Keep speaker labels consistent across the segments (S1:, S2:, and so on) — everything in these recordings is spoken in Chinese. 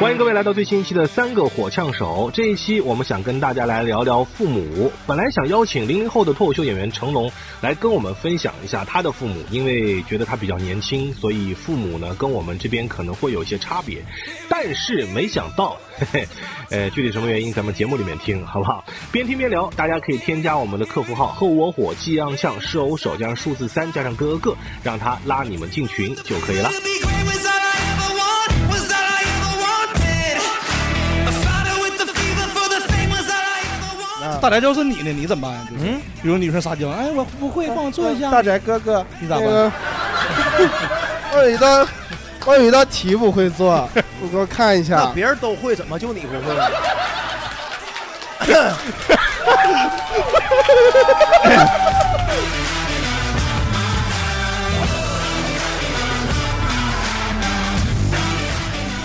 S1: 欢迎各位来到最新一期的三个火枪手。这一期我们想跟大家来聊聊父母。本来想邀请零零后的脱口秀演员成龙来跟我们分享一下他的父母，因为觉得他比较年轻，所以父母呢跟我们这边可能会有一些差别。但是没想到， 嘿嘿，呃，具体什么原因咱们节目里面听好不好？边听边聊，大家可以添加我们的客服号“和我火气样呛是偶手”加上数字三加上哥哥，让他拉你们进群就可以了。
S2: 啊
S3: 大宅，要是你呢，你怎么办呀？就是，比如女生撒娇，哎，我不会，帮我做一
S2: 嗯
S3: 下。
S2: 大宅哥哥，
S3: 你咋
S2: 那
S3: 办
S2: 个？ 我有一道，我有一道题不会做，我给我看一
S4: 那
S2: 下。
S4: 别人都会，怎么就你不会呢？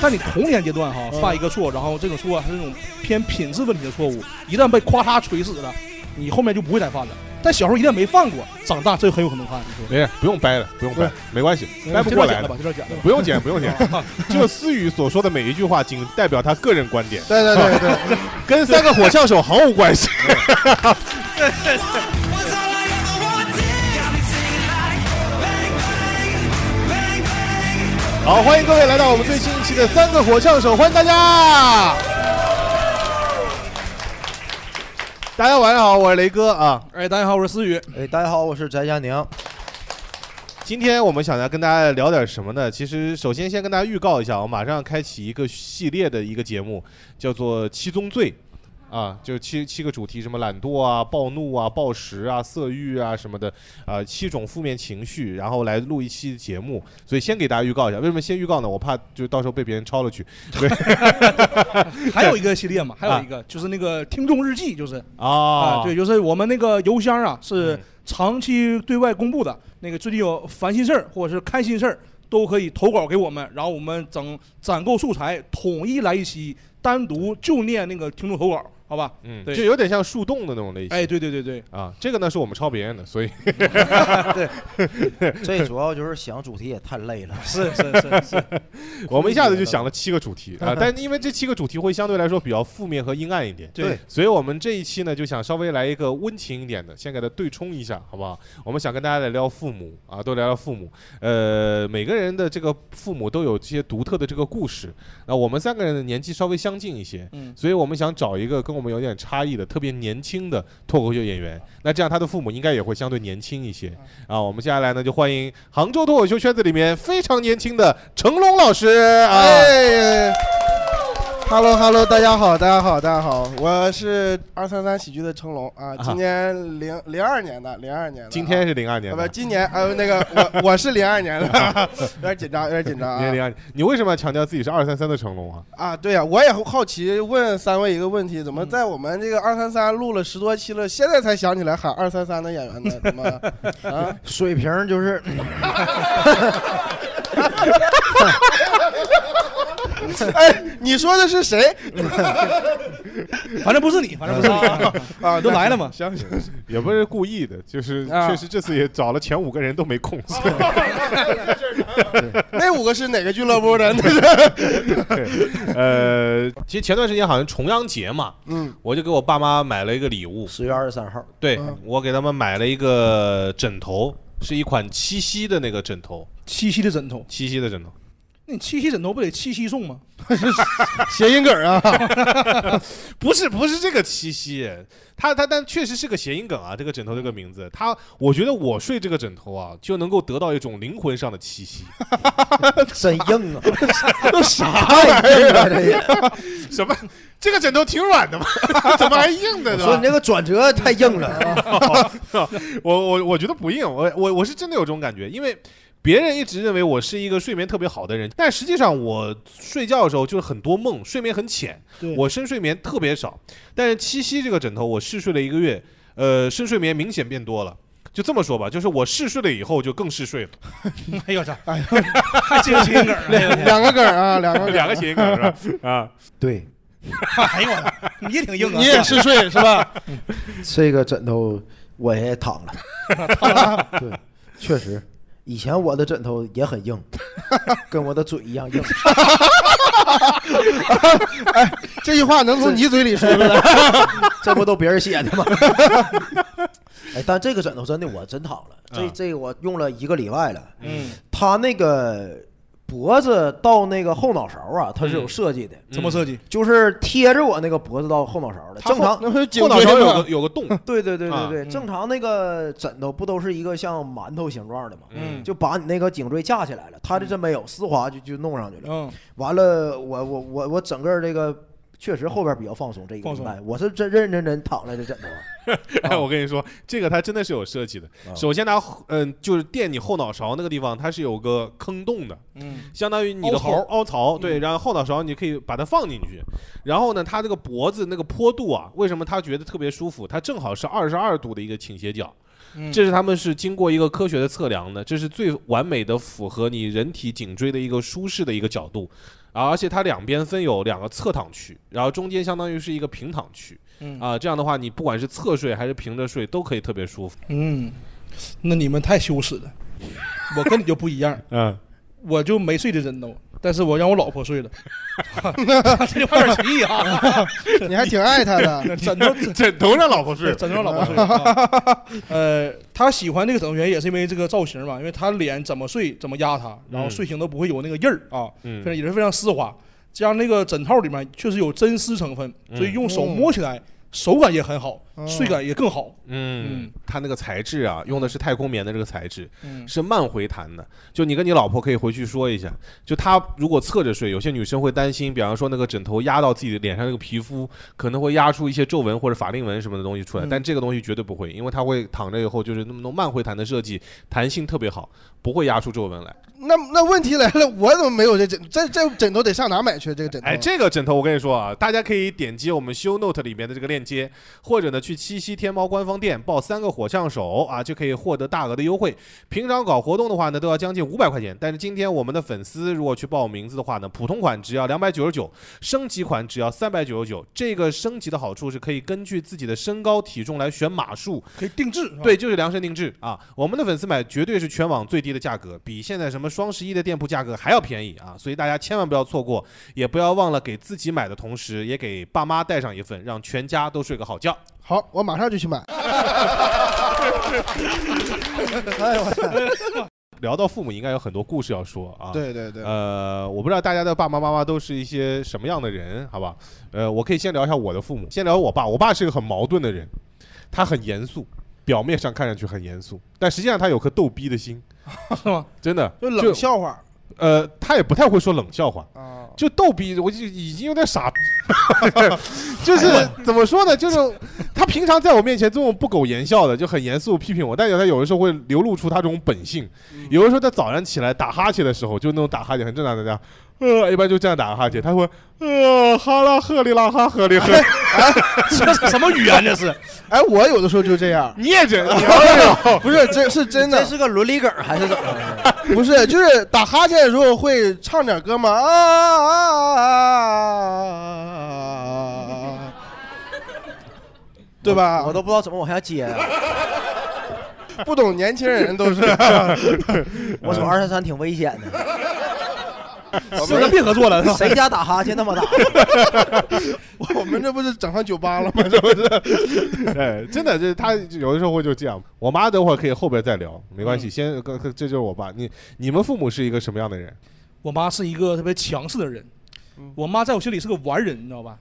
S3: 但你童年阶段哈犯一个错，然后这种错还是那种偏品质问题的错误，一旦被咵嚓锤死了，你后面就不会再犯了。但小时候一旦没犯过，长大这很有可能犯。你说
S5: 没事，不用掰了，不用掰，没关系，掰不
S3: 嗯这
S5: 过
S3: 段
S5: 来
S3: 剪了
S5: 的
S3: 吧，，这段剪了吧。
S5: 不用剪，不用 剪。就思雨所说的每一句话，仅代表他个人观 点，
S2: 对对对对，
S5: 跟三个火枪手毫无关系。 好，欢迎各位来到我们最新一期的《三个火枪手》，欢迎大家！大家晚上好，我是雷哥啊。
S3: 哎，大家好，我是思雨。
S4: 哎，大家好，我是翟佳宁。
S5: 今天我们想要跟大家聊点什么呢？其实首先先跟大家预告一下，我马上开启一个系列的一个节目，叫做《七宗罪》。啊，就是七七个主题，什么懒惰啊、暴怒啊、暴食啊、色欲啊什么的，啊，七种负面情绪，然后来录一期节目。所以先给大家预告一下，为什么先预告呢？我怕就到时候被别人抄了去。对
S3: 还有一个系列嘛，还有一个就是那个听众日记，就是啊，
S5: 啊，
S3: 对，就是我们那个邮箱啊是
S5: 嗯
S3: 长期对外公布的。那个最近有烦心事儿或者是开心事儿，都可以投稿给我们，然后我们整攒够素材，统一来一期，单独就念那个听众投稿，好吧？
S5: 嗯，
S3: 对
S5: 就有点像树洞的那种类型。
S3: 哎，对对对对，
S5: 啊，这个呢是我们抄别人的， 所以
S4: 这主要就是想主题也太累了。
S3: 是是是是，
S5: 我们一下子就想了七个主题 啊。 但因为这七个主题会相对来说比较负面和阴暗一点，
S3: 对，
S5: 所以我们这一期呢，就想稍微来一个温情一点的，先给它对冲一下，好不好？我们想跟大家来聊父母啊，都聊聊父母。呃，每个人的这个父母都有这些独特的这个故事。那我们三个人的年纪稍微相近一些，
S3: 嗯，
S5: 所以我们想找一个跟我们有点差异的、特别年轻的脱口秀演员。那这样他的父母应该也会相对年轻一些啊。我们接下来呢，就欢迎杭州脱口秀圈子里面非常年轻的成龙老师啊。
S2: 哎，Hello Hello，大家好，大家好，大家好，我是二三三喜剧的成龙啊，今年零零二年的，零二年的，
S5: 今天是零二年
S2: 啊
S5: 的，
S2: 不，今年呃那个我我是零二年 的，有点紧张，有点紧张
S5: 你
S2: 啊
S5: 看，你看，你为什么要强调自己是二三三的成龙啊？
S2: 啊，对呀、我也好奇问三位一个问题，怎么在我们这个二三三录了十多期了，现在才想起来喊二三三的演员呢？怎么啊？
S4: 水平就是，
S2: 哎，你说的是谁
S3: 反正不是你，反正不是你，
S2: 啊？
S3: 都来了嘛。
S2: 相信
S5: 也不是故意的，就是
S2: 啊
S5: 确实这次也找了前五个人都没空，所以
S2: 那五个是哪个俱乐部的？那是
S5: 呃，其实前段时间好像重阳节嘛，
S2: 嗯，
S5: 我就给我爸妈买了一个礼物，
S4: 十月二十三号，
S5: 对
S2: 嗯
S5: 我给他们买了一个枕头，是一款七夕的那个枕头，
S3: 七夕的枕头，
S5: 七夕的枕头。
S3: 那你七夕枕头不得七夕送吗？
S2: 谐音梗啊！
S5: 不是不是这个七夕，它它但确实是个谐音梗啊，这个枕头这个名字，它我觉得我睡这个枕头啊，就能够得到一种灵魂上的栖息。
S4: 真硬啊！
S5: 这 啥
S4: 太硬了，这也。
S5: 什么？这个枕头挺软的嘛， 怎么还硬的
S4: 我
S5: 呢？
S4: 说你这个转折太硬了。
S5: 我我我觉得不硬，我我我是真的有这种感觉，因为别人一直认为我是一个睡眠特别好的人，但实际上我睡觉的时候就是很多梦，睡眠很浅
S3: 对，
S5: 我深睡眠特别少。但是七夕这个枕头，我试睡了一个月，呃，深睡眠明显变多了。就这么说吧，就是我试睡了以后就更嗜睡了，
S3: 哎呦我操， 还接着谐音梗儿，哎呦我天
S2: 两个梗啊，两个梗，
S5: 两个谐音梗是吧？啊，
S4: 对，
S3: 哎呦我操，你也挺硬 啊，
S2: 你也是睡 是吧？
S4: 这个枕头我也躺了。对，确实，以前我的枕头也很硬，跟我的嘴一样硬。哎，
S2: 这句话能从你嘴里说出 来，
S4: 这不都别人写的吗？ 哎，但这个枕头真的我真躺了，这
S2: 嗯
S5: 啊
S4: 这我用了一个礼拜了。
S3: 嗯，
S4: 它那个脖子到那个后脑勺啊，它是有
S5: 嗯
S4: 设计的，嗯
S3: 怎么设计？
S4: 就是贴着我那个脖子到后脑勺的。
S2: 它后
S4: 正常
S2: 那不是颈
S5: 后脑
S2: 椎
S5: 勺
S2: 吗
S5: 有个有个洞，
S4: 对对对
S5: 啊
S4: 对对，
S2: 嗯
S4: 正常那个枕头不都是一个像馒头形状的吗？
S3: 嗯
S4: 就把你那个颈椎架起来了，
S2: 嗯
S4: 他这真没有，丝滑就就弄上去了。
S3: 嗯
S4: 完了，我我我我整个这个确实后边比较放松，这一个
S3: 放
S4: 礼
S3: 松
S4: 拜我是真认认真真躺在这枕头 上。
S5: 哎，
S3: 哦
S5: 我跟你说，这个它真的是有设计的。
S4: 啊
S5: 首先它后，嗯，就是垫你后脑勺那个地方，它是有个坑洞的，
S3: 嗯
S5: 相当于你的喉
S3: 凹槽嗯
S5: 凹槽，对，然后后脑勺你可以把它放进去。然后呢，它这个脖子那个坡度啊，为什么他觉得特别舒服？它正好是二十二度的一个倾斜角，
S3: 嗯，
S5: 这是他们是经过一个科学的测量的，这是最完美的符合你人体颈椎的一个舒适的一个角度。啊，而且它两边分有两个侧躺区，然后中间相当于是一个平躺区
S3: 嗯
S5: 啊，这样的话你不管是侧睡还是平着睡都可以特别舒服。
S3: 嗯，那你们太 羞耻了，我跟你就不一样，
S5: 嗯，
S3: 我就没睡这枕头，但是我让我老婆 睡了，这就有点奇异啊，
S2: 你还挺爱他 的。
S3: 枕头
S5: 枕头让老婆睡嗯
S3: 对，枕头让老婆睡啊。呃，他喜欢这个枕头原因也是因为这个造型嘛，因为他脸怎么睡怎么压他，然后睡醒都不会有那个印儿啊，
S5: 嗯
S3: 非常也是非常丝滑。加上那个枕套里面确实有真丝成分，
S5: 嗯
S3: 所以用手摸起来手感也很好，
S2: 哦
S3: 睡感也更好。
S5: 嗯
S3: 嗯，
S5: 它那个材质啊，用的是太空棉的这个材质，
S3: 嗯
S5: 是慢回弹的。就你跟你老婆可以回去说一下，就她如果侧着睡，有些女生会担心，比方说那个枕头压到自己的脸上那个皮肤，可能会压出一些皱纹或者法令纹什么的东西出来。
S3: 嗯
S5: 但这个东西绝对不会，因为它会躺着以后就是那么弄慢回弹的设计，弹性特别好，不会压出皱纹来。
S2: 那那问题来了，我怎么没有这枕？这这枕头得上哪买去？这个枕头？
S5: 哎，这个枕头我跟你说啊，大家可以点击我们 show note 里面的这个链接，或者呢去七夕天猫官方店报三个火枪手啊，就可以获得大额的优惠。平常搞活动的话呢，都要将近五百块钱，但是今天我们的粉丝如果去报名字的话呢，普通款只要两百九十九，升级款只要三百九十九。这个升级的好处是可以根据自己的身高体重来选码数，
S3: 可以定制。是吧，
S5: 对，就是量身定制啊！我们的粉丝买绝对是全网最低的价格，比现在什么双十一的店铺价格还要便宜啊！所以大家千万不要错过，也不要忘了给自己买的同时，也给爸妈带上一份，让全家都睡个好觉。
S2: 好，我马上就去买。
S4: 哎呦我天！
S5: 聊到父母，应该有很多故事要说啊。。
S2: 对对对，
S5: 呃，我不知道大家的爸爸妈妈都是一些什么样的人，好吧？呃，我可以先聊一下我的父母，先聊我爸。我爸是个很矛盾的人，他很严肃，表面上看上去很严肃，但实际上他有颗逗逼 的心，
S3: 是吗？
S5: 真的
S2: 就冷笑话
S5: 呃，他也不太会说冷笑话，
S2: 啊。
S5: 就逗逼，我就已经有点傻， 就是
S3: 哎
S5: 怎么说呢？就是他平常在我面前这种不苟言笑的，就很严肃批评我，但是他有的时候会流露出他这种本性。
S3: 嗯
S5: 有的时候他早上起来打哈欠的时候，就那种打哈欠很正常的这样，呃，一般就这样打哈欠，他会呃哈啦呵哩啦哈呵哩 呵，。
S3: 这是什么 语言？这是
S2: 哎，我有的时候就这样哎
S5: 你也这 样，
S2: 不是，这是真
S4: 这
S2: 的，
S4: 是个伦理梗儿还是怎么回事？
S2: 不是，就是打哈欠的时候会唱点歌嘛，啊啊啊啊啊，对吧？
S4: 我都不知道怎么往下接 啊。
S2: 不懂，年轻人都是。
S4: 我走二三三挺危险的，
S3: 四人别合作了，是吧？
S4: 谁家打哈欠那么打？
S2: 我们这不是整上酒吧了吗？这不是？
S5: 哎，真的，这他有的时候会就这样。我妈等会儿可以后边再聊，没关系，
S3: 嗯
S5: 先这这就是我爸。你你们父母是一个什么样的人？
S3: 我妈是一个特别强势的人，我妈在我心里是个完人，你知道吧？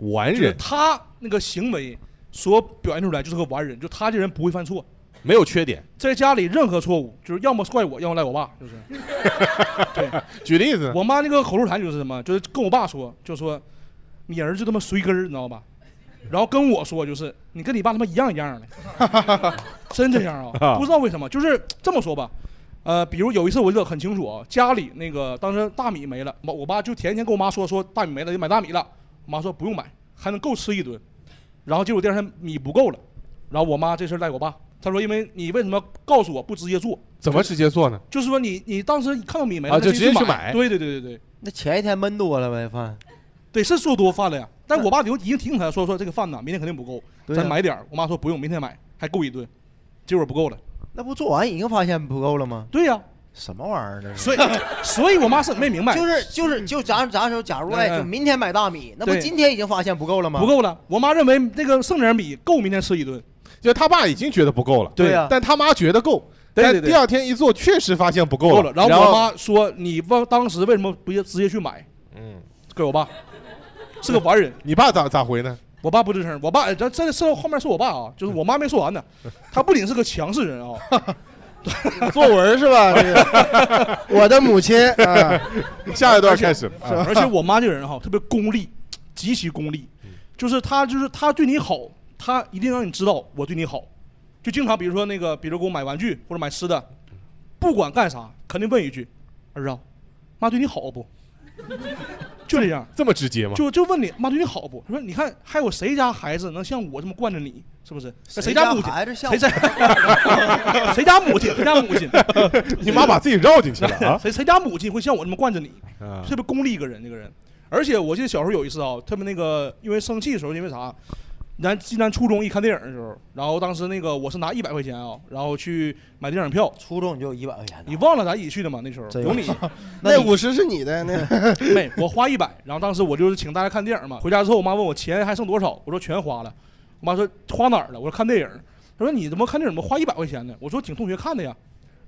S5: 完
S3: 就是
S5: 人，
S3: 她那个行为所表现出来就是个完人，就她这人不会犯错，
S5: 没有缺点。
S3: 在家里任何错误就是要么怪我，要么赖我爸，就是。
S5: 举例子，
S3: 我妈那个口头禅就是什么，就是跟我爸说，就说你儿子他妈随根儿，你知道吧？然后跟我说就是你跟你爸他妈一样一样的， 真这样啊？不知道为什么，就是这么说吧。呃，比如有一次我记得很清楚啊，家里那个当时大米没了，我我爸就前一天跟我妈说说大米没了，就买大米了。我妈说不用买，还能够吃一顿。然后结果第二天米不够了，然后我妈这事儿赖我爸，她说因为你为什么告诉我不直接做？
S5: 怎么直接做呢？
S3: 就是说你你当时看到米没了，
S5: 啊
S3: 那
S5: 就
S3: 你
S5: 直接去买
S3: 买。对对对对对。
S4: 那前一天闷多了呗，饭
S3: 对，是做多饭了呀。但我爸留已经提醒他说说这个饭呢，明天肯定不够，
S4: 对呀
S3: 咱买点儿。我妈说不用，明天买还够一顿。结果不够了，
S4: 那不做完已经发现不够了吗？
S3: 对呀、
S4: 什么玩意儿呢？
S3: 所以，所以我妈是没明白，
S4: 就是就是就咱咱说，假如
S3: 嗯
S4: 哎，
S3: 嗯
S4: 就明天买大米，那不
S3: 对
S4: 今天已经发现不够了吗？
S3: 不够了。我妈认为那个剩点米够明天吃一顿，
S5: 就他爸已经觉得不够了，
S3: 对呀
S5: 但他妈觉得够，
S3: 对对
S5: 但
S3: 对
S5: 第二天一做确实发现不够
S3: 够
S5: 了
S3: 了。，然后我妈说：“你忘当时为什么不直接去买
S5: 嗯，？”
S3: 给我爸，是个完人。
S5: 你爸咋咋回呢？
S3: 我爸不吱声，我爸咱这事后面是我爸啊，就是我妈没说完 呢。他不仅是个强势 人啊，
S2: 作文是吧？这 个我的母亲啊，
S5: 下一段开始啊
S3: 而且我妈这个人哈特别功利，极其功利，
S5: 嗯
S3: 就是她就是她对你好，她一定让你知道我对你好，就经常比如说那个，比如给我买玩具或者买吃的，
S5: 嗯
S3: 不管干啥肯定问一句，儿子啊，妈对你好不？就这样，
S5: 这么直接吗？
S3: 就就问你妈对你好不？他说你看还有谁家孩子能像我这么惯着你？是不是？那
S4: 谁
S3: 家
S4: 家
S3: 母亲？
S4: 孩子像
S3: 谁 家？谁家母亲？谁家母亲？！
S5: 你妈把自己绕进去了啊
S3: 谁谁家母亲会像我这么惯着你？
S5: 啊
S3: 特别功利一个人，那个人。而且我记得小时候有一次啊，特别那个，因为生气的时候，因为啥？咱济南初中一看电影的时候，然后当时那个我是拿一百块钱啊，然后去买电影票。
S4: 初中你就一百块钱
S3: 你
S4: 呢，
S3: 忘了咱一起去的吗？那时候
S4: 真
S3: 有你
S4: 那
S2: 那
S4: 你
S2: 五十是你的，那
S3: 妹，我花一百，然后当时我就是请大家看电影嘛。回家之后，我妈问我钱还剩多少，我说全花了。我妈说花哪儿了？我说看电影。她说你怎么看电影怎么花一百块钱呢？我说请同学看的呀。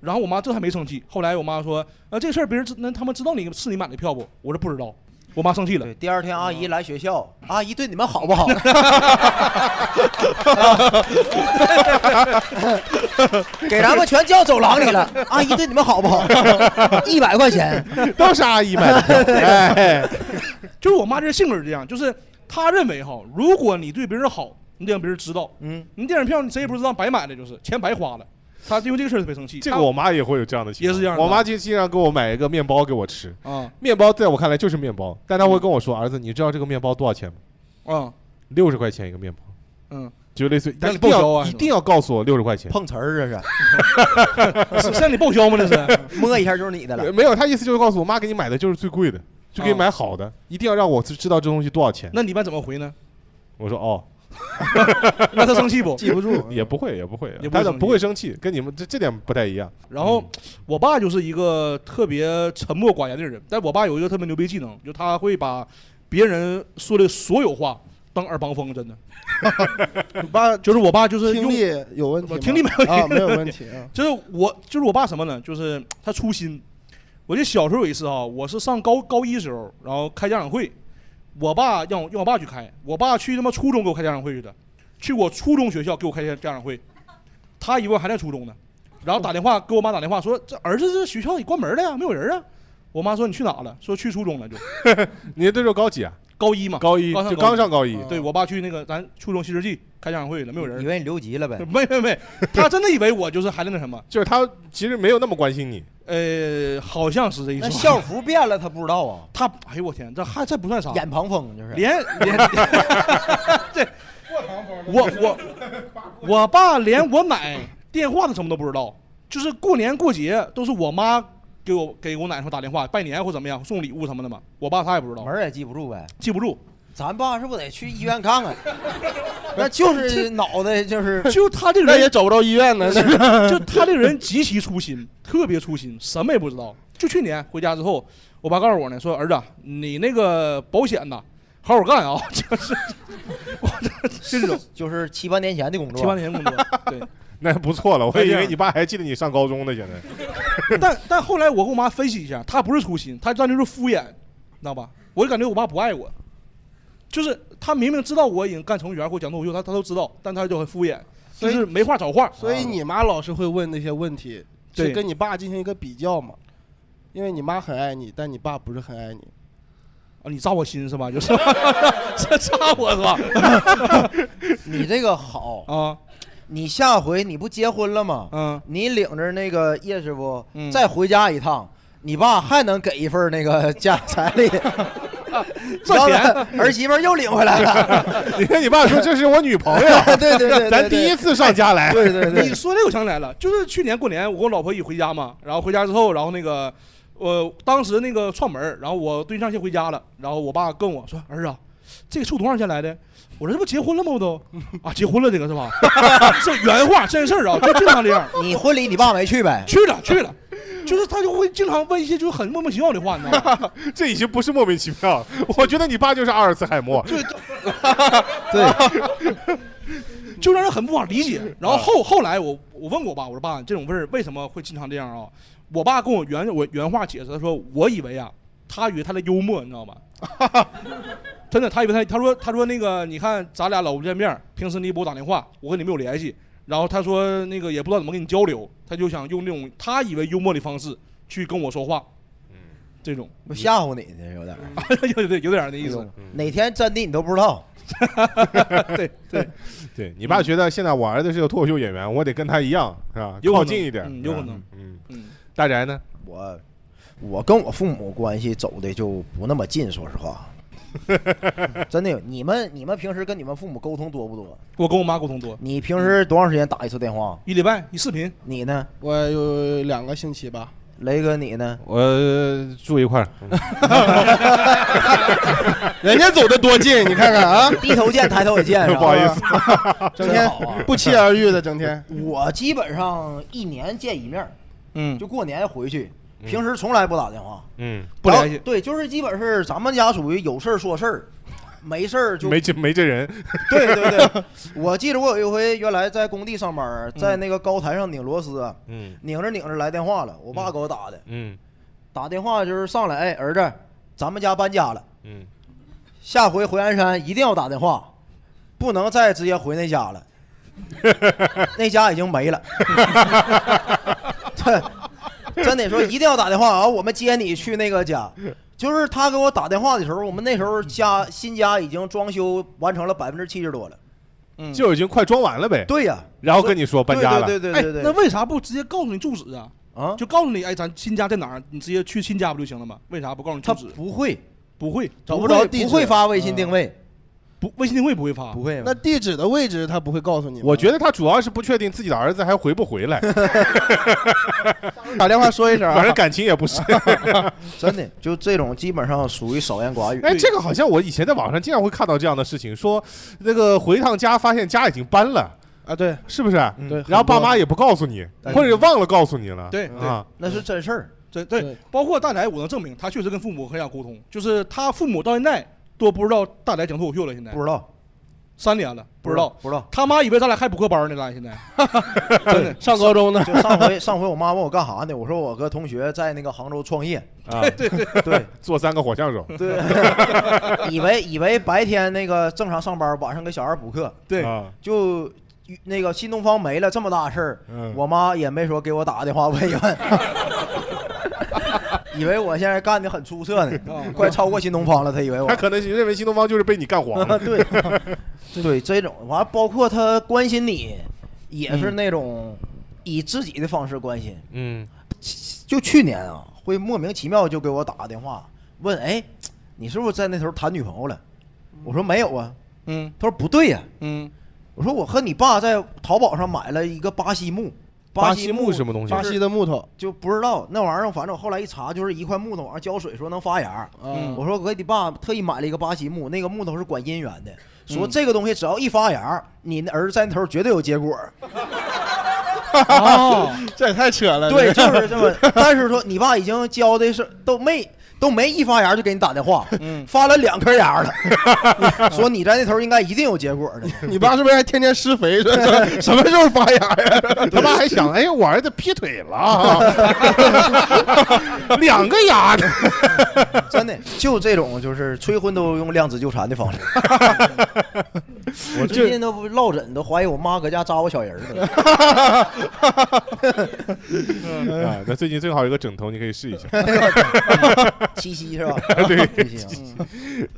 S3: 然后我妈这还没生气，后来我妈说，呃，这事儿别人知那他们知道你是你买的票不？我说不知道。我妈生气了嗯
S4: 对，，第二天阿姨来学校，阿姨对你们好不好？ 给咱们全叫走廊里了， 阿姨对你们好不 好？一百块钱，
S5: 都是阿姨买的票，哎，
S3: 就是我妈这性格是这样，就是她认为哈，如果你对别人好，你得让别人知道，
S4: 嗯，
S3: 你电影票你谁也不知道，白买的就是钱白花了。她因为这个事儿特别生气，
S5: 这个我妈也会有这样的啊情况，
S3: 也是这样的
S5: 我妈就经常给我买一个面包给我吃，
S3: 她啊
S5: 面包在我看来就是面包，但她会跟我说：“儿子，你知道这个面包多少钱吗？
S3: 啊
S5: 六十块钱一个面包。”
S3: 嗯，
S5: 就类似于，
S3: 让
S5: 但
S3: 你
S5: 一定
S3: 报销啊
S5: 要
S3: 是
S5: 一
S3: 吧
S5: 定要告诉我六十块钱。
S4: 碰瓷儿这
S3: 是向你报销吗？这是。
S4: 是， 摸一下就是你的了。哦
S5: 没有，他意思就是告诉我妈给你买的就是最贵的，就给你买好的，一定要让我知知道这东西多少钱。
S3: 那你一般怎么回呢？
S5: 我说 哦，
S3: 那他生气不？
S2: 记不住，
S5: 也不会，也不会啊
S3: 也，不会
S5: 他
S3: 生
S5: 的
S3: 气
S5: 不会生气，跟你们这这点不太一样。嗯
S3: 然后我爸就是一个特别沉默寡言的人，但我爸有一个特别牛逼技能，就他会把别人说的所有话当耳旁风，真的。
S2: 你爸
S3: 就是我爸就是
S2: 听
S3: 用，
S2: 力有问题吗？
S3: 听力没有
S2: 啊，没有问 题啊。
S3: 就是我就是我爸什么呢？就是他粗心。我记得小时候有一次啊，我是上高高一时候，然后开家长会，我爸让我让我爸去开，我爸去他妈初中给我开家长会去的，去我初中学校给我开家家长会，他以为我还在初中呢，然后打电话给我妈打电话说这儿子这学校也关门了呀，没有人啊，我妈说你去哪了？说去初中了就
S5: 你这时候高几啊？
S3: 高一嘛，
S5: 高一就刚上高一，
S2: 啊
S3: 对我爸去那个咱初中新世纪开家长会了，没有
S4: 以
S3: 人，
S4: 为哦你留级了呗？
S3: 没没没，他真的以为我就是还在那什么，
S5: 就是他其实没有那么关心你，
S3: 呃，好像是这意
S4: 那
S3: 思。
S4: 校服变了，他不知道啊，
S3: 他，哎呦我天，这还这不算啥，
S4: 眼旁风就是。
S3: 连连，对，我我我爸连我奶电话他什么都不知道，就是过年过节都是我妈给我给我奶他们打电话拜年或怎么样送礼物什么的嘛，我爸他也不知道
S4: 门，儿也记不住呗，
S3: 记不住，
S4: 咱爸是不是得去医院看看？那 就是脑袋就是
S3: 就他这个
S2: 那也
S3: 人，啊
S2: 找不着医院 呢，那是
S3: 就他这个人极其粗心， 特别粗心，什么也不知道。就去年回家之后，我爸告诉我呢，说儿子，你那个保险呐，好好干啊， 就是我这这种。
S4: 就是七八年前的工作，
S3: 七八年工作，对。
S5: 那不错了。 我
S3: 那这
S5: 以
S3: 样
S5: 为 你爸还记得你上高中呢，现在
S3: 但但后来我跟我妈分析一下，她不是粗心，她当时就是敷衍，你知道吧？我就感觉我爸不爱我，就是她明明知道我已经干程序员或讲脱口秀，她她都知道，但她就很敷衍，
S2: 所
S3: 就
S2: 以
S3: 是没话找话。
S2: 所以你妈老是会问那些 问题，
S3: 对
S2: 是跟你爸进行一个比较嘛？因为你妈很爱你，但你爸不是很爱你。
S3: 啊，你扎我心是吧？就是 这扎我是吧？
S4: 你这个好，
S3: 啊，
S4: 你下回你不结婚了吗？
S3: 嗯，
S4: 你领着那个叶师傅
S3: 嗯
S4: 再回家一趟，你爸还能给一份那个 家彩 礼，
S3: 啊 赚钱
S4: 然后儿媳妇儿又领回来了。
S5: 你跟你爸说这是我女朋友，
S4: 对对对对，
S5: 咱第一次上家来，
S4: 对对对
S3: 你说这我想起来了，就是去年过年我跟我老婆一起回家嘛，然后回家之后，然后那个呃我、当时那个串门儿，然后我对象先回家了，然后我爸跟我说儿子啊，这个处多少钱来的？我说这不结婚了吗？我都啊，结婚了这个是吧？ 这原话真事儿啊，就经常这样。
S4: 你婚礼你爸没去呗？
S3: 去了去了，就是他就会经常问一些就很莫名其妙的话，你知道吗？
S5: 这已经不是莫名其妙了，我觉得你爸就是阿尔茨 海默。
S3: 对，
S5: 对，
S3: 就让人很不法理解。然后后后来我我问我爸，我说爸，这种事儿为什么会经常这样啊？我爸跟我原我原话解释，他说我以为啊，他以为他的幽默，你知道吧？ 真的，他以为他他说他说那个你看咱俩老不见面，平时你不给我打电话，我跟你没有联系。然后他说那个也不知道怎么跟你交流，他就想用那种他以为幽默的方式去跟我说话，这种
S4: 我吓唬你呢，有点儿。
S3: 有点有点那意思。
S4: 哪天真的你都不知道。
S3: 对对
S5: 对你爸觉得现在我儿子是个脱口秀演员，我得跟他一样，是吧？
S4: 有可
S5: 靠
S4: 能
S5: 近一点，
S4: 嗯有可
S5: 是吧
S4: 能
S5: 嗯
S3: 嗯，
S5: 大宅呢？
S4: 我我跟我父母关系走的就不那么近，说实话。 真的，你们你们平时跟你们父母沟通多不多？
S3: 我跟我妈沟通多。
S4: 你平时多长时间打一次电话？
S3: 一礼拜一视频。
S4: 你呢？
S2: 我有两个星期吧。
S4: 雷哥，你呢？
S5: 我呃住一块儿，
S2: 人家走的多近，你看看啊，
S4: 低头见，抬头也 见，是吧
S5: 不好意思，
S2: 整天不期而遇的，整天。
S4: 啊我基本上一年见一面儿，
S3: 嗯
S4: 就过年回去，平时从来嗯不打电话，
S5: 嗯，
S3: 不联系
S4: 然后对，就是基本是咱们家属于有事儿说事 儿，没事儿就
S5: 没这没这人，
S4: 对对对，我记得我有一回原来在工地上班儿，在那个高台上拧螺丝啊，
S5: 嗯
S4: 拧着拧着来电话了，我爸给我打的，
S5: 嗯
S4: 打电话就是上来，哎，儿子，咱们家搬家了，
S5: 嗯，
S4: 下回回鞍山一定要打电话，不能再直接回那家 了，那家已经没 了。对，真的说一定要打电话啊，我们接你去那个家。就是他给我打电话的时候，我们那时候家新家已经装修完成了百分之七十多了。
S5: 就已经快装完了呗。
S4: 嗯对呀、
S5: 然后跟你说搬家了，
S4: 对对对对对
S3: 哎，那为啥不直接告诉你住址啊？
S4: 啊，
S3: 就告诉你，哎，咱新家在哪儿，你直接去新家不就行了吗？为啥不告诉你住
S4: 他
S3: 址？
S4: 不会
S3: 不会，
S4: 找不着啊
S2: 地址
S4: 不会发微信定位，
S3: 不，微信定位不会发，
S4: 不会
S2: 那地址的位置他不会告诉你吗？
S5: 我觉得他主要是不确定自己的儿子还回不回 来，
S2: 打电话说一声啊，
S5: 反正感情也不深。
S4: 真的就这种基本上属于少言寡语。
S5: 哎，这个好像我以前在网上经常会看到这样的事情，说那个回趟家发现家已经搬了，
S2: 啊，对
S5: 是不是？
S2: 对。
S5: 然后爸妈
S2: 也
S5: 也不告诉你，
S4: 嗯
S5: 或者忘了告诉你了。
S3: 对
S5: 啊，
S4: 那是真事儿，
S3: 真对
S2: 对。
S3: 包括大宅，我能证明他确实跟父母很少沟通，就是他父母到现在都不知道大宅讲脱口秀了，现在
S4: 不知道
S3: 三年了，不知道。
S4: 不知道。
S3: 他妈以为咱俩还补课班呢，咱 俩现在真的。
S2: 上高中呢，
S4: 就上回上回我妈问我干啥呢，我说我和同学在那个杭州创业，
S5: 啊，
S3: 对对，
S4: 对
S5: 做三个火枪手。
S4: 对， 以为以为白天那个正常上班，晚上给小孩补课，
S3: 对
S5: 啊，
S4: 就那个新东方没了这么大事儿，
S5: 嗯
S4: 我妈也没说给我打个电话问一问。以为我现在干的很出色呢，快超过新东方了。他以为我
S5: 他，可能认为新东方就是被你干黄 了。
S4: 对，对这种完，包括他关心你，也是那种以自己的方式关心。
S5: 嗯，
S4: 就去年啊，会莫名其妙就给我打个电话，问哎，你是不是在那头谈女朋友了？我说没有啊。
S3: 嗯
S4: 他说不对呀、
S3: 嗯，
S4: 我说我和你爸在淘宝上买了一个巴西木，
S5: 巴
S4: 西
S5: 西木什么东西
S2: 巴西的木头
S4: 就不知道那玩意儿，反正我后来一查，就是一块木头往上浇水说能发芽。
S3: 嗯
S2: 啊，
S4: 我说我给你爸特意买了一个巴西木，那个木头是管姻缘的，说
S2: 嗯
S4: 这个东西只要一发芽，你那儿子在那头绝对有结果。
S3: 哦，
S2: 这也太扯 了。
S4: 对，
S2: 这
S4: 就是这么。但是说你爸已经教的是都没都没一发芽就给你打电话，
S3: 嗯
S4: 发了两颗芽了， 说你在那头应该一定有结果的。
S2: 你爸是不是还天天施肥？ 说说什么时候啊发芽呀？
S5: 他妈还想，哎，我儿子 劈腿了，啊两个牙的。
S4: 真的，就这种就是催婚都用量子纠缠的方式。我最近都不落枕，都怀疑我妈搁家扎我小人儿 了。
S5: 啊，那最近最好有个枕头，你可以试一下。
S4: 七夕是吧？
S5: 对
S4: 七夕啊，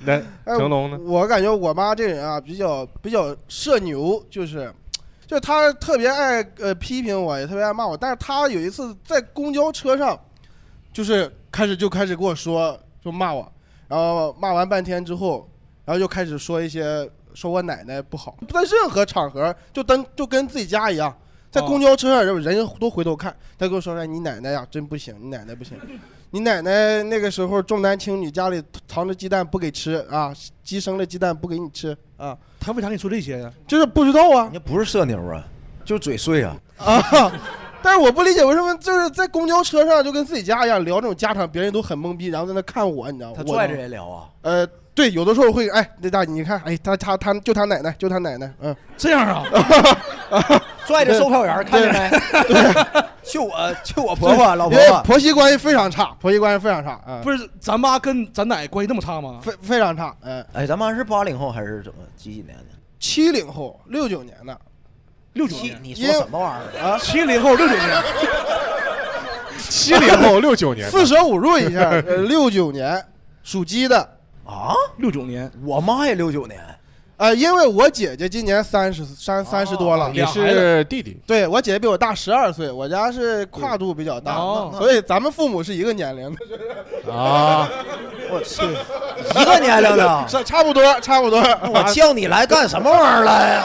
S5: 那
S2: 哎
S5: 成 龙呢？
S2: 我感觉我妈这人啊，比较比较社牛，就是，就是她特别爱呃批评我，也特别爱骂我。但是她有一次在公交车上，就是开始就开始跟我说，就骂我，然后骂完半天之后，然后又开始说一些说我奶奶不好，在任何场合就跟就跟自己家一样，在
S3: 哦
S2: 公交车上人人都回头看，她跟我说哎你奶奶呀真不行，你奶奶不行。你奶奶那个时候重男轻女，家里藏着鸡蛋不给吃啊，鸡生了鸡蛋不给你吃啊。
S3: 他为啥跟你说这些呀、
S2: 就是不知道啊。
S4: 你不是社牛啊，就嘴碎啊。
S2: 啊！ 但是我不理解为什么就是在公交车上就跟自己家一样聊这种家常，别人都很懵逼，然后在那看我，你知道吗？
S4: 他
S2: 我
S4: 拽着人聊啊。
S2: 呃，对，有的时候会哎，那大你看，哎，他他他就他奶奶，就他奶奶，嗯，
S3: 这样 啊，
S4: 拽着售票员看见没？就我就我 婆婆老婆
S2: 因为
S4: 婆，
S2: 婆媳关系非常差，婆媳关系非常差，嗯，
S3: 不是咱妈跟咱奶关系那么差吗？
S2: 非非常差，嗯，
S4: 哎，咱妈是八零后还是怎么几几年的？
S2: 七零后，六九年的，
S3: 六九
S4: 七
S3: 年，
S4: 你说什么玩意儿啊？
S3: 七零后六九年，
S5: 七 零后六九年的，
S2: 四舍五入一 下，呃六九年属鸡的，
S4: 啊，
S3: 六九年，
S4: 我妈也六九年，哦
S2: 呃，因为我姐姐今年三十三三十多了，
S5: 你是弟弟，
S2: 对我姐姐比我大十二岁，我家是跨度比较大，
S3: 哦
S2: 所以咱们父母是一个年龄的，，
S5: 啊，
S4: 我去，一个年龄的
S2: 是差不多，差不多。
S4: 我叫你来干什么玩意儿来呀？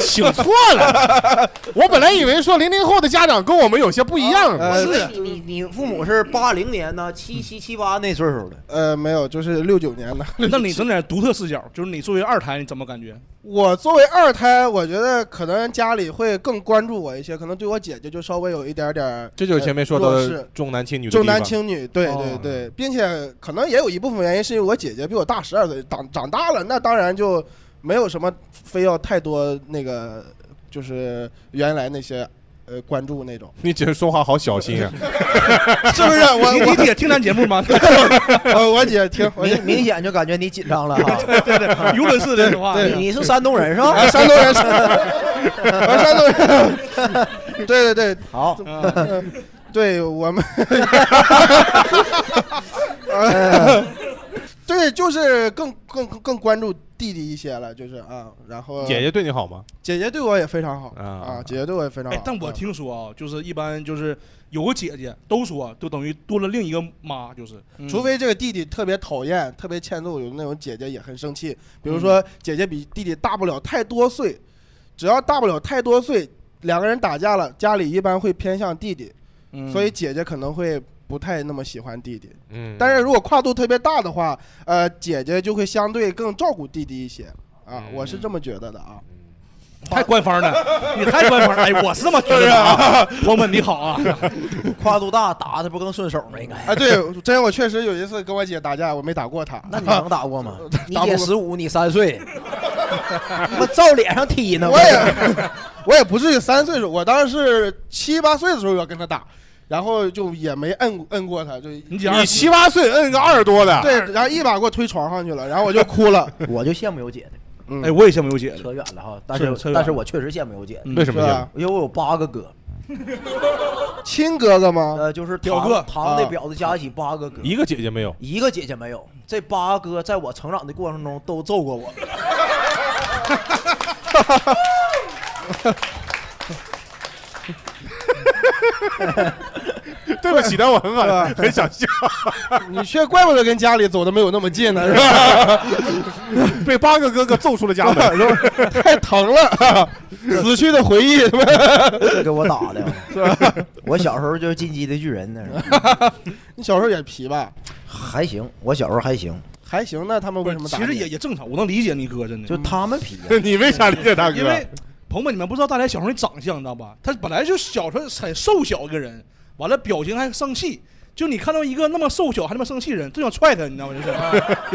S5: 请错了。我本来以为说零零后的家长跟我们有些不一样
S2: 呃嗯
S4: 我以为你你你父母是八零年呢，七七七八那岁数的，
S2: 呃，没有，就是六九年的。
S3: 那你整点独特视角，就是你作为二胎，你怎么感觉？
S2: 我作为二胎，我觉得可能家里会更关注我一些，可能对我姐姐就稍微有一点点。
S5: 这就是前面说
S2: 呃弱
S5: 的
S2: 势
S5: 重男轻女的地
S2: 重
S5: 方
S2: 男轻女，对
S3: 哦
S2: 对对，并且可能也有一部分原因是因为我姐姐比我大十二岁，长长大了，那当然就没有什么非要太多那个，就是原来那些呃关注那种，
S5: 你姐说话好小 心啊！
S2: 是 不是？啊我
S3: 你你姐听咱节目吗？
S2: 我我姐听，我姐
S4: 明明显就感觉你紧张了 哈。
S3: 有本事的话，
S4: 你你是山东人是吧
S2: 啊，？山东人， 啊，山东人，对对对
S4: 好，
S2: 嗯，对我们，对，就是更更更关注弟弟一些了，就是啊，然后
S5: 姐姐对你好吗？
S2: 姐姐对我也非常好
S5: 呃啊
S2: 啊，姐姐对我也非常好
S3: 哎，，但我
S2: 嗯
S3: 听说啊，就是一般就是有个姐姐，都说就等于多了另一个妈，就是嗯
S2: 除非这个弟弟特别讨厌、特别欠揍，有那种姐姐也很生气。比如
S3: 嗯
S2: 说姐姐比弟弟大不了太多岁，只要大不了太多岁，两个人打架了，家里一般会偏向弟弟，
S3: 嗯
S2: 所以姐姐可能会不太那么喜欢弟弟。
S5: 嗯
S2: 但是如果跨度特别大的话，呃，姐姐就会相对更照顾弟弟一些啊，我是这么觉得的啊。
S3: 太官方了，你太官方了，哎，我是这么觉得的啊。朋友们你好啊，
S4: 跨度大打的不更顺手吗？应该。
S2: 啊，对，真我确实有一次跟我姐打架，我没打过她。
S4: 那你能打过吗？你
S2: 打不
S4: 姐
S2: 过
S4: 十五，你三 岁，我照脸上踢呢。
S2: 我也我也不至于三岁数，我当时是七八岁的时候要跟他打，然后就也没摁摁过他，就
S3: 你姐
S5: 你七八岁摁个二十多的，
S2: 对，然后一把给我推床上去了，然后我就哭了。
S4: 我就羡慕有姐的，
S2: 嗯，
S3: 哎，我也羡慕有姐的，
S4: 扯远了哈。但
S3: 是
S4: 是
S3: 扯远了
S4: 但是我确实羡慕有姐的，
S3: 嗯
S5: 为什
S2: 是
S5: 么呢？
S2: 吧？
S4: 因为我有八个哥，
S2: 亲哥哥吗？
S4: 呃，就是
S3: 表
S4: 堂
S3: 哥
S4: 堂的
S2: 啊
S4: 表子加一起八个哥，
S5: 一个姐姐没 有，
S4: 一个姐姐没有。这八哥在我成长的过程中都揍过 我，
S5: 对不起，但 我很很很想笑。
S2: 你却怪不得跟家里走的没有那么近呢，是吧？
S5: 被八个哥哥揍出了家 门，
S2: 太疼 了，死去的回忆。是吧
S4: 这给我打的。我小时候就是进击的巨人那是，
S2: 你小时候也皮吧？
S4: 还行，我小时候还行，
S2: 还行，那他们为什么打
S3: 其
S2: 你？
S3: 实也也正常，我能理解你哥真的，
S4: 就他们皮呀。
S5: 你为啥理解大哥？
S3: 因为朋友们你们不知道大宅小时候的长相，你知道吧？他本来就小时候很瘦小一个人，完了表情还生气。就你看到一个那么瘦小还那么生气人，就想踹他，你知道吗？就是，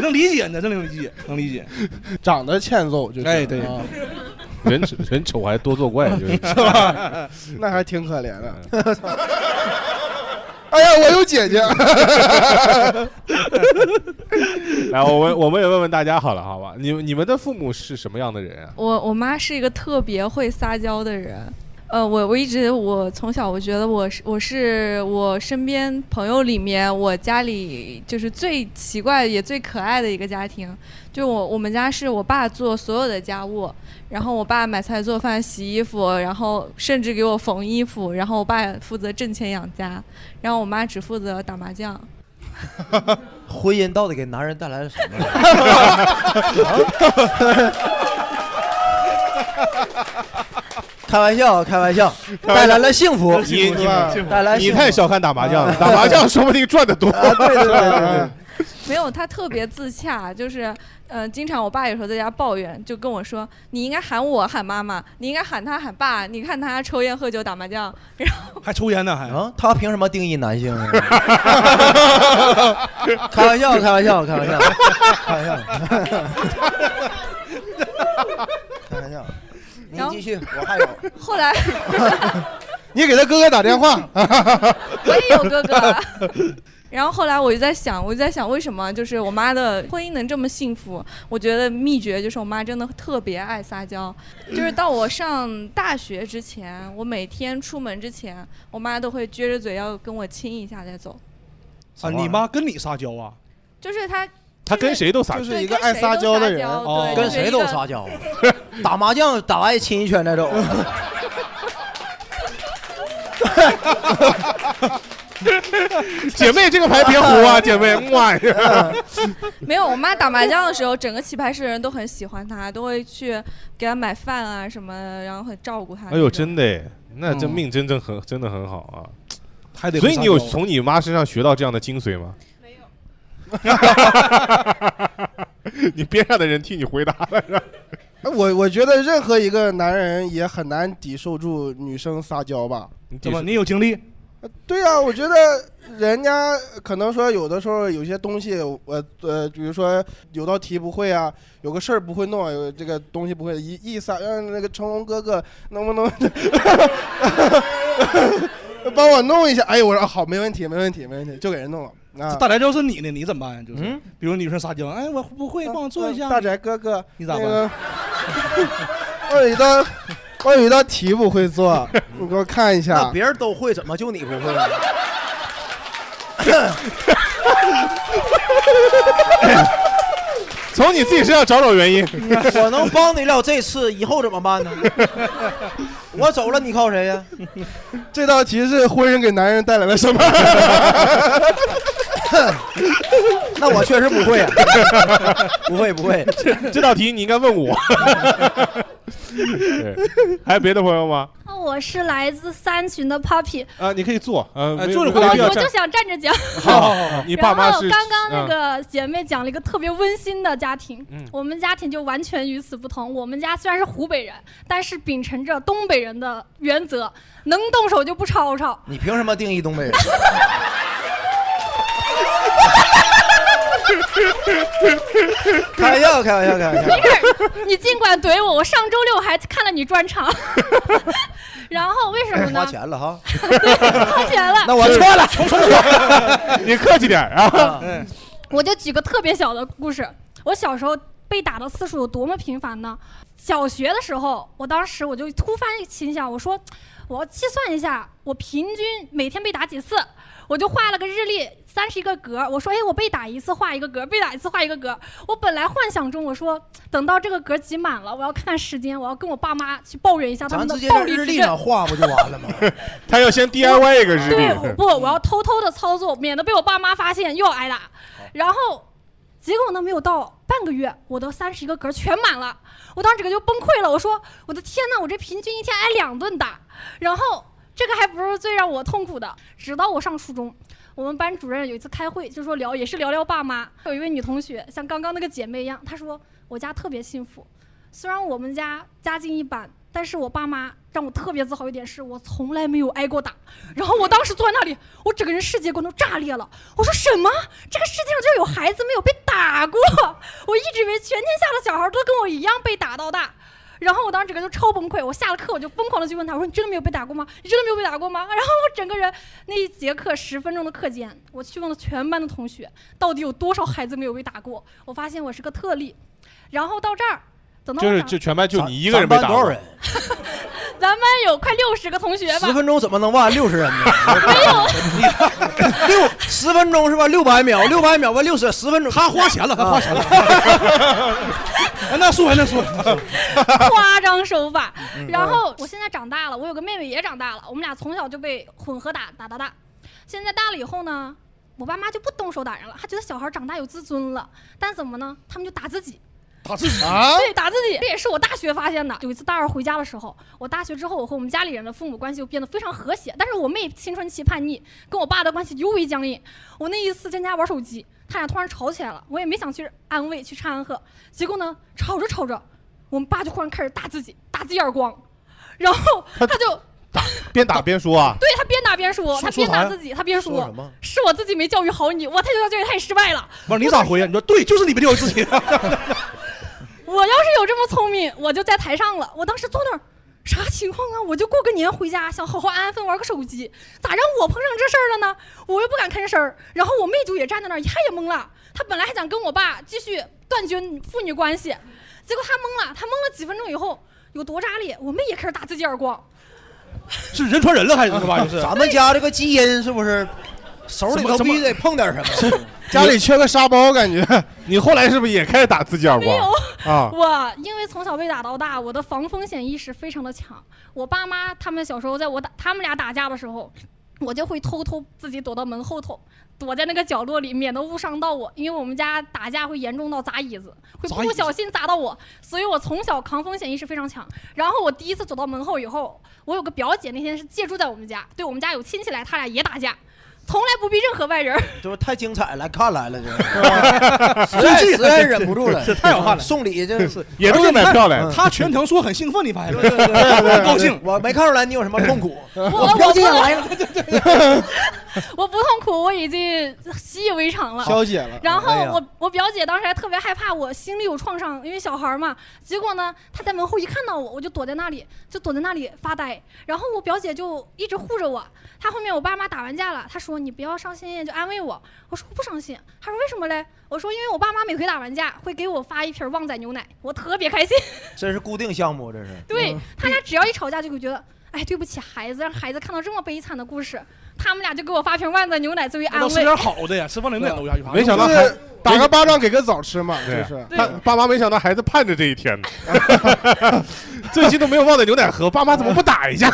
S3: 也能理解呢，真能理解，能理解。
S2: 长得欠揍，就是
S3: 哎对
S2: 啊
S5: 人丑人丑还多作怪， 就是
S2: 那还挺可怜的。哎呀，我有姐姐。
S5: 来，我们我们也问问大家好了，好吧？你你们的父母是什么样的人啊？
S6: 我我妈是一个特别会撒娇的人。呃，我我一直我从小我觉得我是我是我身边朋友里面我家里就是最奇怪也最可爱的一个家庭。就我我们家是我爸做所有的家务，然后我爸买菜做饭洗衣服，然后甚至给我缝衣服，然后我爸负责挣钱养家，然后我妈只负责打麻将。
S4: 婚姻到底给男人带来了什么？ 开玩笑，开玩笑，带来了幸福，
S5: 你你
S4: 带来
S5: 你
S4: 幸福啊
S5: 太小看打麻将了，打麻将说不定赚得多。
S4: 啊，对对对对对，
S6: 没有，他特别自洽，就是，呃，经常我爸有时候在家抱怨，就跟我说，你应该喊我喊妈妈，你应该喊他喊爸，你看他抽烟喝酒打麻将，然后
S3: 还抽烟呢还
S4: 啊？他凭什么定义男性 啊？ 开玩笑，开玩笑，开玩 笑，开玩笑，开玩笑。您继续，我还有。
S6: 后 来
S2: 你给他哥哥打电话，
S6: 我也有哎哥哥。 然后后来我就在想，我就在想为什么就是我妈的婚姻能这么幸福？我觉得秘诀就是我妈真的特别爱撒娇，就是到我上大学之前，我每天出门之前，我妈都会撅着嘴要跟我亲一下再走，
S3: 啊，你妈跟你撒娇啊？
S6: 就是她
S5: 他跟谁都撒
S2: 就
S5: 娇，
S2: 是
S6: 对
S2: 一个
S6: 跟
S2: 爱
S6: 谁
S2: 撒
S6: 都
S2: 娇的人
S6: 娇
S3: 哦
S6: 对，
S4: 跟
S6: 就是一
S4: 谁都
S6: 个
S4: 撒娇，打麻将打完亲一圈再 走。
S5: 姐妹这个牌别胡啊， 姐妹，哇呀，
S6: 没有，我妈打麻将的时候，整个棋牌室的人都很喜欢她，都会去给她买饭啊什么，然后很照顾她。
S5: 哎呦，真的哎，那这
S3: 嗯
S5: 命真正很真的很好
S3: 还
S5: 啊。
S3: 得
S5: 所以你有
S3: 从。
S5: 从你妈身上学到这样的精髓吗？
S6: 没有，
S5: 你边上的人替你回答了，
S2: 我我觉得任何一个男人也很难抵受住女生撒娇吧。
S5: 你
S3: 怎么？你有经历？
S2: 对呀、我觉得人家可能说有的时候有些东西，我呃，比如说有道题不会啊，有个事儿不会弄啊，有这个东西不会，一一撒啊让那个成龙哥哥能不能 帮我弄一下？哎，我说、啊好，没问题，没问题，没问题，就给人弄了啊。
S3: 大宅要是你呢，你怎么办呀？就是，
S4: 嗯
S3: 比如女生撒娇，哎，我不会，帮我做一下。
S2: 啊大宅哥哥，
S3: 你咋
S2: 那
S3: 办
S2: 个我有一道，我有一道题不会做，你给我看一
S4: 嗯那
S2: 下。
S4: 别人都会，怎么就你不会？
S5: 从你自己身上找找原因。
S4: 我能帮得了这次，以后怎么办呢？ 我走了，你靠谁呀？
S2: 这道题是婚姻给男人带来了什么？
S4: 那 我确实不会 啊，不会不会。
S5: 这道题你应该问 我。对还有别的朋友吗？
S7: 啊我是来自三群的 Papi，
S5: 啊，你可以坐，呃，
S3: 哎
S5: 没
S3: 坐着
S5: 没
S3: 回
S5: 有
S3: 来
S5: 必要
S7: 我就
S5: 站
S7: 想站着讲。
S5: 好好好好，你爸
S7: 然
S5: 妈
S7: 后
S5: 是
S7: 刚刚那
S5: 嗯
S7: 个姐妹讲了一个特别温馨的家庭，
S5: 嗯
S7: 我们家庭就完全与此不同。我们家虽然是湖北人，但是秉承着东北人的原则，能动手就不吵吵。
S4: 你凭什么定义东北人？ 开玩笑，开玩笑，开玩笑。
S7: 你尽管怼我，我上周六还看了你专场。 然后为什么
S4: 花
S7: 呢？
S4: 钱了哈，
S7: 花钱了。
S4: 那我错了。
S5: 你客气点儿啊。
S4: 哎
S7: 我就举个特别小的故事，我小时候被打的次数有多么频繁呢？小学的时候，我当时我就突发奇想，我说我要计算一下我平均每天被打几次，我就画了个日历，三十一个格。我说，哎，我被打一次画一个格，被打一次画一个格。我本来幻想中，我说等到这个格挤满了，我要看看时间，我要跟我爸妈去抱怨一下他
S4: 咱
S7: 们
S4: 直接
S7: 的
S4: 在
S7: 暴力
S4: 日
S7: 之
S4: 历
S7: 政
S4: 上。画不就完了吗？
S5: 他要先 DIY 一个日
S7: 对，我
S5: 历，
S7: 不，我要偷偷的操作，免得被我爸妈发现又要挨打。然后结果呢，没有到半个月，我的三十一个格全满了，我当时整个就崩溃了。我说，我的天呐，我这平均一天挨两顿打。然后这个还不是最让我痛苦的，直到我上初中。我们班主任有一次开会，就说聊，也是聊聊爸妈。有一位女同学，像刚刚那个姐妹一样，她说我家特别幸福，虽然我们家家境一般，但是我爸妈让我特别自豪一点是，我从来没有挨过打。然后我当时坐在那里，我整个人世界观都炸裂了。我说什么？这个世界上居然有孩子没有被打过？我一直以为全天下的小孩都跟我一样被打到大。然后我当时整个就超崩溃，我下了课我就疯狂的去问他，我说你真的没有被打过吗？你真的没有被打过吗？然后我整个人那一节课十分钟的课间，我去问了全班的同学，到底有多少孩子没有被打过？我发现我是个特例。然后到这儿，等到我
S5: 就是
S7: 长
S5: 就全班就你一个人被
S4: 咱
S5: 打
S4: 班多少
S5: 过，
S4: 人？
S7: 咱班有快六十个同学吧
S4: 十，分钟怎么能忘六十人呢？ 没有，六十分钟是吧？六百秒，六百秒吧，六十十分钟。
S3: 他花钱了，他花 钱了。哎那说完，那说完，
S7: 夸张手法。
S5: 嗯
S7: 然后我现在长大了，我有个妹妹也长大了，我们俩从小就被混合打打打打。现在大了以后呢，我爸妈就不动手打人了，他觉得小孩长大有自尊了，但怎么呢？他们就打自己。
S3: 打自己
S2: 啊
S7: 对，打自己，这也是我大学发现的。有一次大二回家的时候，我大学之后，我和我们家里人的父母关系又变得非常和谐。但是我妹青春期叛逆，跟我爸的关系尤为僵硬。我那一次在家玩手机，他俩突然吵起来了，我也没想去安慰、去掺和。结果呢，吵着吵着，我们爸就忽然开始打自己，打自己耳光，然后他就
S5: 边打边说啊，
S7: 对他边打边说，
S5: 说
S7: 他边
S5: 说啥
S7: 打
S5: 呀
S7: 自己，他边
S4: 说
S7: 说
S4: 什么，
S7: 是我自己没教育好你，我太教育太失败了。
S3: 不是你咋回呀？你说对，就是你们这种事情。
S7: 我要是有这么聪明，我就在台上了。我当时坐那儿，啥情况啊？我就过个年回家，想好好安安分玩个手机，咋让我碰上这事儿了呢？我又不敢吭声儿。然后我妹就也站在那儿，她也懵了。她本来还想跟我爸继续断绝父女关系，结果她懵了。她懵了几分钟以后，有多炸裂？我妹也开始打自己耳光。
S3: 是人传人了还是什么吧？就是
S4: 啊咱们家这个基因是不是手里头
S3: 怎么
S4: 必须得碰点什么？
S2: 家里缺个沙包，感觉
S5: 你后来是不是也开始打自己耳
S7: 没有
S5: 光，啊？
S7: 我因为从小被打到大，我的防风险意识非常的强。我爸妈他们小时候在我打他们俩打架的时候，我就会偷偷自己躲到门后头，躲在那个角落里，免得误伤到我。因为我们家打架会严重到砸椅子，会
S3: 砸椅
S7: 不
S3: 子
S7: 小心砸到我，所以我从小抗风险意识非常强。然后我第一次走到门后以后，我有个表姐那天是借住在我们家，对我们家有亲戚来，他俩也打架，从来不避任何外人。
S4: 就是太精彩来看来 了，这实在实在忍不住了，
S3: 是太好看了
S4: 送礼这 是
S5: 也都是买票来的。
S3: 他全程说很兴奋，你发现没？
S4: 嗯 对对对对
S3: 很高兴。
S4: 我没看出来你有什么痛苦，
S7: 我
S4: 我标记下来了。
S7: 我不痛苦，我已经习以为常了。
S2: 消解了。
S7: 然后
S4: 哎呀
S7: 我我表姐当时还特别害怕我心里有创伤，因为小孩儿嘛。结果呢，她在门后一看到我，我就躲在那里，就躲在那里发呆。然后我表姐就一直护着我。她后面我爸妈打完架了，她说你不要伤心，就安慰我。我说我不伤心。她说为什么嘞？我说因为我爸妈每回打完架会给我发一瓶旺仔牛奶，我特别开心。
S4: 这是固定项目，这是
S7: 对他俩只要一吵架，就会觉得，哎，对不起孩子，让孩子看到这么悲惨的故事。他们俩就给我发瓶旺仔牛奶作为安
S3: 那吃
S7: 慰。
S3: 点好的呀，吃饭零点都下去。
S5: 没想到
S2: 就
S5: 还
S2: 是打个巴掌给个枣吃嘛，就
S5: 对
S2: 是。
S5: 他爸妈没想到孩子盼着这一天呢， 最近都没有忘在牛奶喝，爸妈怎么不打一 下？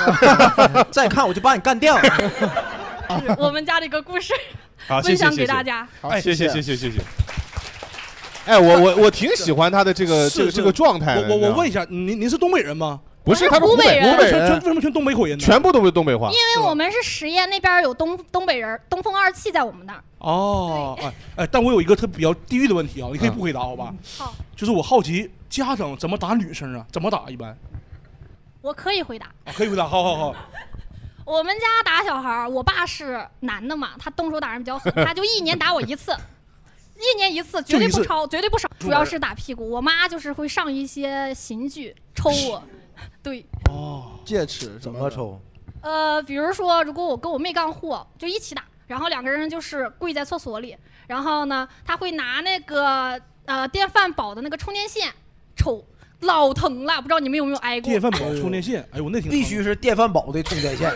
S4: 再看我就把你干掉。
S7: 是我们家的一个故事，
S5: 好，谢
S7: 分
S5: 谢
S7: 享
S5: 谢
S7: 给大
S5: 谢，
S7: 家。
S2: 好
S5: 谢谢谢谢谢谢。哎，我我我挺喜欢他的这个
S3: 是
S5: 这个
S3: 是
S5: 这个状态的。
S3: 我我
S5: 你知
S3: 我
S5: 道吗
S3: 问一，下，您您是东北人吗？
S5: 不是他是湖
S7: 湖
S5: 北
S7: 北人
S5: 湖
S3: 为
S5: 北
S3: 什么全
S5: 人，
S3: 为什么全东北口音呢？
S5: 全部都是东北话。
S7: 因为我们是十堰那边儿有东东北人儿，东风二气在我们那儿。
S3: 哦，哎哎，但我有一个特别比较地域的问题啊，你可以不回答好吧？
S7: 好，
S3: 就是我好奇家长怎么打女生啊？怎么打一般？
S7: 我可以回答。
S3: 啊可以回答，好好好，
S7: 我们家打小孩儿，我爸是男的嘛，他动手打人比较狠，他就一年打我一次， 一年一次，绝对
S3: 就
S7: 不
S3: 一次
S7: 超，绝对不少。主要是打屁股，我妈就是会上一些刑具抽我。对，
S2: 戒尺什
S4: 怎
S2: 么
S4: 么
S2: 的？
S4: 抽？
S7: 呃，比如说，如果我跟我妹干货，就一起打，然后两个人就是跪在厕所里，然后呢，他会拿那个呃电饭煲的那个充电线抽，老疼了，不知道你们有没有挨过
S3: 电？饭煲、充电线，哎呦，那挺
S4: 必须是电饭煲的充电线，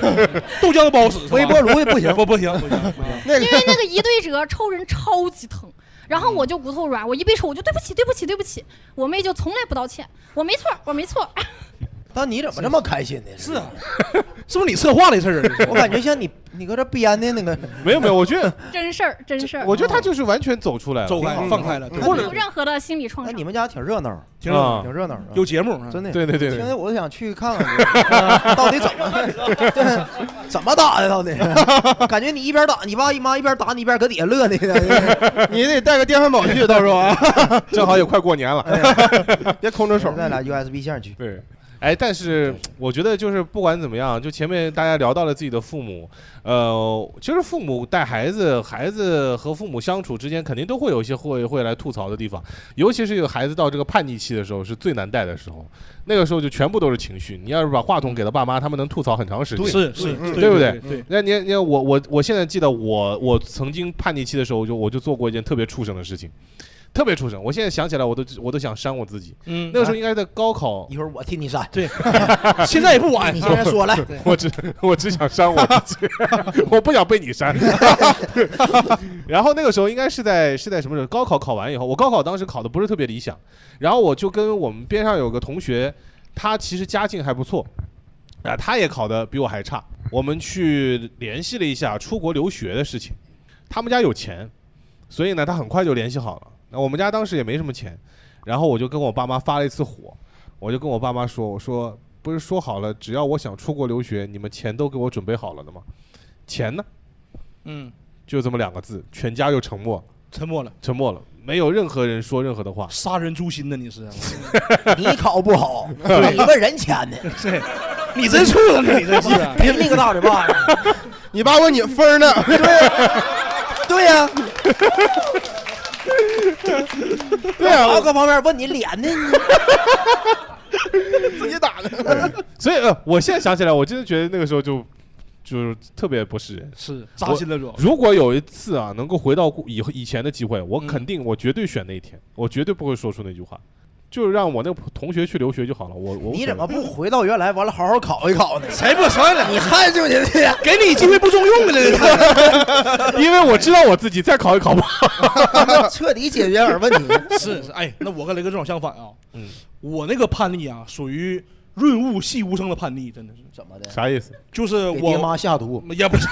S3: 豆浆煲死，
S4: 微波炉也不
S3: 不
S4: 行。
S3: 不不行哎不行，不行
S2: 那
S7: 因
S2: 个
S7: 为那个一对折抽人超级疼。然后我就骨头软，我一被抽我就对不起，对不起，对不起。我妹就从来不道歉，我没错，我没错。
S4: 但你怎么这么开心呢？
S3: 是啊，是不是你策划的事儿啊这 是？
S4: 我感觉像你你搁这编的那个，
S5: 没有没有，我 觉得
S7: 真事儿，真事儿，
S5: 我觉得他就是完全走出来了，
S3: 走开
S4: 挺好
S3: 放开了，对
S7: 没有任何的心理创
S4: 哎，
S7: 伤
S4: 你。们家挺热闹，
S3: 挺好，
S5: 啊
S4: 挺热闹啊，
S3: 有节目啊，
S4: 真的。
S5: 对对对
S4: 听
S5: 对，
S4: 着我都想去看看，到底怎么对怎么 打的？到底感觉你一边打，你爸一妈一边打你，一边搁底下乐呢。
S2: 你得带个电饭煲去，到时 候啊，
S5: 正好也快过年了。
S4: 哎呀
S2: 别空着手。
S4: 再来 USB 线去。
S5: 对，哎，但是我觉得就是不管怎么样，就前面大家聊到了自己的父母，呃，其实父母带孩子，孩子和父母相处之间，肯定都会有一些会会来吐槽的地方，尤其是有孩子到这个叛逆期的时候，是最难带的时候，那个时候就全部都是情绪。你要是把话筒给了爸妈，他们能吐槽很长时间。
S3: 是是，
S2: 嗯
S5: 对不对
S3: 对？对，
S5: 那你你看我我我现在记得我我曾经叛逆期的时候，我就我就做过一件特别畜生的事情，特别畜生。我现在想起来，我都我都想扇我自己。
S3: 嗯
S5: 那，个时候应该在高考，
S4: 一会儿我替你删，
S3: 现在也不晚
S4: 你，现在说来，
S5: 我只我只想删我自 己，我不想被你删。 然后那个时候应该是在是在什么时候？高考考完以后，我高考当时考的不是特别理想，然后我就跟我们边上有个同学，他其实家境还不错，啊，他也考的比我还差。我们去联系了一下出国留学的事情，他们家有钱，所以呢，他很快就联系好了。那我们家当时也没什么钱，然后我就跟我爸妈发了一次火，我就跟我爸妈说，我说不是说好了，只要我想出国留学，你们钱都给我准备好了的吗？钱呢？
S3: 嗯，
S5: 就这么两个字，全家就沉默，
S3: 沉默了，
S5: 沉默了，没有任何人说任何的话。
S3: 杀人诛心的你是，
S4: 你考不 好，你问人钱呢？
S3: 对，你真畜生，你 真是。啊
S4: 赔你个 大嘴巴！
S2: 你爸问你分儿呢？
S4: 啊 对呀、
S2: 对呀、
S4: 然后
S2: 我
S4: 搁旁边问你脸呢，
S2: 自己打的。
S5: 所以，呃，我现在想起来，我真的觉得那个时候就就是特别不是人。
S3: 是扎心了主要是
S5: 如果有一次啊，能够回到过以后以前的机会，
S4: 嗯
S5: 我肯定我绝对选那一天，我绝对不会说出那句话，就是让我那个同学去留学就好了。我我无
S4: 你
S5: 所
S4: 怎么
S5: 谓
S4: 不回到原来？完了好好考一考呢？
S3: 谁不说了？
S4: 你看就你这 样，
S3: 给你机会不中用的这 个，
S5: 因为我知道我自己再考一考吧。
S4: 彻底解决点问题。
S3: 是是，哎，那我跟雷哥正好相反啊。
S5: 嗯，
S3: 我那个叛逆啊，属于润物细无声的叛逆，真的是，
S4: 怎么的？
S5: 啥意思？
S3: 就是
S4: 给爹
S3: 我
S4: 妈下毒？
S3: 嗯也不是，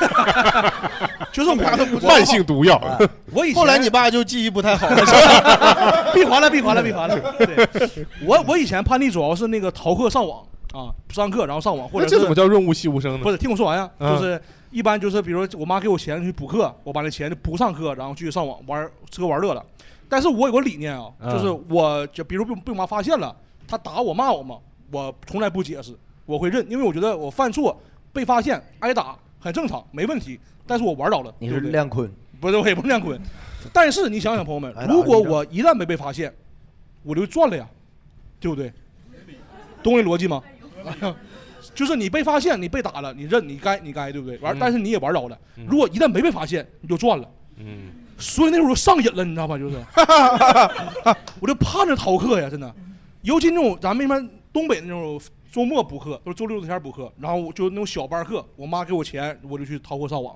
S3: 就是我
S5: 慢性毒药。
S4: 哎
S3: 我以前
S2: 后来你爸就记忆不太好了，
S3: 闭环了，闭环了，闭环了。对，我我以前叛逆主要是那个逃课上网啊，不上课然后上网，或
S5: 那
S3: 者
S5: 这怎么
S3: 是
S5: 叫润物细无声呢
S3: 不？是听我说完呀？
S5: 嗯
S3: 就是一般就是比如我妈给我钱去补课，我把那钱就补上课，然后去上网玩吃喝玩乐了。但是我有个理念啊，
S5: 嗯
S3: 就是我就比如被被我妈发现了，她打我骂我嘛，我从来不解释，我会认，因为我觉得我犯错被发现挨打很正常，没问题。但是我玩到了，
S4: 你
S3: 对
S4: 是
S3: 不对
S4: 亮坤，
S3: 不是，我也不是亮滚。但是你想想，朋友们
S4: 来，了
S3: 如果我一旦没被发现，我就赚了呀，对不对？懂我这逻辑吗？ 就是你被发现，你被打了，你认，你该，你该，对不对？玩，
S5: 嗯
S3: 但是你也玩着了
S5: 嗯。
S3: 如果一旦没被发现，你就赚了。
S5: 嗯，
S3: 所以那时候我上瘾了，你知道 吧？就是， 我就盼着逃课呀，真的。尤其那种咱们一般东北那种周末补课，都是周六周天补课，然后我就那种小班课，我妈给我钱，我就去逃课上网。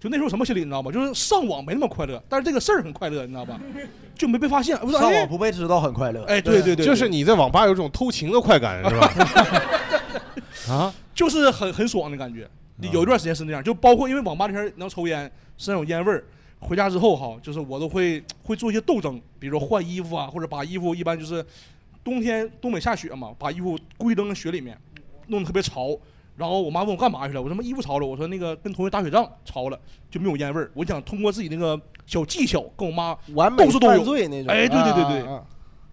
S3: 就那时候什么心理你知道吗？就是上网没那么快乐，但是这个事儿很快乐，你知道吧？就没被发现。我说
S4: 上
S3: 哎
S4: 网不被知道很快乐。
S3: 哎，对对对，
S5: 就是
S3: 对
S5: 你在网吧有种偷情的快感，是吧？啊，
S3: 就是很很爽的感觉。有一段时间是那样，就包括因为网吧那天能抽烟，身上有烟味儿。回家之后哈，就是我都会会做一些斗争，比如说换衣服啊，或者把衣服一般就是冬天东北下雪嘛，把衣服故意扔在雪里面，弄得特别潮。然后我妈问我干嘛去了，我说他妈衣服潮了，我说那个跟同学打雪仗潮了，就没有烟味儿。我想通过自己那个小技巧跟我妈
S2: 完美
S3: 到处都有
S2: 犯罪那种。
S3: 哎对对对对
S2: 啊，啊啊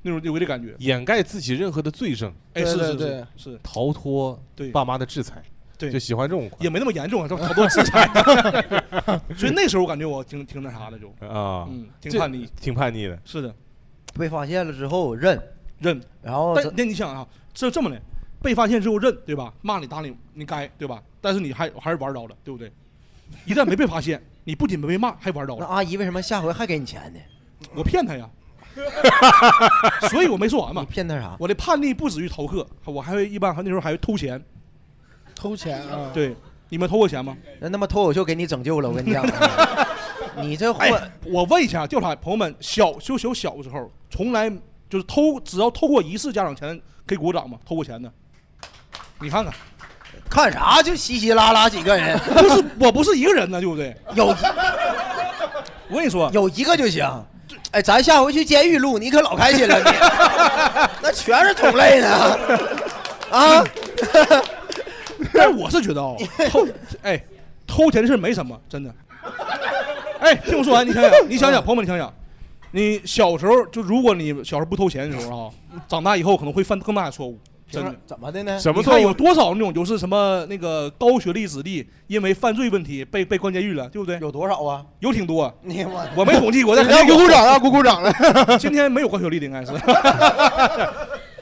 S3: 那种有这感觉，
S5: 掩盖自己任何的罪证，
S3: 哎
S2: 对
S3: 是
S2: 对
S3: 是
S2: 对
S3: 是是，
S5: 逃脱
S3: 对
S5: 爸妈的制裁，
S3: 对
S5: 就喜欢这种快
S3: 也没那么严重啊，这好多制裁。 所以那时候我感觉我挺挺那啥的就，
S5: 啊，
S3: 嗯，挺
S5: 这
S3: 叛逆。
S5: 挺叛逆的。
S3: 是的，
S4: 被发现了之后认，
S3: 认。
S4: 然后
S3: 但那你想啊，这这么的，被发现之后认，对吧？骂你打你，你该对吧？但是你还还是玩着了，对不对？一旦没被发现，你不仅没被骂，还玩着
S4: 那
S3: 了。
S4: 阿姨为什么下回还给你钱呢？
S3: 我骗他呀， 所以我没说完
S4: 你
S3: 嘛。
S4: 骗她啥？
S3: 我的叛逆不止于逃课，我还会一般还那时候还会偷钱。
S2: 偷钱啊！
S3: 对，你们偷过钱吗？
S4: 那他妈脱口秀给你拯救了，我跟 你讲，你这货
S3: 哎，我问一下调查朋友们，小就小小时候从来就是偷，只要偷过一次家长钱，可以鼓掌吗？偷过钱的，你看看，
S4: 看啥就 稀稀拉拉几个人，
S3: 不是我不是一个人呢，对不对？
S4: 有
S3: 我跟你说，
S4: 有一个就行。哎，咱下回去监狱录，你可老开心了， 你那全是同类呢，啊，
S3: 但是我是觉得啊、偷哎偷钱这事儿没什么，真的。哎，听我说完，你想 想，你想想，朋友们，你想想，你小时候就如果你小时候不偷钱的时候啊，长大以后可能会犯更大的错误，真的。
S4: 怎么的呢？
S5: 什么
S3: 你
S5: 错
S3: 看有
S5: 误？
S3: 多少那种就是什么那个高学历子弟，因为犯罪问题被被关监狱了，对不对？
S4: 有多少啊？
S3: 有挺多，
S4: 你我
S3: 我没统计过，但肯
S2: 来，
S3: 定
S2: 鼓
S3: 有
S2: 鼓掌啊，鼓鼓掌来！
S3: 今天没有高学历的应该是，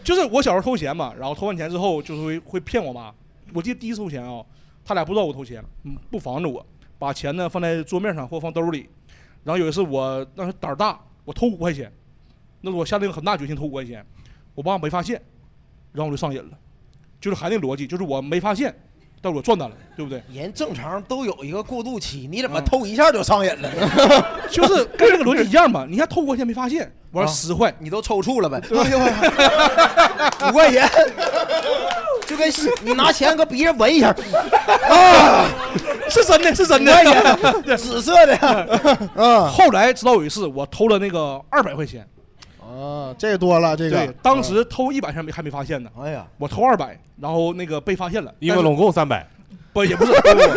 S3: 就是我小时候偷钱嘛，然后偷完钱之后就是会会骗我妈。我记得第一次偷钱啊、他俩不知道我偷钱，嗯，不防着我，把钱呢放在桌面上或放兜里。然后有一次我那时候胆儿大，我偷五块钱，那是我下定很大决心偷五块钱，我爸没发现，然后我就上瘾了，就是还那逻辑，就是我没发现，但我赚到了，对不对？
S4: 人正常都有一个过渡期，你怎么
S3: 嗯
S4: 偷一下就上瘾了呢？
S3: 就是跟这个逻辑一样嘛。你看偷五块钱没发现，完了
S4: 啊
S3: 十块，
S4: 你都抽搐了呗？五块钱，就跟你拿钱搁鼻子闻 一下，啊，
S3: 是真的，是真
S4: 五
S3: 的
S4: 块。 钱，紫色的，嗯，
S3: 后来直到有一次我偷了那个二百块钱，
S2: 啊，这个多了，这个
S3: 对，当时偷一百还没还没发现呢，
S4: 哎呀，
S3: 我偷二百，然后那个被发现了，
S5: 因为
S3: 但是
S5: 拢共三百，
S3: 不也 不是偷我，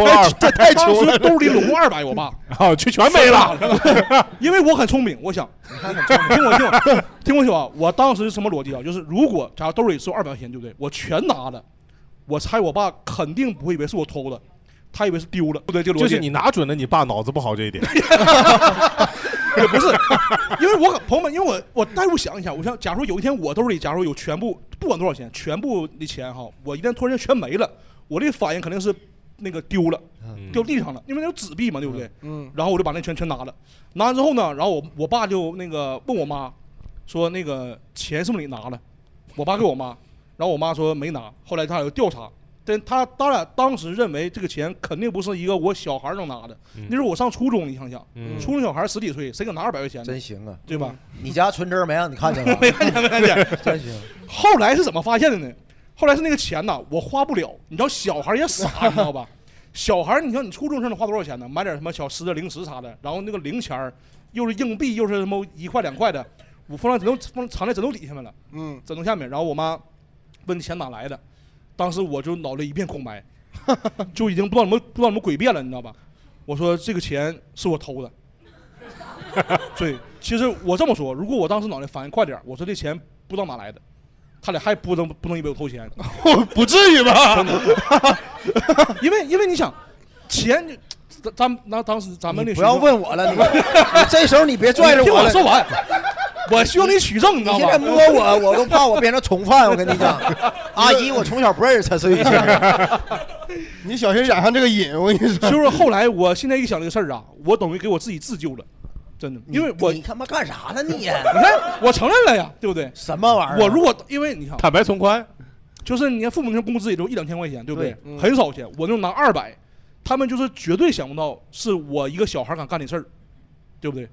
S5: 偷了二
S3: 这太穷了，兜里拢共二百，我爸
S5: 啊，就全没了。
S3: 因为我很聪明，我 想，听我听我听我听啊，我当时是什么逻辑啊？就是如果假如兜里只有二百块钱，对不对？我全拿了，我猜我爸肯定不会以为是我偷的，他以为是丢了，不对，这个逻
S5: 就
S3: 辑。
S5: 是你拿准了，你爸脑子不好这一点。
S3: 也不是，因为我很朋友们，因为我我代入想一下，我想，假如有一天我兜里假如有全部不管多少钱，全部的钱哈，我一旦突然间全没了，我的反应肯定是那个丢了，掉地上了，因为那有纸币嘛，对不对？
S2: 嗯，
S3: 然后我就把那全全拿了，拿完之后呢，然后我我爸就那个问我妈，说那个钱是不是你拿了？我爸给我妈，然后我妈说没拿，后来他俩就调查。但他当然当时认为这个钱肯定不是一个我小孩能拿的，那时候我上初中，你想想，
S5: 嗯
S3: 初中小孩十几岁，谁敢拿二百块钱呢
S4: 真？行啊！
S3: 对吧？
S4: 你家存折没啊让你看见吧？
S3: 没看见，没 看见。
S4: 真行，
S3: 后来是怎么发现的呢？后来是那个钱呐，我花不了。你知道小孩也傻，你知道吧？小孩，你像你初中生能花多少钱呢？买点什么小吃的、零食啥的，然后那个零钱儿又是硬币，又是什么一块两块的，我放在枕头放藏在枕头底下面了，
S2: 嗯，
S3: 枕头下面。然后我妈问钱哪来的，当时我就脑袋一片空白，就已经不知道什么不知道什么诡辩了，你知道吧？我说这个钱是我偷的。对，其实我这么说，如果我当时脑袋反应快点儿，我说这钱不知道哪来的，他俩还不能不能以为我偷 钱，
S5: 不至于吧？
S3: 因为因为你想，钱你咱咱那当时咱们那
S4: 不要
S3: 学生，
S4: 问我 了，你你这时候你别拽着
S3: 你听
S4: 我
S3: 我
S4: 了。
S3: 说完，我需要你取证，你知
S4: 你
S3: 道
S4: 现在
S3: 吧？
S4: 摸我，我都怕我变成从犯。我跟你 讲，阿姨，我从小不认识才所以
S2: 你小心染上这个瘾，我跟你说，
S3: 就是后来我现在一想这个事儿啊，我等于给我自己自救了，真的，因为我
S4: 你
S3: 你
S4: 他妈干啥呢你？
S3: 看我承认了呀，对不对？
S4: 什么玩意儿？啊
S3: 我如果因为你看，
S5: 坦白从宽，
S3: 就是你看父母那工资也就一两千块钱，对不对？
S4: 对
S2: 嗯
S3: 很少钱，我就拿二百，他们就是绝对想不到是我一个小孩敢干的事儿，对不对？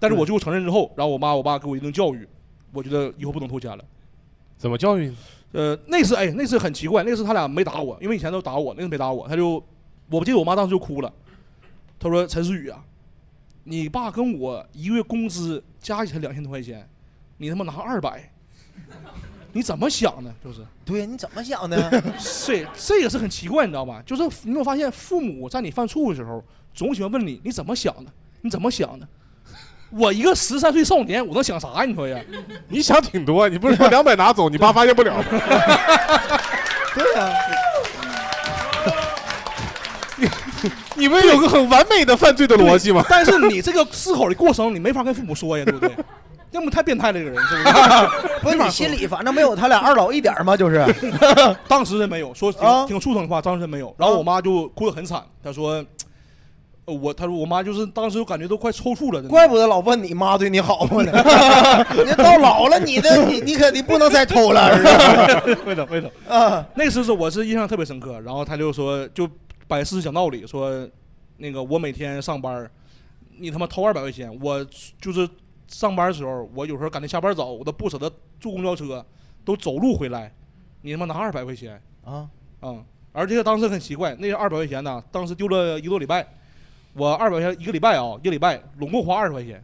S3: 但是我最后承认之后，然后我妈我爸给我一顿教育，我觉得以后不能偷钱了。
S5: 怎么教育你？
S3: 呃，那次哎，那次很奇怪，那次他俩没打我，因为以前都打我，那次没打我，他就，我不记得我妈当时就哭了，她说：“陈思雨啊，你爸跟我一个月工资加起来两千多块钱，你他妈拿二百，你怎么想的？就是，
S4: 对，你怎么想 的？
S3: 这这个是很奇怪，你知道吧？就是你有没有发现，父母在你犯错误的时候，总喜欢问你你怎么想的，你怎么想的？我一个十三岁少年，我能想啥呀？你说呀？
S5: 你想挺多，你不是说两百拿走，你爸发现不 了。
S4: 对啊呀、
S5: 你们有个很完美的犯罪的逻辑吗？
S3: 但是你这个思考的过程，你没法跟父母说呀，对 不对？要么太变态了，这个人是不是？
S4: 不是你心里反正没有他俩二老一点儿吗？ 就是，
S3: 当时真没有，说挺、
S4: 啊
S3: 挺触疼的话，当时真没有。然后我妈就哭得很惨，她说，呃我她说我妈就是当时我感觉都快抽搐了，真的
S4: 怪不得老问你妈对你好 呢。 你到老了，你的你你可你不能再偷了，儿子
S3: 为了为了
S4: 啊！
S3: 那次是我是印象特别深刻，然后他就说就摆事实讲道理，说那个我每天上班儿，你他妈偷二百块钱，我就是上班的时候，我有时候赶着下班早，我都不舍得坐公交车，都走路回来，你他妈拿二百块钱，
S4: 啊，
S3: 嗯，而且当时很奇怪，那二百块钱呢，当时丢了一个多礼拜，我二百块钱一个礼拜啊、一个礼拜拢共花二十块钱，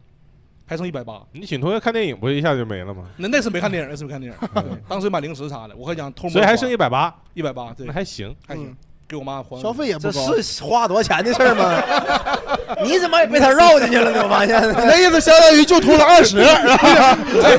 S3: 还剩一百八。
S5: 你请同学看电影，不是一下就没了吗？
S3: 那那次没看电影，那次没看电影， 对当时买零食啥的，我还想偷摸花，
S5: 所以还剩一百八，
S3: 一百八，对
S5: 那，还行。
S3: 还行
S2: 嗯，
S3: 给我妈还。
S2: 消费也
S4: 这
S2: 不高。
S4: 是花多少钱的事儿吗？ 你怎么也被他绕进去了呢？我发现
S2: 你那意思相当于就偷了二 十，
S4: 还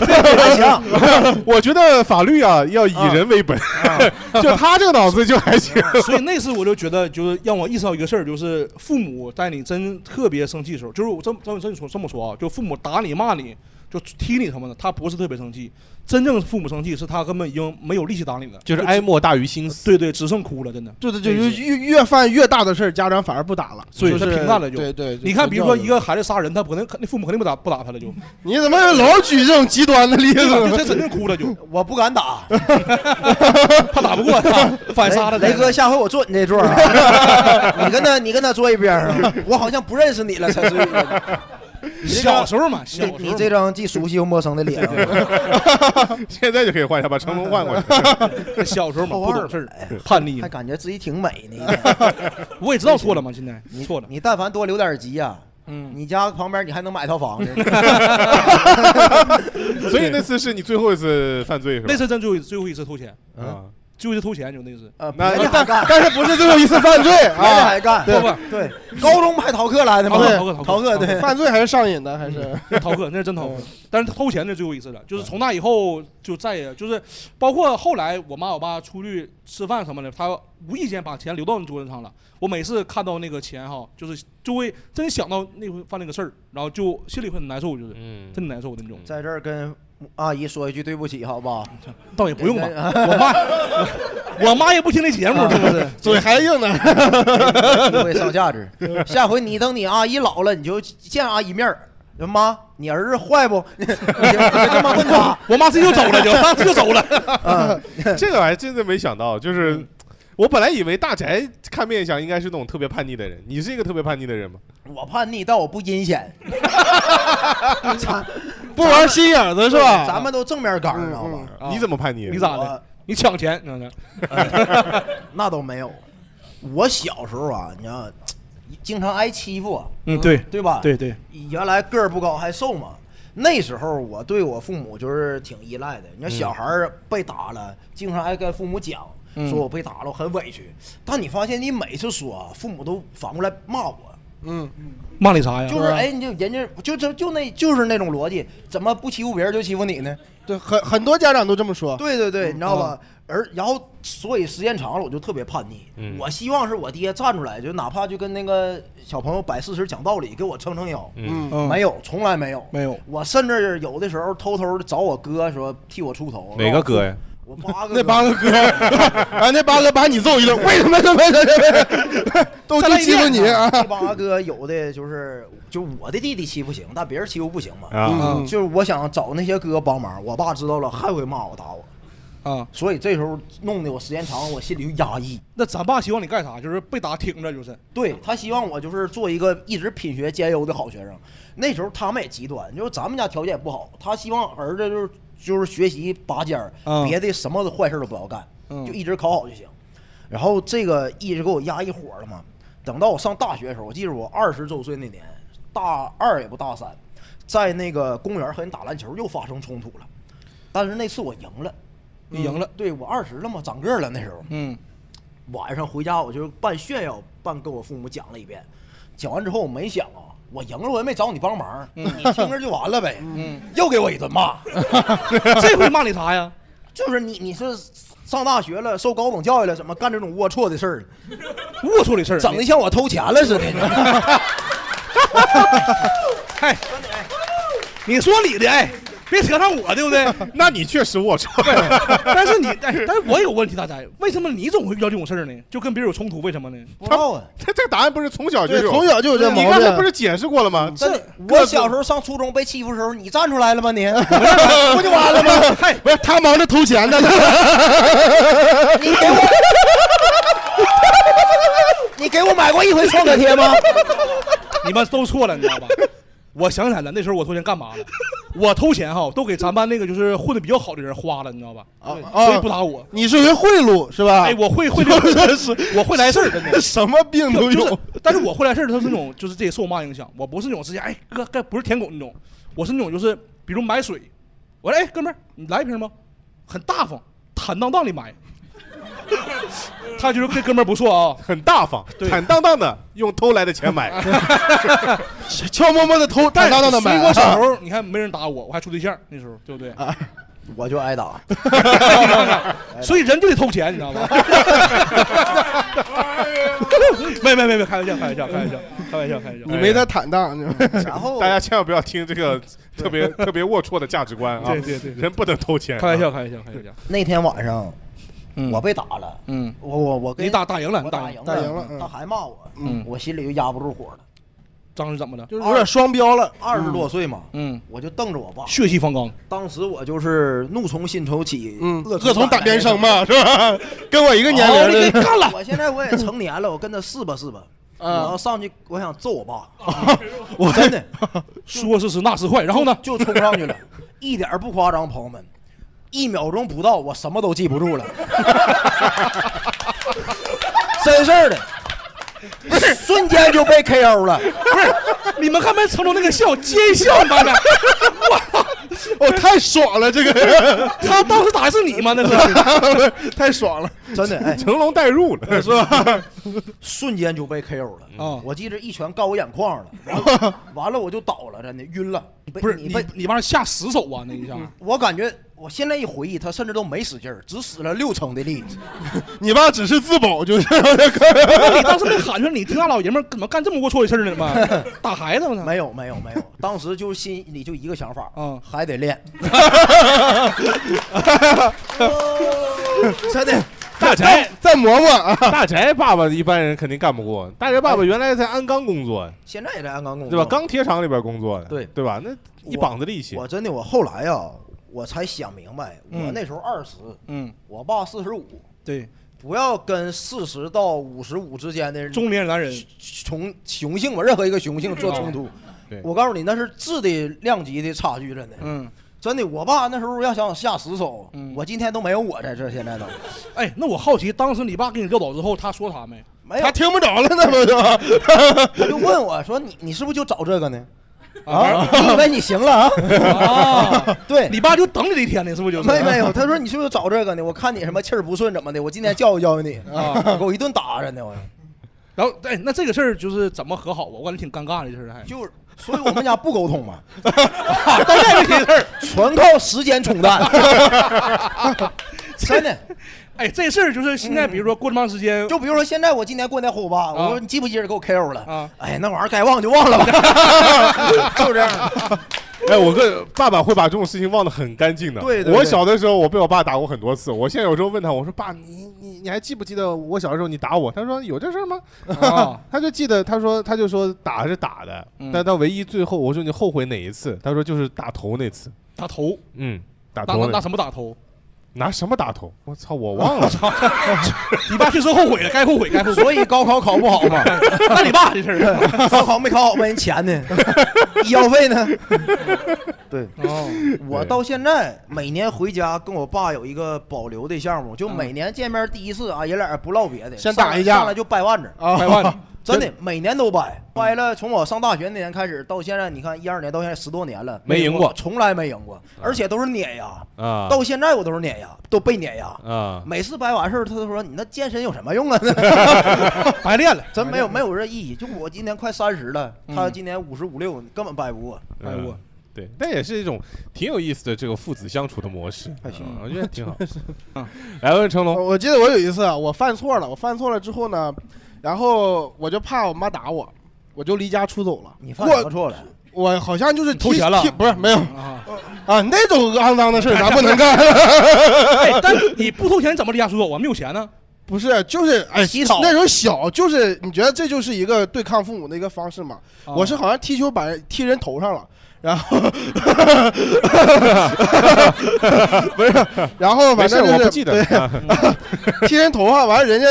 S4: 行，
S5: 哎我觉得法律啊要以人为本， 就他这个脑子就还行。
S3: 啊 所以那次我就觉得，就是让我意识到一个事儿，就是父母在你真特别生气的时候，就是我这么这么这么说这么说啊，就父母打你骂你，就踢你什么的，他不是特别生气，真正父母生气是他根本已经没有力气打你了，
S5: 就是哀莫大于心死。
S3: 对对，只剩哭了，真的。
S2: 对对对，就越越犯越大的事儿，家长反而不打了，
S3: 所以
S2: 就是
S3: 他平淡了就
S2: 对对，
S3: 你看，比如说一，个孩子杀人，他不可能，那父母肯定不打不打他了，就
S2: 你怎么老举这种极端的例子
S3: 就
S2: 呢？
S3: 他真正哭了，就
S4: 我不敢打。
S3: 怕打不 过他，反杀了。
S4: 雷雷哥，，下回我坐你这桌儿 啊，你跟他你跟他坐一边儿啊，我好像不认识你了，陈思宇。
S3: 小时候嘛，小
S4: 你
S3: 时候
S4: 你这张既熟悉又陌生的脸啊，
S5: 现在就可以换一下，把成龙换过去。
S3: 小时候嘛，
S4: 偶
S3: 不
S4: 尔
S3: 懂事儿，哎叛逆
S4: 还
S3: 嘛。
S4: 感觉自己挺美呢。
S3: 我也知道错了嘛，现在
S4: 你
S3: 错了，
S4: 你但凡多留点急呀、啊
S3: 嗯
S4: 你家旁边你还能买套房子，
S5: 所以那次是你最后一次犯罪是吧？
S3: 那次真最后一最后一次偷钱，
S5: 啊，
S3: 最后一次偷钱就那次。
S4: 呃，
S5: 那
S4: 别的还
S5: 但
S4: 干，
S5: 但是不是最后一次犯罪
S4: 别的
S5: 啊？
S4: 还干，
S3: 不不，
S4: 对，高中还逃课来的吗？
S3: 逃课逃课
S4: 逃课，对，嗯
S2: 犯罪还 是上瘾的，还是
S3: 那逃课那是真逃课，但是偷钱那是最后一次了。就是从那以后就再也就是，包括后来我妈我爸出去吃饭什么的，他无意间把钱留到你桌子上了。我每次看到那个钱哈，就是就会真想到那回犯那个事儿，然后就心里会 很难受，就是
S5: 嗯，
S3: 真难受的那种。
S4: 在这儿跟阿姨说一句对不起，好不好？
S3: 倒也不用吧，我妈我妈也不听这节目，是不是？
S2: 嘴还硬呢。
S4: 啊不会上价值。下回你等你阿姨老了，你就见阿姨面儿，妈，你儿子坏不？你就这么问他。
S3: 我妈自己就走了，就当时 就走了。
S5: 啊
S3: 嗯
S5: 这个我还真的没想到，就是。我本来以为大宅看面相应该是那种特别叛逆的人，你是一个特别叛逆的人吗？
S4: 我叛逆，但我不阴 险，
S2: 不玩心眼子是吧？
S4: 咱们都正面刚，知道吧？
S3: 啊
S5: 你怎么叛逆？
S3: 你咋的？你抢钱，你看看
S4: 那都没有。我小时候啊，你要经常挨欺负啊，
S3: 嗯，对
S4: 对吧？
S3: 对对，
S4: 原来个儿不高还瘦嘛。那时候我对我父母就是挺依赖的。你
S3: 嗯
S4: 看小孩儿被打了，经常爱跟父母讲，
S3: 嗯
S4: 说我被打了，我很委屈。但你发现你每次说啊，父母都反过来骂我，
S2: 嗯，
S3: 骂你啥呀？
S4: 就是哎，你就人家就就就那就是那种逻辑，怎么不欺负别人就欺负你呢？
S2: 对，很很多家长都这么说。嗯
S4: 对对对，你知道吧？而然后，所以时间长了，我就特别叛逆。
S5: 嗯
S4: 我希望是我爹站出来，就哪怕就跟那个小朋友摆事实、讲道理，给我撑撑腰。
S5: 嗯
S3: 嗯
S4: 没有，从来没有，
S3: 没有
S4: 我甚至有的时候偷偷的找我哥说替我出头。
S5: 哪个哥呀？
S4: 我八个。
S2: 那八个哥， 啊，那八哥把你揍一顿，为什么这么 都
S4: 再来
S2: 就
S4: 一
S2: 欺负
S4: 遍
S2: 你啊？
S4: 那八哥有的就是，就我的弟弟欺负行，但别人欺负不行嘛。
S5: 啊，
S2: 嗯
S4: 就是我想找那些哥帮忙，我爸知道了还会骂我打我，
S3: 啊，
S4: 所以这时候弄得我时间长了，我心里就压抑。
S3: 那咱爸希望你干啥？就是被打挺着，就是
S4: 对他希望我就是做一个一直品学兼优的好学生。那时候他们也极端，就是咱们家条件也不好，他希望儿子就是就是学习拔尖儿，
S3: 嗯
S4: 别的什么坏事都不要干，
S3: 嗯
S4: 就一直考好就行。然后这个一直给我压一火了嘛。等到我上大学的时候，我记得我二十周岁那年，大二也不大三，在那个公园和人打篮球又发生冲突了，但是那次我赢了，嗯
S3: 你赢了。
S4: 对我二十了嘛，长个儿了那时候。
S3: 嗯
S4: 晚上回家我就是半炫耀，半跟我父母讲了一遍。讲完之后我没想啊，我赢了我也没找你帮忙，你听着就完了呗。
S3: 嗯，
S4: 又给我一顿骂，
S3: 这回骂你啥呀？
S4: 就是你你是上大学了，受高等教育了，怎么干这种龌龊的事儿了？
S3: 龌龊的事儿，
S4: 整的像我偷钱了似的。
S3: 哎，你说你的哎，别扯上我，对不对？
S5: 那你确实龌龊。
S3: 但是你，哎，但是我有个问题，大家，为什么你总会遇到这种事儿呢？就跟别人有冲突，为什么呢？
S4: 不知道啊，
S5: 他这个答案不是从小啊就
S2: 对，
S5: 有，
S2: 从小就有这
S5: 你
S2: 毛
S5: 刚才不
S2: 病。
S5: 是解释过了
S3: 嗯
S5: 吗？
S4: 真的
S5: 各
S4: 我
S5: 自
S4: 小时候上初中被欺负的时候，你站出来了吗？ 你
S2: 不就完了吗？不是他忙着偷钱呢，
S4: 你给我，你给我买过一回创可贴吗？
S3: 你们都错了，你知道吧？我想起来了，那时候我偷钱干嘛了？我偷钱哈，都给咱班那个就是混的比较好的人花了，你知道吧？
S2: 啊
S3: 所以
S2: 啊
S3: 不！打我。
S2: 你是学贿赂是吧
S3: 哎，？我会会这个，
S2: 真是
S3: 我会来事儿，真的。
S2: 什么病都
S3: 就是
S2: 有。，
S3: 但是我后来事儿，他是那种，就是这也受我妈影响。我不是那种直接，哎哥，该不是舔狗那种，我是那种就是，比如买水，我说哎哥们儿，你来一瓶吗？很大方，坦荡荡 的买。他觉得这哥们儿不错啊，
S5: 很大方，
S3: 对
S5: 坦荡荡的用偷来的钱 买。
S2: 悄摸摸的偷，坦
S3: 但是
S2: 荡荡的买啊
S3: 所以。我小时候，你看没人打我，我还处对象，那时候对不对？
S4: 我就挨打。
S3: 你看看， 所以人就得偷钱，你知道吗？没没没没，开玩笑，开玩笑，开玩笑，开玩笑，开玩笑。
S2: 你没他坦荡，
S4: 然后
S5: 大家千万不要听这个特别特别龌龊的价值观啊！
S3: 对对对对
S5: 人不啊能偷钱。
S3: 开玩笑，开玩笑，开玩笑。
S4: 那天晚上
S3: 嗯
S4: 我被打了，
S3: 嗯，
S4: 我我我跟
S3: 你打打赢了，
S4: 我
S3: 你
S4: 打
S3: 打
S4: 赢
S2: 打赢了
S4: 了，
S2: 嗯
S4: 他还骂我，
S3: 嗯
S4: 我心里就压不住火了。
S3: 当时怎么的？
S2: 就是有点双标了。
S4: 二十多岁嘛，
S3: 嗯，
S4: 我就瞪着我爸，
S3: 血气方刚。
S4: 当时我就是怒从心头起，
S2: 嗯，
S4: 恶
S2: 恶
S4: 从
S2: 从
S4: 胆
S2: 胆
S4: 边
S2: 边
S4: 生哦
S2: 生。嘛，是吧？跟我一个年
S3: 好，
S2: 龄
S3: 你
S2: 的。
S3: 干了。
S4: 我现在我也成年了，我跟他试吧试吧，我
S2: 啊
S4: 要上去，我想揍我 爸，我真的
S3: 说是是，那是坏。然后呢？
S4: 就冲上去了， 一点儿不夸张，朋友们，一秒钟不到，我 什么都记不住了，真事儿的。不是瞬间就被 KO 了。
S3: 不是，你们看没？成龙那个笑，奸笑，你知道 没？
S2: 哦
S5: 我太爽了，这个
S3: 他当时打的是你吗？那是。
S2: 太爽了，
S4: 真的，哎，
S5: 成龙带入了，是吧？ 嗯
S4: 瞬间就被 KO 了。
S3: 啊
S4: 我记着一拳告我眼眶了，然后完了我就倒了，真的晕了。你被
S3: 不是
S4: 你
S3: 你
S4: 被，嗯
S3: 你帮人下十手啊，那一下。
S4: 我感觉我现在一回忆，他甚至都没使劲儿，只使了六成的力。
S5: 你爸只是自保，就是
S3: 那 你当时没喊出来，你这大老爷们儿怎么干这么龌龊的事儿呢？ 嘛，打孩子嘛，
S4: 没有没有没有，当时就心里就一个想法，
S3: 嗯
S4: 还得 练。 真的，
S5: 大宅
S2: 再磨磨啊！
S5: 大宅爸爸一般人肯定干不过。大宅爸爸原来在鞍钢工作，
S4: 现在也在鞍钢工
S5: 对
S4: 作，
S5: 吧？钢铁厂里边工作的，
S4: 哎嗯对
S5: 对吧？那一膀子力气，
S4: 我真的，我后来呀、我才想明白，
S3: 嗯
S4: 哎我那时候二十、
S3: 嗯，
S4: 我爸四十五，
S3: 对，
S4: 不要跟四十到五十五之间的人
S3: 中年男人，
S4: 从雄性吧，任何一个雄性做冲突
S5: 对。
S4: 我告诉你，那是质的量级的差距，真的。
S3: 嗯，
S4: 真的，我爸那时候要想下十手
S3: 嗯，
S4: 我今天都没有我在这儿，现在都
S3: 哎，那我好奇，当时你爸给你撂倒之后，他说啥没？
S4: 没有。
S5: 听不着了，那不就？
S4: 他就问 我说：“你你是不是就找这个呢？
S3: 啊
S4: 啊，你以为你行了啊？
S3: 啊，
S4: 对，
S3: 你爸就等你这一天呢，是不是？就是
S4: 没没有，他说你是不是找这个呢？我看你什么气儿不顺怎么的，我今天教育教育你
S3: 啊
S4: 啊， 给我一顿打着呢，我
S3: 然后，哎，那这个事儿就是怎么和好啊？我感觉挺尴尬的，这事儿还。
S4: 就是，啊所以我们家不沟通嘛，到现在这些事儿全靠时间冲 淡，真的。嗯
S3: 哎，这事儿就是现在，比如说过这么长时间，
S4: 就比如说现在我今年过年和我爸，
S3: 啊
S4: 我说你记不记着给我 KO 了？
S3: 啊
S4: 哎，那玩意儿该忘就忘了吧， 就这样。
S5: 哎，我跟爸爸会把这种事情忘得很干净的。
S4: 对对对
S5: 我小的时候我被我爸打过很多次，我现在有时候问他，我说爸，你你你还记不记得我小时候你打我？他说有这事儿吗？
S3: 啊，
S5: 他就记得，他说他就说打是打的，
S3: 嗯
S5: 但他唯一最后我说你后悔哪一次？他说就是打头那次，
S3: 打头，
S5: 嗯，打
S3: 打
S5: 头那
S3: 打什么打头？
S5: 拿什么打头？我操， 我忘了。
S3: 你爸确实后悔了，该后悔该后悔。
S4: 所以高考考不好 嘛，
S5: 嗯
S3: 那你爸这事儿，
S4: 高考没考好问人钱呢， 医药费呢？ 对
S3: 哦，
S4: 我
S5: 对
S4: 到现在每年回家跟我爸有一个保留的项目，就
S3: 嗯
S4: 每年见面第一次啊，爷俩也不唠别的，
S5: 先
S4: 上
S5: 打
S4: 来
S5: 一架
S4: 上来就掰腕子，
S3: 百 万，
S4: 真的每年都掰，掰了从我上大学那年开始到现在，你看一二年到现在十多年了，
S5: 没赢过
S4: 从来没赢过，啊而且都是碾压，
S5: 啊
S4: 到现在我都是碾压，都被碾压。
S5: 啊，
S4: 每次掰完事儿，他都说你那健身有什么用啊？
S3: 白练了，
S4: 真没有没有这意义。就我今年快三十了，他
S3: 嗯
S4: 今年五十五六，根本掰不过。
S3: 哎
S5: 嗯
S3: 我
S5: 对，但也是一种挺有意思的这个父子相处的模式，
S4: 还行
S5: 嗯我觉得挺好。来问成龙，
S2: 我记得我有一次啊，我犯错了，我犯错了之后呢，然后我就怕我妈打我，我就离家出走了。
S4: 你犯什么
S2: 我
S4: 错了？
S2: 我好像就是
S3: 偷
S2: 提
S3: 钱了
S2: 提不是没有
S3: 啊。
S2: 啊，那种肮脏 的事儿咱不能干。
S3: 哎，但是你不偷钱怎么离家出走啊？没有钱呢？
S2: 不是，就是哎，
S4: 洗澡
S2: 那时候小，就是你觉得这就是一个对抗父母的一个方式嘛？
S3: 啊
S2: 我是好像踢球把人踢人头上了，然 后 不是，然后
S5: 没
S2: 反
S5: 事，
S2: 正就是
S5: 我不记得
S2: 对
S5: 啊，
S2: 踢人头上，完了人家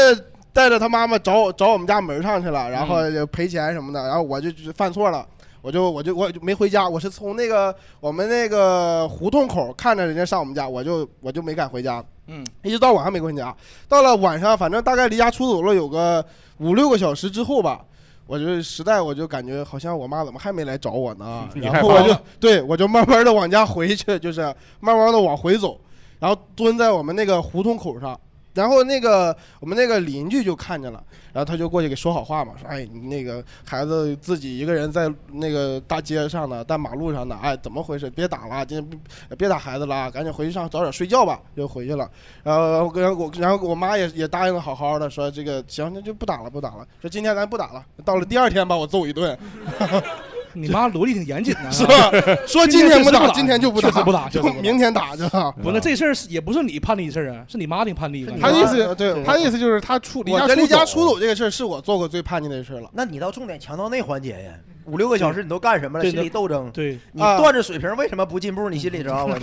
S2: 带着他妈妈找我找我们家门上去了，然后就赔钱什么的，然后我就就犯错了。我就我就我就没回家，我是从那个我们那个胡同口看着人家上我们家，我就我就没敢回家，
S3: 嗯
S2: 一直到晚上没回家。到了晚上，反正大概离家出走了有个五六个小时之后吧，我就实在我就感觉好像我妈怎么还没来找我呢
S5: 你
S2: 然
S5: 害
S2: 后
S5: 怕
S2: 我就
S5: 了
S2: 对我就慢慢的往家回去， 就是慢慢的往回走，然后蹲在我们那个胡同口上。然后那个我们那个邻居就看见了，然后他就过去给说好话嘛，说哎你那个孩子自己一个人在那个大街上呢，在马路上呢，哎怎么回事？别打了，今天不别打孩子了啊，赶紧回去上早点睡觉吧，就回去了。然后然后我然后我妈也也答应的好好的，说这个行那就不打了不打了，说今天咱不打了。到了第二天把我揍一顿，
S3: 你妈逻辑挺严谨的，啊
S2: 是 吧？说今天不打，
S3: 今
S2: 今
S3: 天
S2: 天
S3: 确实
S2: 就
S3: 不
S2: 不
S3: 打
S2: 打，
S3: 确 实不打确实
S2: 就
S3: 不打嗯
S2: 明天打去了。
S3: 不，那这事儿是也不是你判的事儿啊，是你妈挺判的吧。嗯
S5: 他
S2: 的
S5: 意思，
S2: 啊对
S5: 他意思就是他出离
S2: 我
S5: 家
S2: 在离家
S5: 出
S2: 出走这个事儿是我做过最叛逆的事儿了。
S4: 那你到重点强调那环节呀，五六个小时你都干什么了？
S3: 嗯对
S4: 心理斗争，
S3: 对，
S4: 你
S2: 啊
S4: 断着水平为什么不进步？你心里知道吗？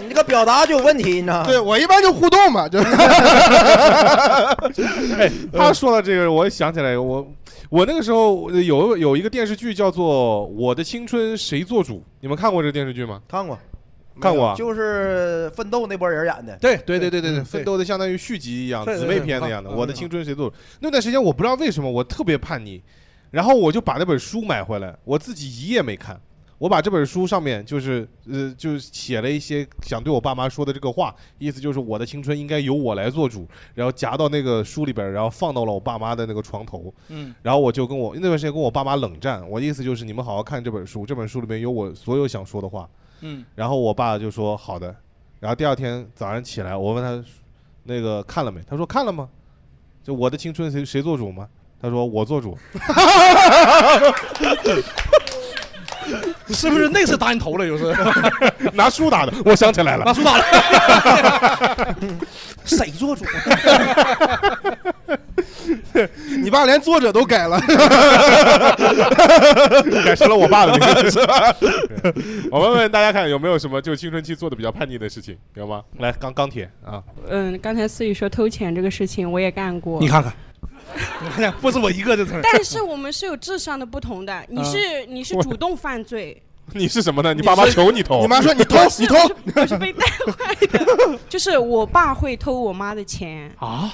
S4: 你这个表达就有问题，你知道吗？
S2: 对我一般就互动嘛，就是
S5: 哎， 他说到这个，我想起来，我我那个时候有有一个电视剧叫做《我的青春谁做主》，你们看过这个电视剧吗？
S4: 看过，
S5: 看过啊
S4: 就是奋斗那波人演的。
S3: 对
S5: 对对对对对，
S3: 嗯
S5: 奋斗的相当于续集一样，
S3: 对对
S5: 姊
S3: 对
S5: 妹篇那样的。
S3: 嗯
S5: 我的
S3: 嗯
S5: 青春谁做主？那段时间我不知道为什么我特别叛逆，然后我就把那本书买回来，我自己一页没看。我把这本书上面就是呃，就是写了一些想对我爸妈说的这个话，意思就是我的青春应该由我来做主，然后夹到那个书里边儿，然后放到了我爸妈的那个床头。
S3: 嗯
S5: 然后我就跟我那段时间跟我爸妈冷战，我的意思就是你们好好看这本书，这本书里面有我所有想说的话。
S3: 嗯
S5: 然后我爸就说好的。然后第二天早上起来，我问他那个看了没？他说看了吗？就我的青春谁谁做主吗？他说我做主。
S3: 是不是那次打你头了？就是。
S5: 拿书打的，我想起来了，
S3: 拿书打
S5: 了。
S4: 谁做主？
S2: 你爸连作者都改了，
S5: 改成了我爸的名 字是吧？ 我问问大家看有没有什么就青春期做的比较叛逆的事情，有吗？来钢钢铁啊，
S8: 嗯，刚才思雨说偷钱这个事情，我也干过。
S3: 你看看，你看看，不是我一个这词儿。
S8: 但是我们是有智商的不同的，你是你是
S5: 我
S8: 主动犯罪，
S5: 你是什么呢？你爸妈求你偷，
S2: 你妈 说你偷你偷，
S8: 我是被带坏的，就是我爸会偷我妈的钱。
S3: 啊，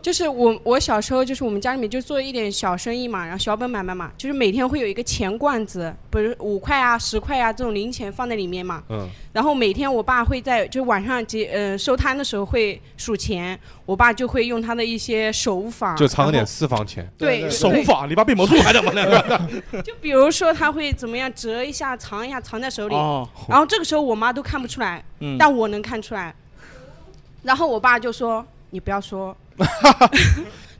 S8: 就是我我小时候就是我们家里面就做一点小生意嘛，然后小本买卖嘛，就是每天会有一个钱罐子，不是五块啊、十块啊这种零钱放在里面嘛。
S5: 嗯，
S8: 然后每天我爸会在就晚上结呃收摊的时候会数钱，我爸就会用他的一些手法，
S5: 就藏
S8: 然后
S5: 点私房
S2: 啊
S5: 钱。
S8: 对对
S3: 手法，你爸变魔术哎还怎么的？
S8: 就比如说他会怎么样折一下、藏一下、藏在手里，
S3: 哦，
S8: 然后这个时候我妈都看不出来，
S3: 嗯
S8: 但我能看出来。然后我爸就说：“你不要 说。”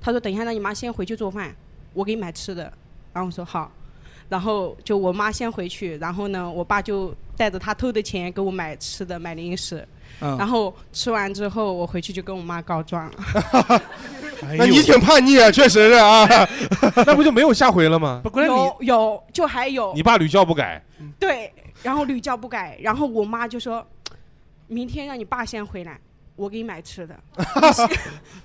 S8: 他说：“等一下，让你妈先回去做饭，我给你买吃的。”然后我说：“好。”然后就我妈先回去，然后呢，我爸就带着他偷的钱给我买吃的、买零食。然
S3: 嗯，
S8: 后吃完之后，我回去就跟我妈告 状了。
S3: 那
S2: 那你挺叛逆啊，确实是啊。
S5: 哎 那不就没有下回 了吗？
S3: 不关键你
S8: 有有，就还有
S5: 你爸屡教不改，
S8: 对，然后屡教不改，然后我妈就说：“明天让你爸先回来，我给你买吃的， 你下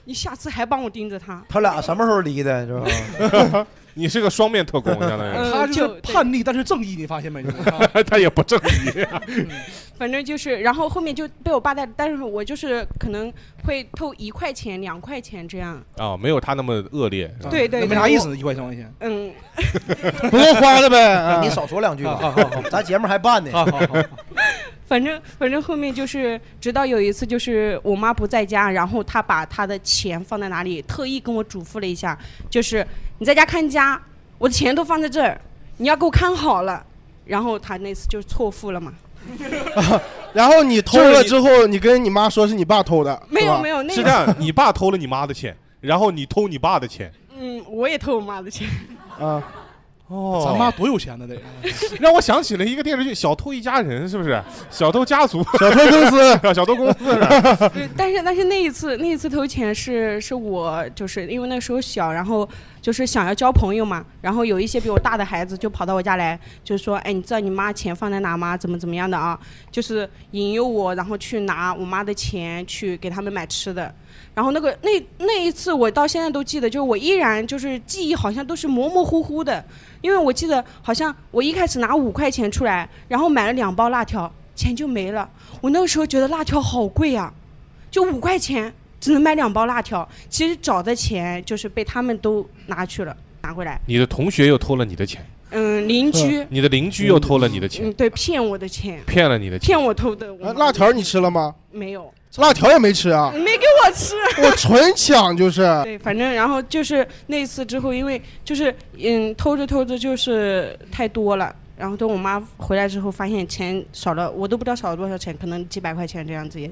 S8: 你下次还帮我盯着他。
S4: 他俩什么时候离的？是吧？
S5: 你是个双面特工，相当于
S8: 嗯
S3: 他就是
S8: 就对
S3: 叛 逆，但是正义，你发现没？你看
S5: 他也不正义。”
S2: 嗯
S8: 反正就是，然后后面就被我爸带，但是我就是可能会偷一块钱、两块钱这样。
S5: 啊，没有他那么恶劣。啊是吧
S8: 对对
S3: 那
S8: 对，
S3: 没啥意
S8: 我。
S3: 思，一块钱块钱。
S8: 嗯，
S2: 不 够花 了呗。啊
S4: 你少说两句
S3: 啊
S4: 吧，
S3: 好好好
S4: 咱节目还办呢。
S3: 好好 好，
S8: 反正反正后面就是，直到有一次就是我妈不在家，然后她把她的钱放在哪里，特意跟我嘱咐了一下，就是你在家看家，我的钱都放在这儿，你要给我看好了。然后她那次就错付了嘛。
S2: 然后你偷了之后，你跟你妈说是你爸偷的，
S8: 没有没
S2: 有，
S8: 有，那
S5: 是
S8: 个
S5: 这样，你爸偷了你妈的钱，然后你偷你爸的钱。
S8: 嗯，我也偷我妈的钱。
S2: 啊，
S5: 哦
S3: 咱妈多有钱呢得。
S5: 让我想起了一个电视剧《小偷一家人》，是不是？小偷家族，
S2: 小偷公司
S5: 小偷公司是吧，
S8: 对，但是但是那一次那一次偷钱是是我就是因为那时候小，然后就是想要交朋友嘛，然后有一些比我大的孩子就跑到我家来，就说哎，你知道你妈钱放在哪吗？怎么怎么样的啊？就是引诱我，然后去拿我妈的钱去给他们买吃的。然后那个那那一次我到现在都记得，就是我依然就是记忆好像都是模模糊糊的，因为我记得好像我一开始拿五块钱出来，然后买了两包辣条，钱就没了。我那个时候觉得辣条好贵啊，就五块钱只能买两包辣条。其实找的钱就是被他们都拿去了，拿回来。
S5: 你的同学又偷了你的钱，
S8: 嗯，邻居，
S5: 你的邻居又偷了你的钱，
S8: 嗯，对，骗我的钱，
S5: 骗了你的钱。
S8: 骗我偷的。我
S2: 啊
S8: 妈
S2: 辣条你吃了吗？
S8: 没有，
S2: 辣条也没吃啊，
S8: 没给我吃。
S2: 我纯抢就是。
S8: 对，反正然后就是那次之后，因为就是嗯，偷着偷着就是太多了。然后等我妈回来之后，发现钱少了，我都不知道少了多少钱，可能几百块钱这样子 也，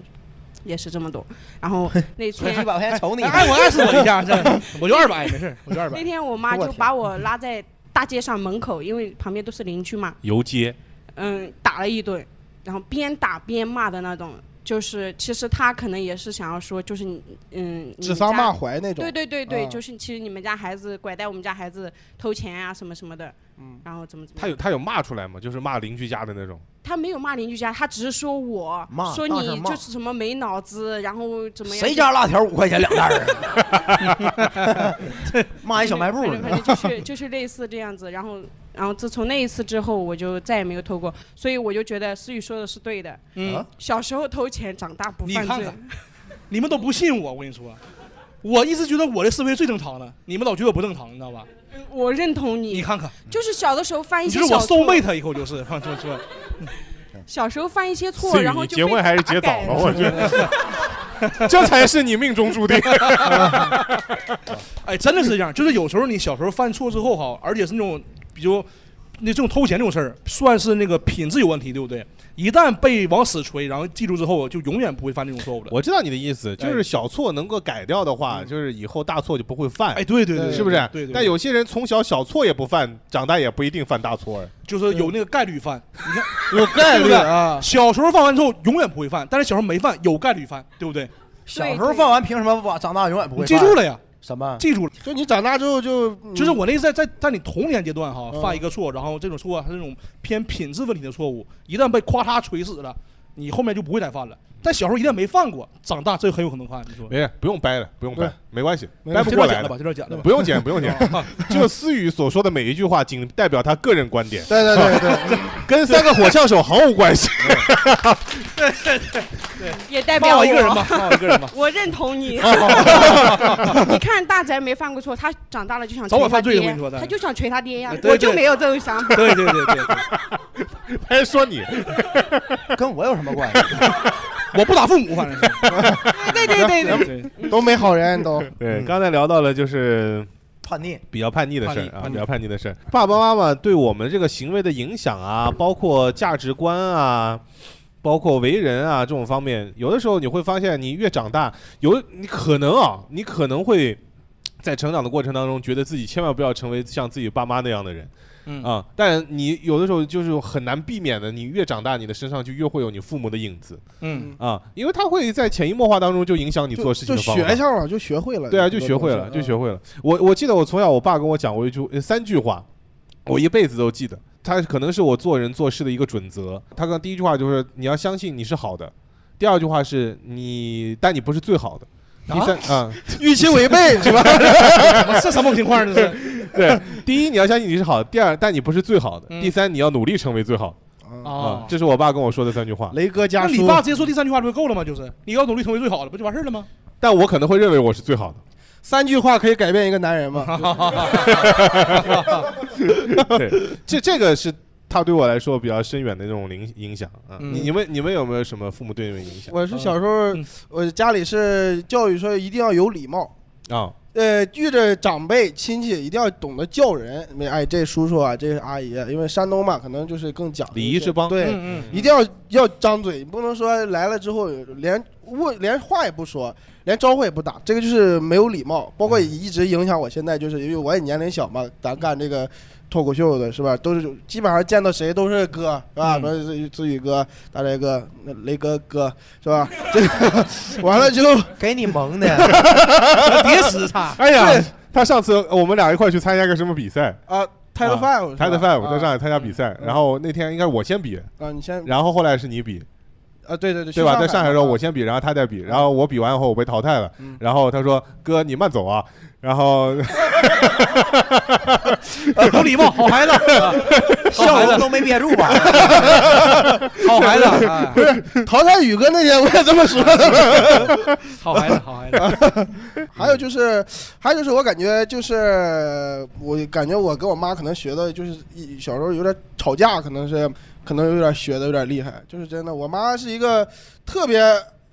S8: 也是这么多。然后那
S4: 存一
S8: 天
S4: 百块钱瞅你，
S3: 爱我爱死我一下，这 我就二百， 没事儿，我就二
S8: 那
S3: 百。
S8: 天我妈
S4: 我
S8: 就
S4: 天
S8: 把我拉在大街上门口，因为旁边都是邻居嘛，
S5: 游街，
S8: 嗯，打了一顿，然后边打边骂的那种。就是其实她可能也是想要说，就是你嗯，你
S2: 指
S8: 们
S2: 桑
S8: 家
S2: 骂槐那种
S8: 对。对对对，
S2: 啊
S8: 就是其实你们家孩子拐带我们家孩子偷钱啊什么什么的，
S2: 嗯，
S8: 然后怎么怎么样。
S5: 他有他有骂出来吗？就是骂邻居家的那种。
S8: 他没有骂邻居家，他只是说我
S5: 骂
S8: 说
S5: 大声
S8: 你
S5: 骂
S8: 就是什么没脑子，然后怎么样？
S4: 谁家辣条五块钱两袋啊儿？ 骂一小卖部
S8: 反
S4: 呢
S8: 正反正就是就是类似这样子。然后然后自从那一次之后，我就再也没有偷过，所以我就觉得思雨说的是对的。
S3: 嗯啊
S8: 小时候偷钱，长大不
S3: 你
S8: 犯
S3: 看
S8: 罪。
S3: 看，你们都不信我，我跟你说，我一直觉得我的思维最正常的，你们老觉得我不正常，你知道吧？
S8: 我认同你。
S3: 你看看，
S8: 就是小的时候哎犯一
S3: 你
S8: 些
S3: 就是
S8: 小
S3: 我
S8: 错
S3: 收妹他以后就是， 就是说
S8: 小时候犯一些
S5: 思
S8: 错，
S5: 雨
S8: 然后
S5: 你
S8: 就
S5: 结
S8: 被
S5: 婚还是结
S8: 打改
S5: 早了我 觉 得 这才是你命中注定。
S3: 哎，真的是这样，就是有时候你小时候犯错之后哈，而且是那种比如那这种偷钱这种事儿，算是那个品质有问题，对不对？一旦被往死锤，然后记住之后，就永远不会犯这种错误了。哎嗯
S5: 我知道你的意思，就是小错能够改掉的话，就是以后大错就不会犯。
S3: 哎对对对对
S5: 是不是？
S3: 对对对
S5: 但有些人从小小错也不犯，长大也不一定犯大错。
S3: 就是有那个概率犯，你看
S5: 有概率
S3: 对
S5: 啊
S3: 不对小时候犯完之后永远不会犯，但是小时候没犯有概率犯，对不对？
S4: 小时候犯完凭什么把长大永远不会
S3: 你
S4: 犯？嗯
S3: 记住了呀？
S4: 什么？
S3: 记住了。
S2: 就你长大之后就
S3: 就是我那在在在你童年阶段哈
S4: 嗯
S3: 犯一个错，然后这种错啊它这种偏品质问题的错误，一旦被咵嚓锤死了，你后面就不会再犯了。但小时候一旦没犯过，长大这很有可能犯。你说
S5: 没事，不用掰了，不用掰
S3: 对，
S5: 没关系，
S3: 没
S5: 掰不
S3: 这
S5: 过来
S3: 段剪了
S5: 的
S3: 吧这段剪了吧哦
S5: 不用剪，不 用剪。就思雨所说的每一句话，仅代表他个人观点。
S2: 对对对
S5: 对， 跟三个火枪手毫无关系。
S8: 对对对，也代
S5: 骂
S8: 表
S5: 我一个人吧骂我一个人吧
S8: 我认同 你。你看大宅没犯过错，他长大了就想
S3: 早
S8: 捶
S3: 晚
S8: 他
S3: 犯罪
S8: 爹，
S3: 我跟你说的
S8: 他就想捶他爹呀
S3: 对。对
S8: 我就没有这种想法。
S3: 对对对对
S5: 还说你，
S4: 跟我有什么 关系？
S3: 我不打父母，反正
S8: 对对对对
S2: 对， 都没好人都。
S5: 对，刚才聊到了就是
S4: 叛逆，
S5: 比较叛逆的事
S4: 嗯叛逆
S5: 儿啊，
S4: 叛逆
S5: 比较叛逆的事儿。爸爸妈妈对我们这个行为的影响啊，包括价值观啊，包括为人啊这种方面，有的时候你会发现，你越长大，有你可能啊，你可能会在成长的过程当中，觉得自己千万不要成为像自己爸妈那样的人。
S3: 嗯
S5: 啊，但你有的时候就是很难避免的，你越长大，你的身上就越会有你父母的影子
S3: 嗯
S5: 啊，因为他会在潜移默化当中就影响你做事情
S2: 就
S5: 的方法。
S2: 学上了，就学会了。
S5: 对啊，就学会了，就学会了。我我记得我从小我爸跟我讲过一句呃三句话，我一辈子都记得。他可能是我做人做事的一个准则。他刚第一句话就是你要相信你是好的，第二句话是你但你不是最好的。第三 啊，
S2: 预期违背是吧
S3: 这什么情况这是？嗯
S5: 对，第一你要相信你是好的，第二但你不是最好的，第三你要努力成为最好的。
S3: 哦
S5: 啊，这是我爸跟我说的三句话。
S2: 雷哥
S3: 那你爸直接说第三句话不就够了吗？就是你要努力成为最好的，不就完事儿了吗？
S5: 但我可能会认为我是最好的。
S2: 三句话可以改变一个男 人吗？
S5: 嗯对，这这个是他对我来说比较深远的那种影影响啊。
S2: 嗯
S5: 你你们你们有没有什么父母对你们影响？
S2: 我是小时候，
S5: 嗯
S2: 我家里是教育说一定要有礼貌，
S5: 啊，
S2: 呃，遇着长辈亲戚一定要懂得叫人，没哎这叔叔啊，这阿姨啊，因为山东嘛，可能就是更讲究
S5: 礼
S2: 一
S5: 仪
S2: 些
S5: 之邦
S2: 对，
S5: 嗯嗯
S2: 一定要要张嘴，不能说来了之后连问连话也不说，连招呼也不打，这个就是没有礼貌。包括一直影响我现在，就是因为我也年龄小嘛，咱干这个脱口秀的是吧，都是基本上见到谁都是哥是吧？说是子宇哥、大雷哥、那雷哥哥是吧？ 这个完了之后
S4: 给你蒙 的
S3: 别时差
S5: 哎呀，他上次我们俩一块去参加个什么比赛
S2: 啊，Title Five 是吧
S5: ，Title Five，在
S2: 啊
S5: 上海参加比赛，然后那天应该是我先比，
S2: 啊，你先
S5: 然后后来是你比。
S2: 啊，对对对，
S5: 对吧？在上
S2: 上
S5: 海的
S2: 海
S5: 时候，我先比，然后他再比，然后我比完后我被淘汰了，然后他说：“哥，你慢走啊。”然后
S3: 有礼貌，好 孩子，
S4: 笑容都没憋住吧？嗯
S3: 好孩子，
S2: 啊不是淘汰宇哥那天我也这么说的。
S3: 好孩子，好孩子。
S2: 还有就是，还有就是，我感觉就是，我感觉我跟我妈可能学的就是一小时候有点吵架，可能是可能有点学的有点厉害，就是真的。我妈是一个特别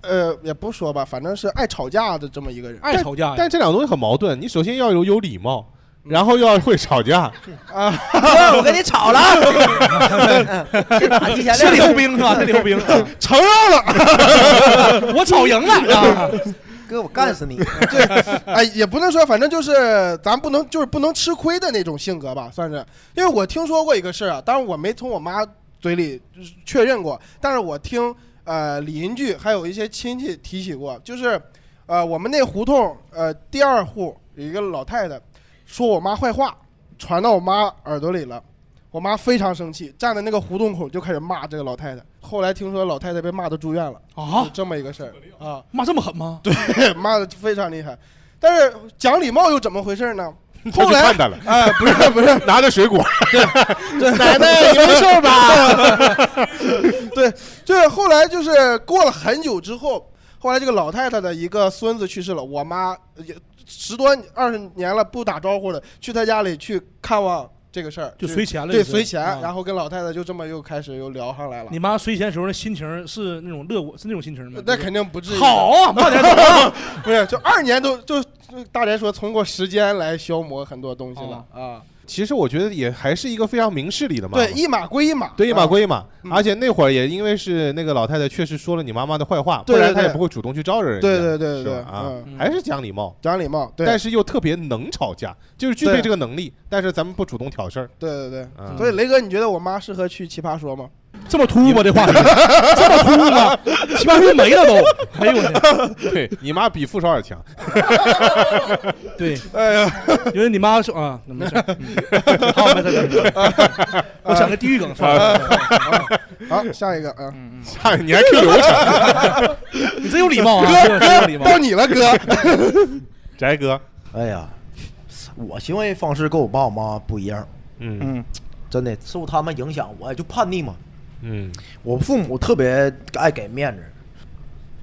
S2: 呃，也不说吧，反正是爱吵架的这么一个人，
S5: 但但这两个东西很矛盾。你首先要有有礼貌，
S2: 嗯
S5: 然后又要会吵架。
S2: 啊，
S4: 我跟你吵了，这打击前
S3: 是溜冰是吧？是 溜冰，
S2: 承认了，
S3: 我 吵赢了啊！
S4: 哥，我干死你！
S2: 对，哎，也不能说，反正就是咱不能就是不能吃亏的那种性格吧，算是。因为我听说过一个事儿啊，当然我没从我妈嘴里确认过，但是我听呃邻居还有一些亲戚提起过，就是呃我们那胡同呃第二户有一个老太太说我妈坏话，传到我妈耳朵里了，我妈非常生气，站在那个胡同口就开始骂这个老太太。后来听说老太太被骂到住院了，
S3: 啊，
S2: 这么一个事儿啊，
S3: 骂这么狠吗？
S2: 对， 骂的非常厉害。但是讲礼貌又怎么回事呢？
S5: 他
S2: 后
S5: 去
S2: 来
S5: 看他了
S2: 哎，不 是不是，
S5: 拿着水果，
S2: 对
S5: 奶奶你没事吧？
S2: 对，就是后来就是过了很久之后，后来这个老太太的一个孙子去世了，我妈也十多二十年了不打招呼的，去她家里去看望这个事儿，
S3: 就随钱了
S2: 对，
S3: 也是
S2: 随钱，
S3: 啊
S2: 然后跟老太太就这么又开始又聊上来了。
S3: 你妈随钱时候那心情是那种乐观，是那种心情吗？
S2: 那肯定不至于。
S3: 好 啊，慢点走 啊。
S2: 不是，就二年都就就大家说通过时间来消磨很多东西了
S3: 哦
S2: 啊。
S5: 其实我觉得也还是一个非常明事理的嘛。
S2: 对，一码归一码。
S5: 对，一码归一码。
S2: 嗯
S5: 而且那会儿也因为是那个老太太确实说了你妈妈的坏话，不
S2: 对对
S5: 然她也
S2: 对
S5: 不会主动去招惹人家。
S2: 对对对
S5: 是吧
S2: 对
S5: 啊
S2: 嗯，
S5: 还是讲礼貌，
S2: 讲礼貌。对，
S5: 但是又特别能吵架，就是具备
S2: 对
S5: 这个能力，但是咱们不主动挑事儿。
S2: 对对对，
S5: 嗯
S2: 所以雷哥，你觉得我妈适合去奇葩说吗？
S3: 这么突兀吗？这话 题这么突兀吗？奇葩说没了都，哎呦我天！
S5: 对你妈比傅首尔强，
S3: 对，
S2: 哎呀，
S3: 因为你妈说啊，那没事儿，嗯好，没事儿没事儿， 我想个地狱梗算
S5: 啊
S3: 了，
S2: 好，下一个啊，
S5: 差嗯 点你还 Q 刘强，
S3: 你真有礼貌啊，
S2: 哥
S3: 真有礼
S2: 哥
S3: 貌。
S2: 到你了， 哥。
S5: 翟哥，
S4: 哎呀，我行为方式跟我爸我妈不一样，
S5: 嗯
S4: 嗯，真的受他们影响，我就叛逆嘛。
S5: 嗯
S4: 我父母特别爱给面子，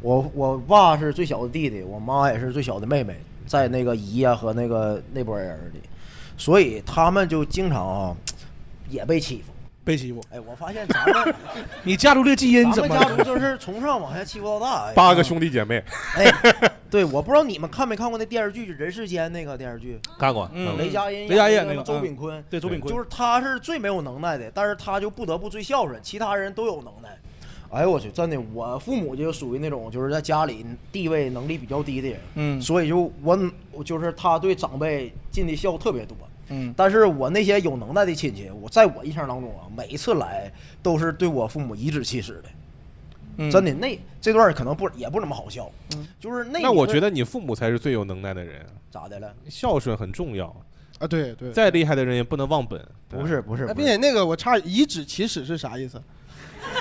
S4: 我我爸是最小的弟弟，我妈也是最小的妹妹，在那个姨呀、和那个那波人里，所以他们就经常啊也被欺负。
S3: 被欺负，
S4: 哎，我发现咱们
S3: 你家族这个基因
S4: 咱
S3: 怎
S4: 们
S3: 么？
S4: 家族就是从上往下欺负到大。哎
S5: 八个兄弟姐妹
S4: 哎，对，我不知道你们看没看过那电视剧《人世间》那个电视剧，
S5: 干过，
S3: 嗯
S4: 雷佳音
S3: 雷佳音
S4: 演
S3: 那个
S4: 周
S3: 嗯
S4: 炳坤，
S3: 对周炳坤
S4: 就，是他是最没有能耐的，但是他就不得不最孝顺，其他人都有能耐。哎呦我去，真的，我父母就属于那种就是在家里地位能力比较低的人，
S3: 嗯
S4: 所以就我我就是他对长辈尽的孝特别多。
S3: 嗯，
S4: 但是我那些有能耐的亲戚，我在我印象当中啊，每一次来都是对我父母颐指气使的，
S3: 嗯
S4: 真的那这段可能不也不怎么好笑，就是那
S5: 那我
S4: 一个
S5: 觉得你父母才是最有能耐的人，
S4: 咋的了？
S5: 孝顺很重要，
S2: 啊，对对，
S5: 再厉害的人也不能忘本。对
S4: 不是不是，
S2: 哎，
S4: 不
S2: 并
S4: 是
S2: 且那个我差颐指起使是啥意思？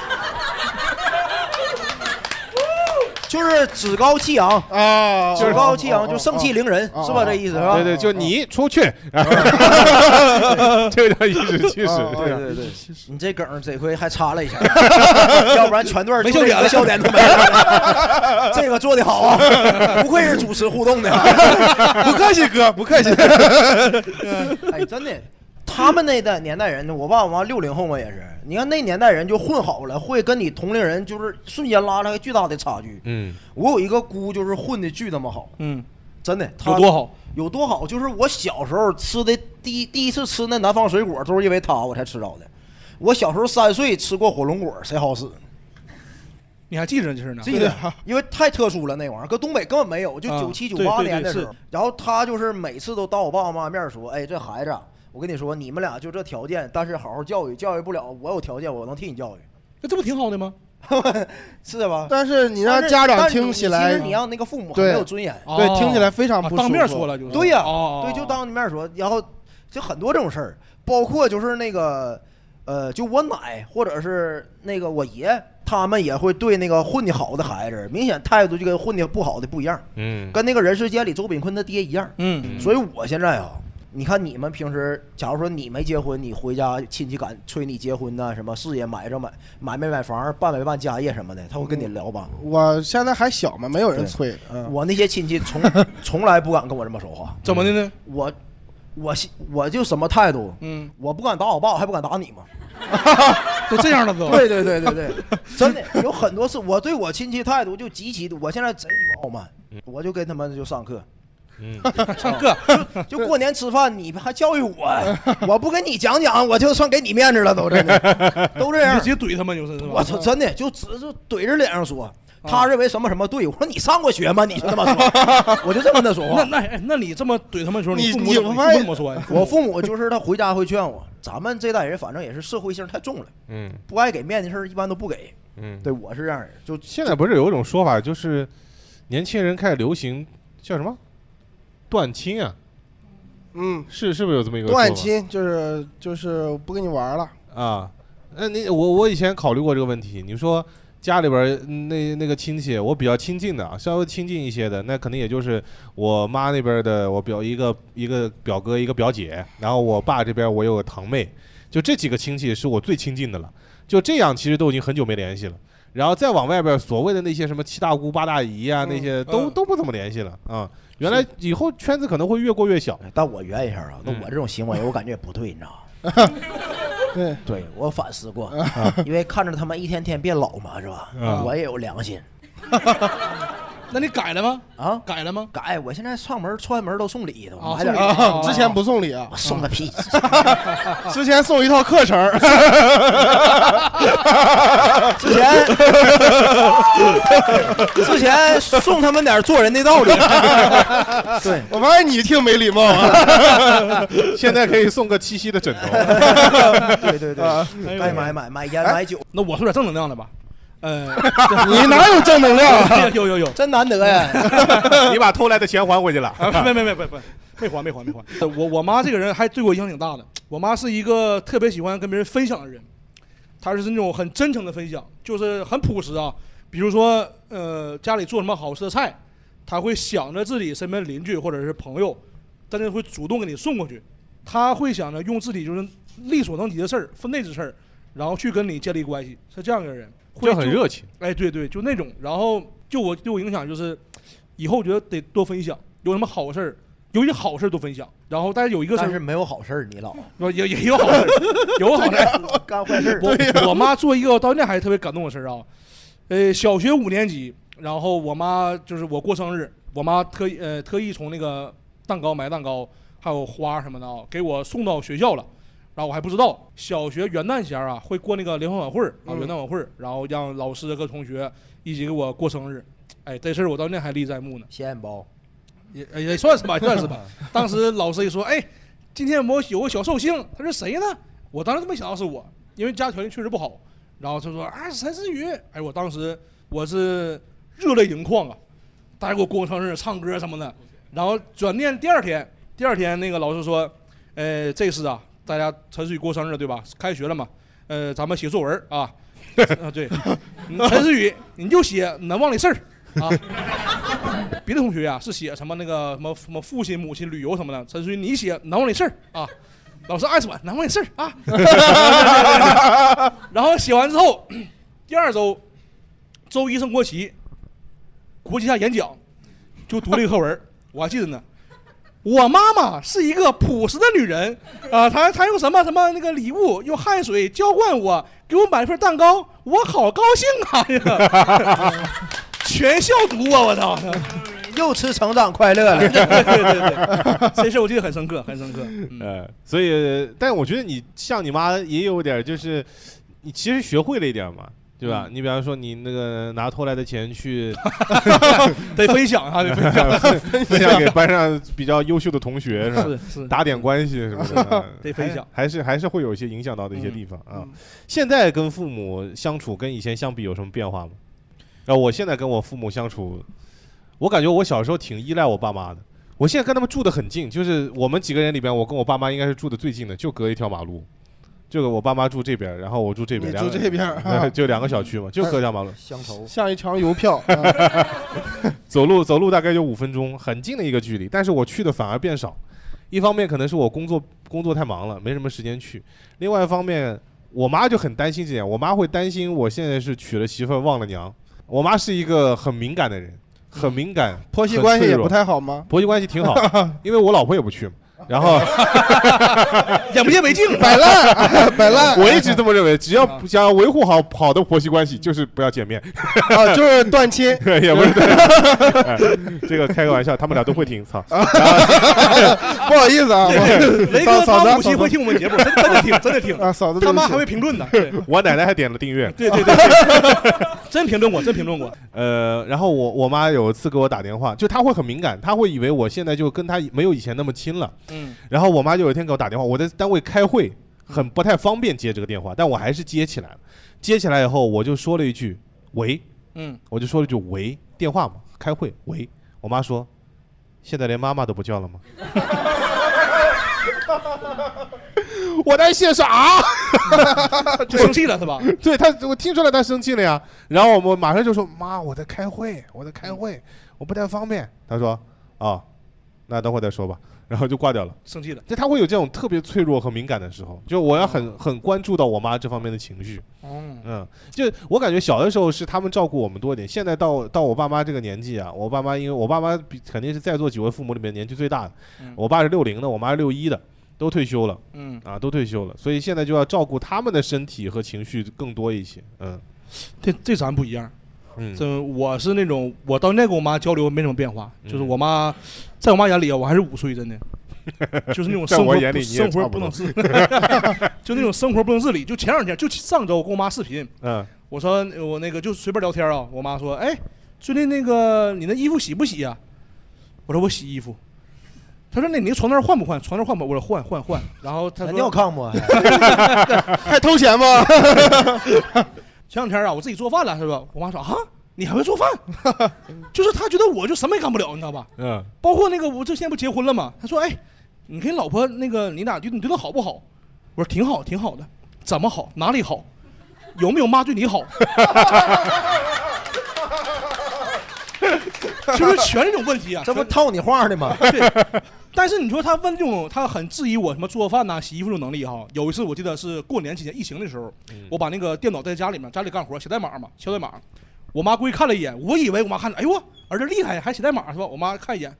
S4: 就是趾高气昂，
S2: 啊，
S4: 趾高气
S2: 哦
S4: 昂就盛气。
S2: 哦哦
S4: 凌人，
S2: 哦
S4: 是吧？这意思是吧？
S5: 对对，就你出 去， 这叫颐指气使。
S2: 哦
S4: 对
S2: 哦
S4: 对对
S2: 哦是是
S4: 你这梗儿这回还插了一下，要不然全段儿
S3: 没
S4: 就这一
S3: 笑点了
S4: 个笑点都没了。这个做的好啊，不愧是主持互动的啊，不客气哥，不客气。哎，真的，他们那代年代人，我爸我妈六零后嘛也是，你看那年代人就混好了，会跟你同龄人就是瞬间拉了个巨大的差距。
S5: 嗯，
S4: 我有一个姑就是混的巨他妈好，
S3: 嗯，
S4: 真的，她
S3: 有多好？
S4: 有多好？就是我小时候吃的第一第一次吃那南方水果，都是因为他我才吃着的。我小时候三岁吃过火龙果，谁好使？
S3: 啊你还记着这事儿呢？
S4: 记得，因为太特殊了那玩意儿，搁东北根本没有，就
S3: 啊
S4: 九七九
S3: 对
S4: 八
S3: 对
S4: 年
S3: 对
S4: 的时
S3: 是
S4: 候。然后他就是每次都当我爸我妈面儿说：“哎，这孩子啊，我跟你说，你们俩就这条件，但是好好教育，教育不了，我有条件，我能替你教育，
S3: 那这不挺好的吗？
S4: 是吧？”
S2: 但是你让
S4: 但是
S2: 家长
S4: 但是
S2: 听
S4: 你
S2: 起
S4: 其
S2: 来
S4: 实，你让那个父母很
S2: 对
S4: 没有尊严。
S2: 对
S3: 哦
S2: 听起来非常不舒服
S3: 啊当面说了就是。
S4: 对呀、
S3: 哦
S4: 对，就当你面说，然后就很多这种事儿，包括就是那个，呃，就我奶或者是那个我爷，他们也会对那个混的好的孩子，明显态度就跟混的不好的不一样，
S5: 嗯，
S4: 跟那个人世间里周炳坤他爹一样。
S3: 嗯，
S4: 所以我现在啊，你看你们平时，假如说你没结婚，你回家亲戚敢催你结婚呐、什么事业买着买买没买房，办没办家业什么的，他会跟你聊吧。
S2: 我现在还小嘛，没有人
S4: 对
S2: 催。嗯，
S4: 我那些亲戚从从来不敢跟我这么说话。
S3: 怎么的呢？
S4: 我我心我就什么态度？
S3: 嗯，
S4: 我不敢打我爸，我还不敢打你吗？
S3: 都这样了都。
S4: 对对对对 对，真的有很多次，我对我亲戚态度就极其的，我现在贼鸡巴傲慢，我就跟他们就上课，
S3: 上课，
S4: 就过年吃饭，你们还教育 我，我不跟你讲讲，我就算给你面子了，都真 的，都这
S3: 你就
S4: 样
S3: 直，接怼他们就是是吧？啊
S4: 我操，真的就只是怼着脸上说。他认为什么什么对，我说你上过学吗？你就这么 说，我就这么跟他说话。
S3: 那那哎那你这么怼他们的时候，
S2: 你
S3: 父母
S2: 你
S3: 怎么
S2: 发现
S3: 你父母怎么说呀？
S4: 我父母就是他回家会劝我，咱们这代人反正也是社会性太重了，
S5: 嗯
S4: 不爱给面子事儿一般都不给。
S5: 嗯，
S4: 对，我是这样人，就
S5: 现在不是有一种说法，就是年轻人开始流行叫什么断亲啊？
S2: 嗯，
S5: 是是不是有这么一个
S2: 董婉
S5: 说法
S2: 清就是就是不跟你玩了，
S5: 啊？那你我我以前考虑过这个问题，你说家里边儿嗯那那个亲戚，我比较亲近的，啊，稍微亲近一些的，那可能也就是我妈那边儿的，我表一个一个表哥一个表姐，然后我爸这边儿我有个堂妹，就这几个亲戚是我最亲近的了。就这样，其实都已经很久没联系了。然后再往外边儿，所谓的那些什么七大姑八大姨啊，
S4: 嗯
S5: 那些都、都不怎么联系了啊、原来以后圈子可能会越过越小。
S4: 哎但我 圆一下啊，那我这种行为我感觉也不对，你知道吗？
S2: 对，
S4: 对我反思过，
S3: 啊
S4: 因为看着他们一天天变老嘛，是吧？
S5: 啊
S4: 我也有良心
S3: 那你改了吗？
S4: 啊，
S3: 改了吗？
S4: 改！我现在上门串门都哦送礼的，我
S3: 啊
S4: 买点
S3: 送礼啊
S2: 之前不送礼啊
S4: 我，送个屁！
S2: 之前送一套课程，
S3: 哦
S4: 之前 之前送他们点做人的道 理。对，
S2: 我发现你挺没礼貌啊。
S5: 现在可以送个七夕的枕头。
S4: 对对
S5: 啊
S3: 啊哎
S4: 对，该买买买烟买酒，
S3: 那我说点正能量的吧。 呃，
S2: 你哪有正能量？
S3: 啊有有有，
S4: 真难得呀！
S5: 你把偷来的钱还回去了。
S3: 啊， 没没没没没没还没还没还。我我妈这个人还对我影响挺大的。我妈是一个特别喜欢跟别人分享的人，她是那种很真诚的分享，就是很朴实啊。比如说，呃，家里做什么好吃的菜，她会想着自己身边邻居或者是朋友，但是会主动给你送过去。她会想着用自己就是力所能及的事儿、分内之事儿，然后去跟你建立关系，是这样一个人，会
S5: 这很
S3: 就
S5: 热情。
S3: 哎，对对，就那种。然后就我对我影响就是，以后我觉得得多分享，有什么好事儿，有些好事儿多分享。然后但是有一个事
S4: 但是
S3: 儿，
S4: 没有好事儿，你老
S3: 不也也哦有好事儿， 有好事儿。
S4: 干坏事儿。
S3: 我我妈做一个我到现在还特别感动的事儿啊，呃，小学五年级，然后我妈就是我过生日，我妈特意呃特意从那个蛋糕买蛋糕，还有花什么的啊，给我送到学校了。然后我还不知道，小学元旦前儿啊会过那个联欢晚会儿啊，
S2: 嗯
S3: 元旦晚会儿，然后让老师和同学一起给我过生日。哎，这事儿我到现在还历历在目呢，
S4: 鲜眼包，
S3: 也呃也算是吧，算是吧。当时老师一说，哎，今天有没有有个小寿星，他是谁呢？我当时都没想到是我，因为家条件确实不好。然后他说啊，陈思雨，哎，我当时我是热泪盈眶啊，大家给我过生日、唱歌什么的。然后转念第二天，第二天那个老师说，呃，这次啊，大家陈思雨过生日对吧？开学了嘛，呃，咱们写作文儿啊，啊对，嗯陈思雨你就写难忘的事儿啊。别的同学啊是写什么那个什么什么父亲、母亲、旅游什么的，陈思雨你写难忘的事儿啊。老师爱什么难忘的事儿 啊，然后写完之后，第二周，周一升国旗，国旗下演讲，就读了一个课文儿，我还记得呢。我妈妈是一个朴实的女人，啊、她她用什么什么那个礼物，用汗水浇灌我，给我买一份蛋糕，我好高兴啊！ 全校读啊，我操！
S4: 又吃成长快乐了。
S3: 对对对，这事我记得很深刻，很深刻。嗯，
S5: 呃，所以，但我觉得你像你妈也有点儿，就是你其实学会了一点儿嘛，对吧？
S3: 嗯
S5: 你比方说你那个拿偷来的钱去
S3: 得分享啊，得分享，
S5: 分享给班上比较优秀的同学，是吧？
S3: 是是，
S5: 打点关系什么 的，嗯
S3: 得分享嗯
S5: 还还是还是会有一些影响到的一些地方啊。现在跟父母相处跟以前相比有什么变化吗？然后我现在跟我父母相处，我感觉我小时候挺依赖我爸妈的。我现在跟他们住的很近，就是我们几个人里边，我跟我爸妈应该是住的最近的，就隔一条马路。这个我爸妈住这边，然后我住这边，
S2: 你
S5: 两
S2: 住
S5: 个
S2: 这边啊
S5: 就两个小区嘛，就隔一 条马路，
S4: 乡愁，
S2: 像一张邮票，啊
S5: 走路走路大概就五分钟，很近的一个距离。但是我去的反而变少，一方面可能是我工作工作太忙了，没什么时间去；另外一方面，我妈就很担心这点，我妈会担心我现在是娶了媳妇儿忘了娘。我妈是一个很敏感的人，很敏感，
S2: 嗯婆媳
S5: 很
S2: 关系
S5: 脆
S2: 也
S5: 弱
S2: 不太好吗？
S5: 婆媳关系挺好，因为我老婆也不去嘛。然后
S3: 眼不见为净， 啊
S2: 摆烂，摆烂，
S5: 我一直这么认为，只要不想维护好好的婆媳关系，就是不要见面，
S2: 啊，就是断 亲，
S5: 也不是、哎这个开个玩笑，他们俩都会听，操。
S3: 啊
S2: 不好意思啊，我
S3: 雷
S2: 嫂
S3: 哥
S2: 嫂
S3: 他母
S2: 子，
S3: 亲
S2: 嫂
S3: 会
S2: 子
S3: 听我们节目，真真的听，真的听，
S2: 啊，嫂子，
S3: 他妈还
S2: 对不
S3: 会
S2: 起
S3: 评论呢。对
S5: 我奶奶还点了订阅，
S3: 对对 对对，真评论过，真评论过。
S5: 呃，然后我我妈有一次给我打电话，就她会很敏感，她会以为我现在就跟她没有以前那么亲了。
S3: 嗯，
S5: 然后我妈就有一天给我打电话，我在单位开会，很不太方便接这个电话，但我还是接起来了。接起来以后，我就说了一句“喂”，
S3: 嗯，
S5: 我就说了一句“喂”，电话嘛，开会，喂。我妈说：“现在连妈妈都不叫了吗？”我在线上啊，
S3: 就生气了是吧？
S5: 对他，我听出来他生气了呀。然后我们马上就说：“妈，我在开会，我在开会，我不太方便。”他说：“啊，那等会儿再说吧。”然后就挂掉了。
S3: 生气了。
S5: 就他会有这种特别脆弱和敏感的时候，就我要很很关注到我妈这方面的情绪。
S3: 嗯
S5: 嗯，就我感觉小的时候是他们照顾我们多一点，现在到到我爸妈这个年纪啊，我爸妈因为我爸妈比肯定是在座几位父母里面年纪最大的，我爸是六零的，我妈是六一的，都退休了，
S3: 嗯
S5: 啊，都退休了，所以现在就要照顾他们的身体和情绪更多一些，嗯
S3: 这这咱不一样。
S5: 嗯
S3: 这我是那种，我到现在跟我妈交流没什么变化，
S5: 嗯
S3: 就是我妈，在我妈眼里啊，我还是五岁，真 的，就是那种
S5: 在
S3: 生
S5: 我
S3: 活
S5: 眼里
S3: 不
S5: 你也
S3: 生活
S5: 差不
S3: 不能自
S5: 多，
S3: 就那种生活不能自 理。就前两天，就上周我跟我妈视频，
S5: 嗯
S3: 我说呃我那个就随便聊天啊，我妈说，哎，最近那个你那衣服洗不洗呀、我说我洗衣服。她说：“那你那床单换不换？床单换不换？”我说：“换换换。”然后她说：“
S4: 尿炕不？
S3: 还偷钱吗？前两天啊，我自己做饭了，是吧？我妈说：“啊，你还会做饭？”就是她觉得我就什么也干不了，你知道吧？
S5: 嗯，
S3: 包括那个我这现在不结婚了吗？他说：“哎，你跟老婆那个你俩对你对她好不好？”我说：“挺好，挺好的。怎么好？哪里好？有没有妈对你好？ 就是全这种问题啊！
S4: 这不套你话呢吗？
S3: 对。但是你说他问这种，他很质疑我什么做饭呐、洗衣服这种能力哈。有一次我记得是过年期间疫情的时候，我把那个电脑在家里面，家里干活写代码嘛，敲代码。我妈过去看了一眼，我以为我妈看着，哎呦，儿子厉害，还写代码是吧？我妈看一眼，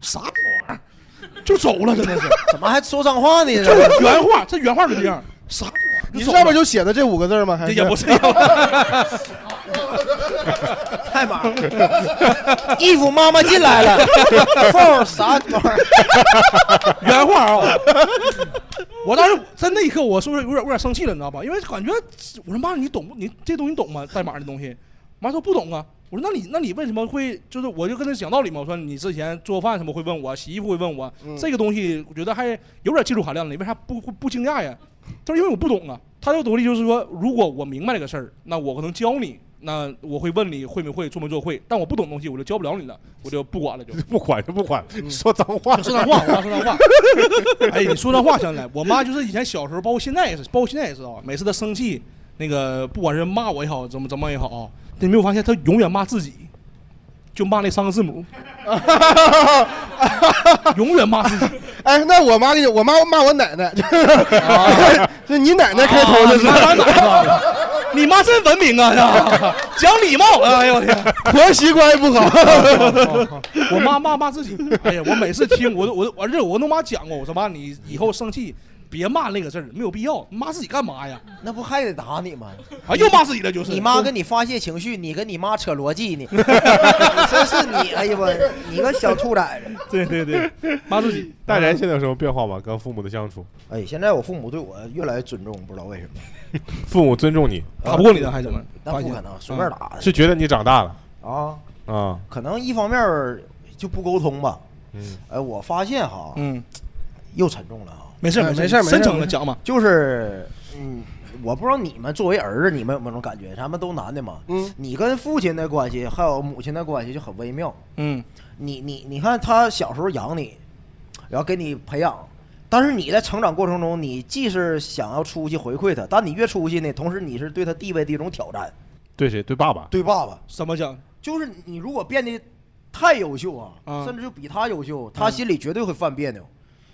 S3: 啥玩意儿， 就走了，真的是。
S4: 怎么还说脏话呢？
S3: 这是原话，这原话是这样，啥玩意儿？
S2: 你
S3: 走
S2: 上面
S3: 了
S2: 就写的这五个字吗？还
S3: 也不是，
S4: 太忙，衣服妈妈进来了， 缝啥玩意儿？
S3: 原话啊、我当时在那一刻，我是不是有点有点生气了，你知道吧？因为感觉我说妈，你懂不？你这东西懂吗？代码这东西，妈说不懂啊。我说那你那你为什么会就是我就跟他讲道理嘛？我说你之前做饭什么会问我，洗衣服会问我，
S5: 嗯
S3: 这个东西我觉得还有点技术含量的，你为啥不不不惊讶呀？他说因为我不懂啊。他这个独立就是说，如果我明白这个事儿，那我可能教你，那我会问你会没会，做没做会。但我不懂东西，我就教不了你了，我就不管了就。
S5: 不管就不管，说脏话，
S3: 嗯说脏话，我妈说脏 话。哎，你说脏话想起来，我妈就是以前小时候，包括现在也是，包括现在也是啊。每次她生气，那个不管是骂我也好，怎么怎么也好啊，你没有发现她永远骂自己，就骂那三个字母， 永远骂自己。
S2: 哎，那我妈给你，我妈骂我奶奶，就你奶奶开头的是
S3: 啊你骂哪个 啊你妈真文明啊，是吧？讲礼貌啊！哎呦我天，
S2: 婆媳关系不好。
S3: 我妈骂骂自己。哎呀，我每次听我都我都而且我跟我妈讲过，我说妈，你以后生气别骂那个字儿，没有必要，骂自己干嘛呀？
S4: 那不还得打你吗？
S3: 啊，又骂自己了，就是
S4: 你妈跟你发泄情绪，你跟你妈扯逻辑 呢，真是你！哎呀我，你个小兔崽子！
S3: 对对对， 妈自己。
S5: 大然现在有什么变化吗？跟父母的相处，
S4: 哎，现在我父母对我越来越尊重，不知道为什么。啊
S5: 父母尊重你， 啊
S3: 嗯打不过你的还怎么？嗯
S4: 那不可能，随便打
S5: 是觉得你长大了
S4: 啊！
S5: 啊，
S4: 可能一方面儿就不沟通吧。
S5: 嗯
S4: 哎，我发现哈，
S3: 嗯，
S4: 又沉重了啊。
S3: 没事
S2: 哎
S3: 事
S2: 没事没事
S3: 深层的讲嘛。
S4: 就是，嗯，我不知道你们作为儿子，你们有没有那种感觉？咱们都男的嘛，
S2: 嗯，
S4: 你跟父亲的关系还有母亲的关系就很微妙。
S3: 嗯，
S4: 你你你看，他小时候养你，然后给你培养，但是你在成长过程中，你既是想要出去回馈他，但你越出去呢，同时你是对他地位的一种挑战。
S5: 对谁？对爸爸，
S4: 对爸爸，
S3: 怎啊么讲？
S4: 就是你如果变得太优秀啊，
S3: 啊嗯
S4: 甚至就比他优秀，他心里绝对会犯别扭，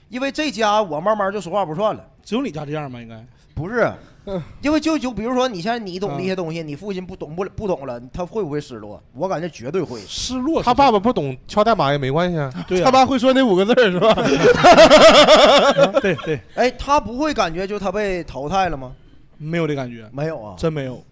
S4: 因为这家我慢慢就说话不算了。
S3: 只有你家这样吗？应该。
S4: 不是，因为就就比如说，你像你懂
S3: 嗯
S4: 这些东西，你父亲不懂不不懂了，他会不会失落？我感觉绝对会。
S3: 失落是。
S5: 他爸爸不懂敲代码也没关系啊，
S3: 对
S2: 他
S3: 啊，
S2: 爸会说那五个字儿是 吧？
S3: 对对，
S4: 哎，他不会感觉就他被淘汰了吗？
S3: 没有这感觉，
S4: 没有啊，
S3: 真没有，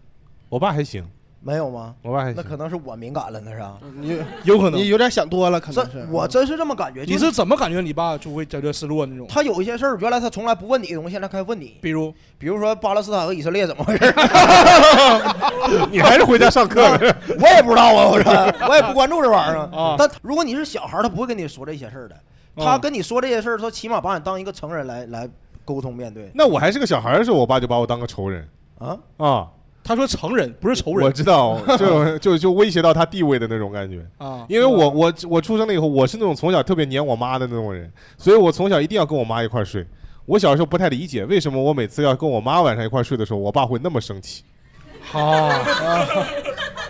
S5: 我爸还行，
S4: 没有吗？
S5: 我爸还
S4: 那可
S5: 行，
S4: 能是我敏感了，那是啊。
S2: 你
S3: 有可能
S2: 你。有点想多了，可能是嗯
S4: 这我真是这么感觉，就
S3: 你是怎么感觉你爸啊就会感觉失落那种？
S4: 他有一些事儿，原来他从来不问你的东西，现在开始问你。
S3: 比如，
S4: 比如说巴勒斯坦和以色列怎么回事儿，
S5: 你还是回家上课了。
S4: 我也不知道啊，我说我也不关注这玩意儿
S3: 啊
S4: 但如果你是小孩儿，他不会跟你说这些事儿的。他跟你说这些事儿，他起码把你当一个成人来来沟通面对
S5: 那我还是个小孩儿的时候，我爸就把我当个仇人
S4: 啊。
S5: 啊，
S3: 他说成人不是仇
S5: 我
S3: 人
S5: 知 道，就就就威胁到他地位的那种感觉。
S3: 啊，
S5: 因为我我我出生了以后，我是那种从小特别黏我妈的那种人，所以我从小一定要跟我妈一块儿睡。我小时候不太理解，为什么我每次要跟我妈晚上一块儿睡的时候，我爸会那么生气。
S3: 好，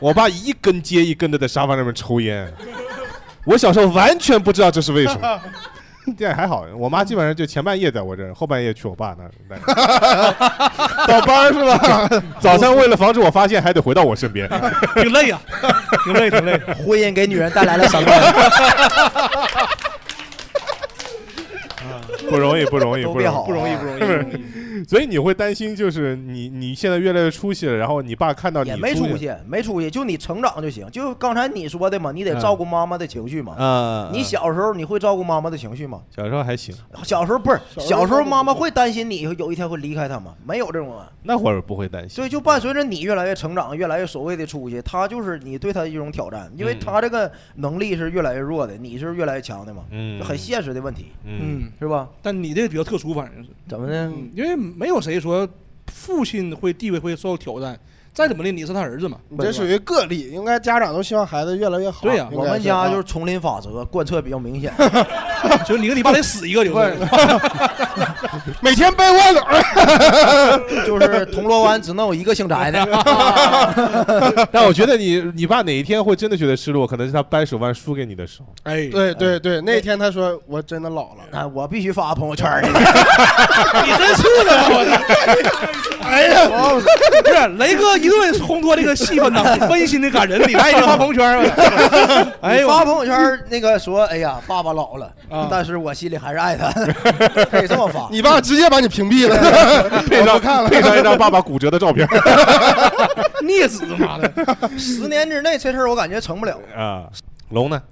S5: 我爸一根接一根的在沙发上面抽烟，我小时候完全不知道这是为 什么。这样还好，我妈基本上就前半夜在我这儿，后半夜去我爸那儿。倒班儿是吧？早上为了防止我发现，还得回到我身边，
S3: 挺累呀、挺累挺累。
S4: 婚姻给女人带来了什么？
S5: 不容易，不容易，
S4: 都
S5: 不
S4: 变
S5: 容易
S4: 好，
S3: 不容易不容易
S5: 是不 是？所以你会担心，就是你你现在越来越出息了，然后你爸看到你
S4: 也没
S5: 出
S4: 出息，没出息，哎就你成长就行。就刚才你说的嘛，你得
S5: 嗯
S4: 照顾妈妈的情绪嘛。
S5: 啊，
S4: 你小时候你会照顾妈妈的情绪吗？
S5: 小时候还行，
S4: 小时候不是，
S2: 时候
S4: 小时候妈妈会担心你有一天会离开他吗？没有这种啊。
S5: 那会儿不会担心
S4: 所以。就伴随着你越来越成长，越来越所谓的出息，他就是你对他的一种挑战，因为
S5: 嗯
S4: 他这个能力是越来越弱的，你是越来越强的嘛，
S5: 嗯
S4: 就很现实的问题，
S5: 嗯，
S3: 嗯，
S4: 是吧？
S3: 但你这个比较特殊，反正是，嗯
S4: 怎么的？
S3: 因为没有谁说父亲会地位会受到挑战。再怎么的，你是他儿子嘛。
S2: 你这属于个例，应该家长都希望孩子越来越好。
S3: 对呀
S2: 应
S4: 我
S2: 该
S4: 们家
S2: 啊
S4: 就是丛林法则贯彻比较明显，
S3: 就你跟你爸得死一 个，就是
S2: 每天掰豌 豆儿，
S4: 就是铜锣湾只能有一个姓翟的，
S5: 但我觉得你你爸哪一天会真的觉得失落，可能是他掰手腕输给你的时候。
S3: 哎，你
S2: 对对对，那天他说我真的老了，
S4: 那我必须发朋友圈 儿
S3: 真是的，我操！哎呀，不是雷哥一顿烘托这个气 氛呐，温馨的感人，你来一发朋友圈吧。 哎
S4: 你
S3: 呦，啊
S4: 发朋友圈儿那个说，哎呀，爸爸老了，但是我心里还是爱他，可以这么 发。
S2: 你爸直接把你屏蔽 了，
S5: 配上配上一张爸爸骨折的照片
S3: 孽子妈的，
S4: 十年之内这事儿我感觉成不了，
S5: 啊。龙呢？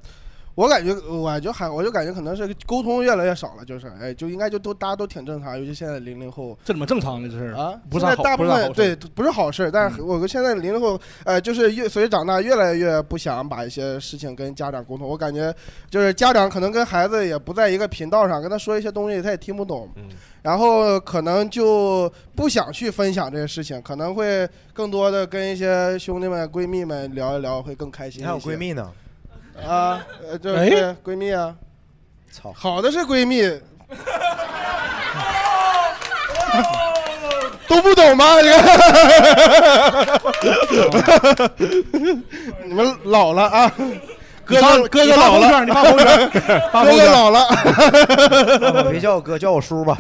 S2: 我感觉，我就还，我就感觉可能是沟通越来越少了，就是，哎，就应该就都大家都挺正常，尤其现在零零后
S3: 这怎么正常呢？这是
S2: 啊，
S3: 不是
S2: 现在
S3: 好
S2: 大
S3: 不
S2: 部
S3: 是好
S2: 分
S3: 事嗯
S2: 对不是好事，但是我现在零零后，呃，就是越随着长大，越来越不想把一些事情跟家长沟通。我感觉就是家长可能跟孩子也不在一个频道上，跟他说一些东西他也听不懂，
S5: 嗯
S2: 然后可能就不想去分享这些事情，可能会更多的跟一些兄弟们、闺蜜们聊一聊，会更开心。
S4: 你还有闺蜜呢，
S2: 啊？呃，就
S3: 哎
S2: 对闺蜜啊，
S4: 操，
S2: 好的是闺蜜，都不懂吗？你看，你们老了啊，哥哥哥哥老了，
S3: 你 发朋友圈，
S2: 哥哥老了。
S4: 我别叫我哥，叫我 叔吧。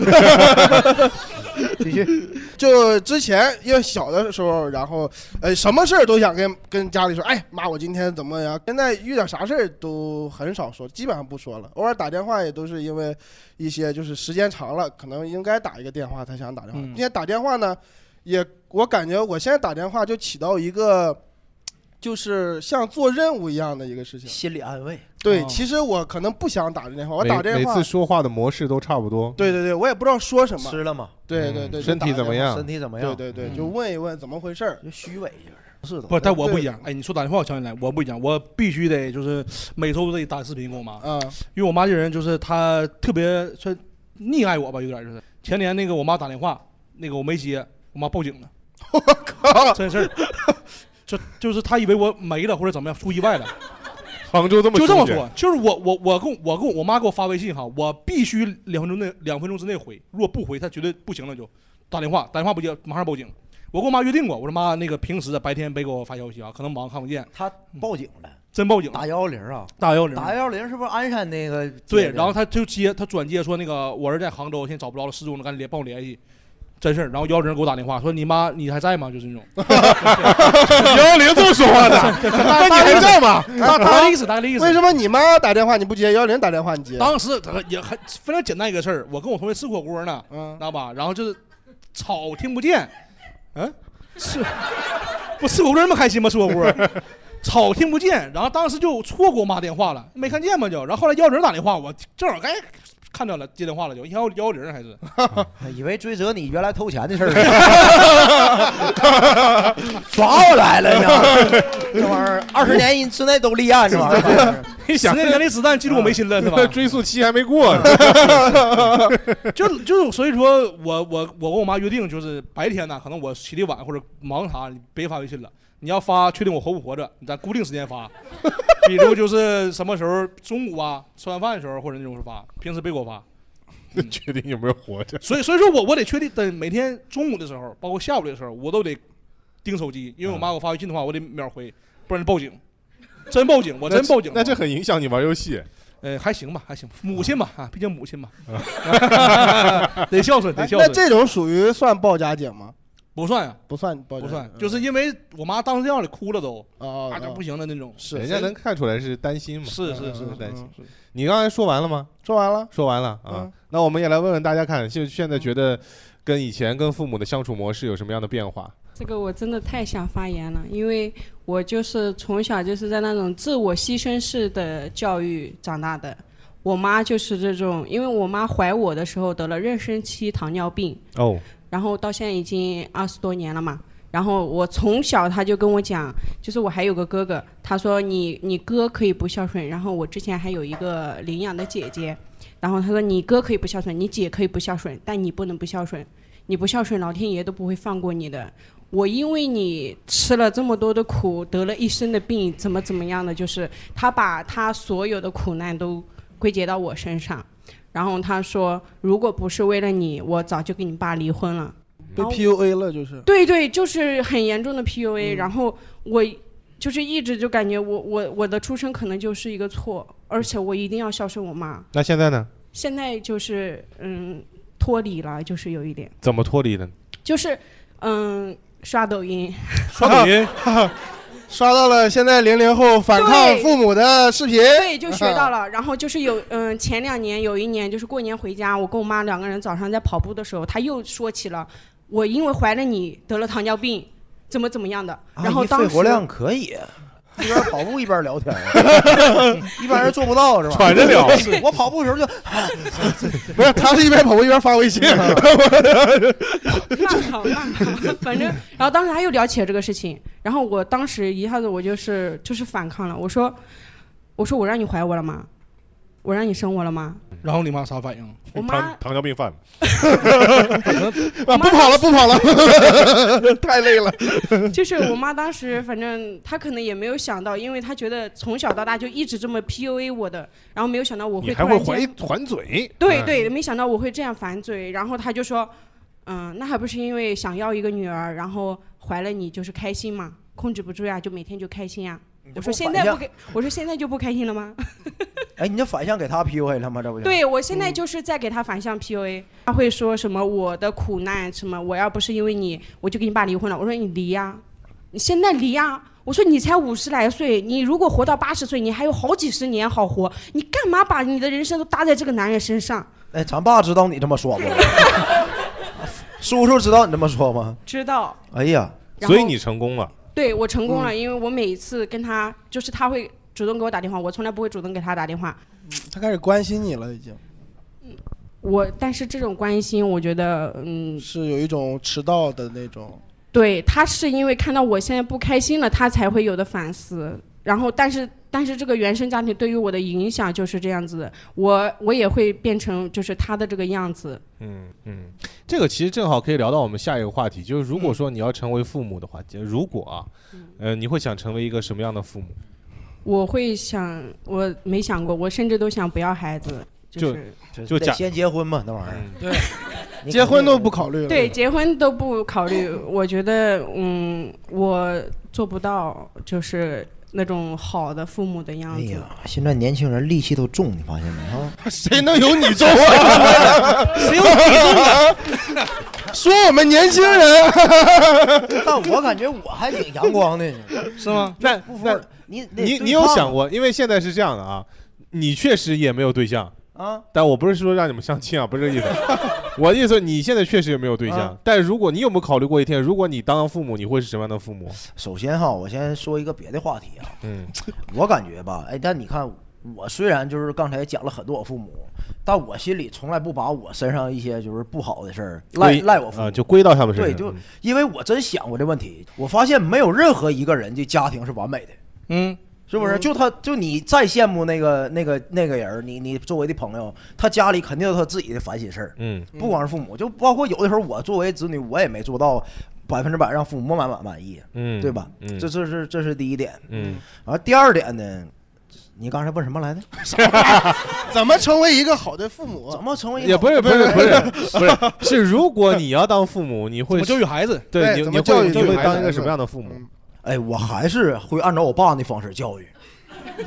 S4: 继续，
S2: 就之前因为小的时候，然后呃什么事儿都想跟跟家里说，哎妈，我今天怎么样？现在遇点啥事儿都很少说，基本上不说了。偶尔打电话也都是因为一些就是时间长了，可能应该打一个电话才想打电话。
S3: 嗯
S2: 今天打电话呢，也我感觉我现在打电话就起到一个。就是像做任务一样的一个事情，
S4: 心理安慰，
S2: 对，
S3: 哦
S2: 其实我可能不想打这电话，我
S5: 每
S2: 打电
S5: 每
S2: 话
S5: 次，说话的模式都差不 多。
S2: 对对对，我也不知道说什么，
S4: 吃了吗？
S2: 对
S5: 嗯
S2: 对对，就
S5: 身
S2: 打
S5: 体
S2: 个
S5: 怎么
S2: 电话？
S5: 样？
S4: 身体怎么
S2: 对
S4: 样？
S2: 对对，
S3: 嗯
S2: 就问一问怎么回事儿，
S4: 就虚伪就是，是的。
S3: 不是，但 我不一样。哎，你说打电话我想起来，我不一样，我必须得就是每周都得打视频跟我妈，
S2: 啊，
S3: 因为我妈这人就是她特别算溺爱我吧，有点就是。前年那个我妈打电话，那个我没接，我妈报警了。我 靠，真事儿，就就是她以为我没了或者怎么样出意外了，
S5: 杭州这么
S3: 就这
S5: 出
S3: 么
S5: 去
S3: 说，就是我我我跟我跟我妈给我发微信哈，我必须两分钟内两分钟之内回，如果不回，她绝对不行了就打电话，打电话不接马上报警。我跟我妈约定过，我说妈，那个平时啊白天别给我发消息啊，可能忙看不见，嗯
S4: 他报警了，
S3: 真报警了
S4: 打幺幺零啊，
S3: 打幺零。
S4: 打幺幺零是不是鞍山那个接的？
S3: 对，然后他就接，他转接说那个我儿子在杭州，现在找不着了，失踪了，赶紧联帮我联系，真事儿。然后幺零给我打电话说你妈你还在吗？就是那种，
S5: 幺幺零这么说话的，那你还在吗？
S3: 大概的意思，大概的意思。
S2: 为什么你妈打电话你不接，幺零打电话你接？
S3: 当 时他也很非常简单一个事儿，我跟我同学吃火锅呢，
S2: 嗯
S3: 知，道吧？然后就是吵听不见，嗯，是， 不吃火锅那么开心吗？吃火 锅，吵听不见，然后当时就错过我妈电话了，没看见嘛就，然后后来幺零打电话，我正好该看到了接电话了就幺幺零还是。
S4: 以为追责你原来偷钱的事 儿，抓我来了 呢。这玩意儿二十年之内都立案，这玩意儿
S5: 你
S3: 十
S5: 想
S3: 年前的子弹记录我眉心了是吧？
S5: 追溯期还没过呢。
S3: 就就是所以说我我我跟我妈约定，就是白天呢，可能我起得晚或者忙啥，你别发微信了。你要发，确定我活不活着，你在固定时间发，比如就是什么时候中午啊，吃完饭的时候或者那种时候发，平时别给我发。
S5: 确定有没有活着。
S3: 所以所以说我我得确定，等每天中午的时候，包括下午的时候，我都得盯手机，因为
S2: 嗯
S3: 我妈给我发微信的话，我得秒回，不然就报警，真报警，我
S5: 那
S3: 真
S5: 这
S3: 报警。
S5: 那这很影响你玩游戏。
S3: 呃，还行吧，还行，母亲嘛，啊，毕竟母 亲嘛，得孝顺，得孝顺。
S2: 啊哎那这种属于算报假警吗？
S3: 不算呀，
S2: 不算报假警，
S3: 不
S2: 嗯
S3: 算，就是因为我妈当时这样里哭了都，
S2: 哦
S3: 啊，这不行了那种。
S2: 是
S5: 人家能看出来是担心嘛？
S3: 是是是
S5: 嗯担心
S2: 嗯。
S5: 你刚才说完了吗？
S2: 说完了，
S5: 说完了啊
S2: 嗯。
S5: 那我们也来问问大家看，现现
S8: 嗯
S5: 在觉得跟以前跟父母的相处模式有什么样的变化？
S8: 这个我真的太想发言了，因为我就是从小就是在那种自我牺牲式的教育长大的。我妈就是这种，因为我妈怀我的时候得了妊娠期糖尿病，
S5: 哦，
S8: 然后到现在已经二十多年了嘛。然后我从小他就跟我讲，就是我还有个哥哥，他说你你哥可以不孝顺，然后我之前还有一个领养的姐姐，然后他说你哥可以不孝顺，你姐可以不孝顺，但你不能不孝顺，你不孝顺老天爷都不会放过你的。我因为你吃了这么多的苦，得了一身的病，怎么怎么样的，就是他把他所有的苦难都归结到我身上，然后他说如果不是为了你，我早就跟你爸离婚了。
S2: 被 PUA 了就是。
S8: 对对，就是很严重的 PUA、然后我就是一直就感觉我我我的出生可能就是一个错，而且我一定要孝顺我妈。
S5: 那现在呢？
S8: 现在就是嗯脱离了，就是有一点，
S5: 怎么脱离的？
S8: 就是嗯刷抖音，
S3: 刷抖音，
S2: 刷到了现在零零后反抗
S8: 对
S2: 父母的视频，
S8: 对，就学到了。然后就是有，嗯，前两年有一年就是过年回家，我跟我妈两个人早上在跑步的时候，她又说起了我因为怀了你得了糖尿病，怎么怎么样的。然后
S4: 啊一
S8: 当
S4: 肺
S8: 时
S4: 活量可以， 一边跑步一边聊天， 一般人做不到是吧？
S5: 喘 着聊
S4: 是我跑步的时候就
S2: 不是，他是一边跑步一边 发 微信。
S8: 那好，那好， 反正，然后当时他又聊起了这个事情，然后我当时一下子我就是就是反抗了，我说，我说我让你怀我了吗？我让你生我了 吗？
S3: 然后你妈啥反应？
S8: 我妈
S5: 糖尿病犯了。
S2: 啊，不跑了，不跑了，太累了。
S8: 就是我妈当时，反正她可能也没有想到，因为她觉得从小到大就一直这么 PUA 我的，然后没有想到我
S5: 你
S8: 会
S5: 还
S8: 突
S5: 会
S8: 然
S5: 还
S8: 间，
S5: 还嘴？
S8: 对
S5: 嗯，
S8: 对，没想到我会这样反嘴，然后她就说，嗯，那还不是因为想要一个女儿，然后怀了你就是开心嘛，控制不住呀，就每天就开心呀。我说现在不
S4: 向，
S8: 给，我说现在就不开心了吗？
S4: 哎，你这反向给他 PUA 了吗？这不就，
S8: 对我现在就是在给他反向 PUA，他会说什么我的苦难什么，我要不是因为你，我就跟你爸离婚了。我说你离呀、你现在离呀、我说你才五十来岁，你如果活到八十岁，你还有好几十年好活，你干嘛把你的人生都搭在这个男人身上？
S4: 哎，咱爸知道你这么 说吗？叔叔知道你这么说吗？
S8: 知道。
S4: 哎呀，
S8: 然后
S5: 所以你成功了。
S8: 对我成功了，因为我每一次跟他，就是他会主动给我打电话，我从来不会主动给他打电话。
S2: 他开始关心你了，已经
S8: 我但是这种关心，我觉得，嗯，
S2: 是有一种迟到的那 种。
S8: 对他是因为看到我现在不开心了，他才会有的反思。然后，但是但是这个原生家庭对于我的影响就是这样子的，我我也会变成就是他的这个样子。
S5: 嗯嗯，这个其实正好可以聊到我们下一个话题，就
S8: 嗯
S5: 是如果说你要成为父母的话，就如果啊，呃，你会想成为一个什么样的父母？
S8: 我会想，我没想过，我甚至都想不要孩子，
S5: 就是就
S4: 得
S5: 假
S4: 先结婚嘛，那玩意
S5: 嗯
S4: 儿，你
S2: 结婚都不
S4: 肯定
S2: 考虑了，
S8: 对结婚都不考 虑。我觉得，嗯，我做不到，就是那种好的父母的样
S4: 哎
S8: 子。
S4: 呀，现在年轻人戾气都重，你发现没啊？
S2: 谁能有你重啊？谁有你重啊？说我们 年轻人，
S4: 但我感觉我还挺阳光的，
S3: 是吗？
S5: 那
S4: 不服
S5: 那
S4: 你得
S5: 你
S4: 对
S5: 你有
S4: 抗
S5: 想过？因为现在是这样的啊，你确实也没有对象，
S4: 啊？
S5: 但我不是说让你们相亲啊，不是这个意思。 我的意思是你现在确实也没有对象，
S4: 啊
S5: 但如果你有没有考虑过一天，如果你当父母，你会是什么样的父母？啊
S4: 首先哈，我先说一个别的话题啊，
S5: 嗯，
S4: 我感觉吧，哎，但你看，我虽然就是刚才讲了很多我父母，但我心里从来不把我身上一些就是不好的事儿赖
S5: 归
S4: 赖我父
S5: 啊，
S4: 母。
S5: 就归到他们身
S4: 对，
S5: 上。
S4: 就
S5: 嗯
S4: 因为我真想过这问题，我发现没有任何一个人的家庭是完美的，
S3: 嗯，
S4: 是不是？就他，就你再羡慕那个那个那个人儿，你你周围的朋友，他家里肯定有他自己的烦心事儿，
S5: 嗯，
S4: 不光是父母，就包括有的时候我作为子女，我也没做到百分之百让父母满满满意，
S5: 嗯
S4: 对吧？
S5: 嗯
S4: 这这是这是第一点。
S5: 嗯
S4: 然后第二点呢，你刚才问什么来着？
S2: 怎么成为一个好的父母？怎
S4: 么成为
S5: 也不是不是不是不 是是，如果你要当父母，你
S4: 怎
S5: 会
S4: 么教育孩子
S5: 对
S4: 对
S5: 你
S4: 怎
S5: 你
S4: 么教
S5: 会
S4: 育
S5: 你
S4: 教育
S5: 会
S4: 孩
S5: 当
S4: 子
S5: 一个什么样的父母？
S4: 哎，我还是会按照我爸那方式教育。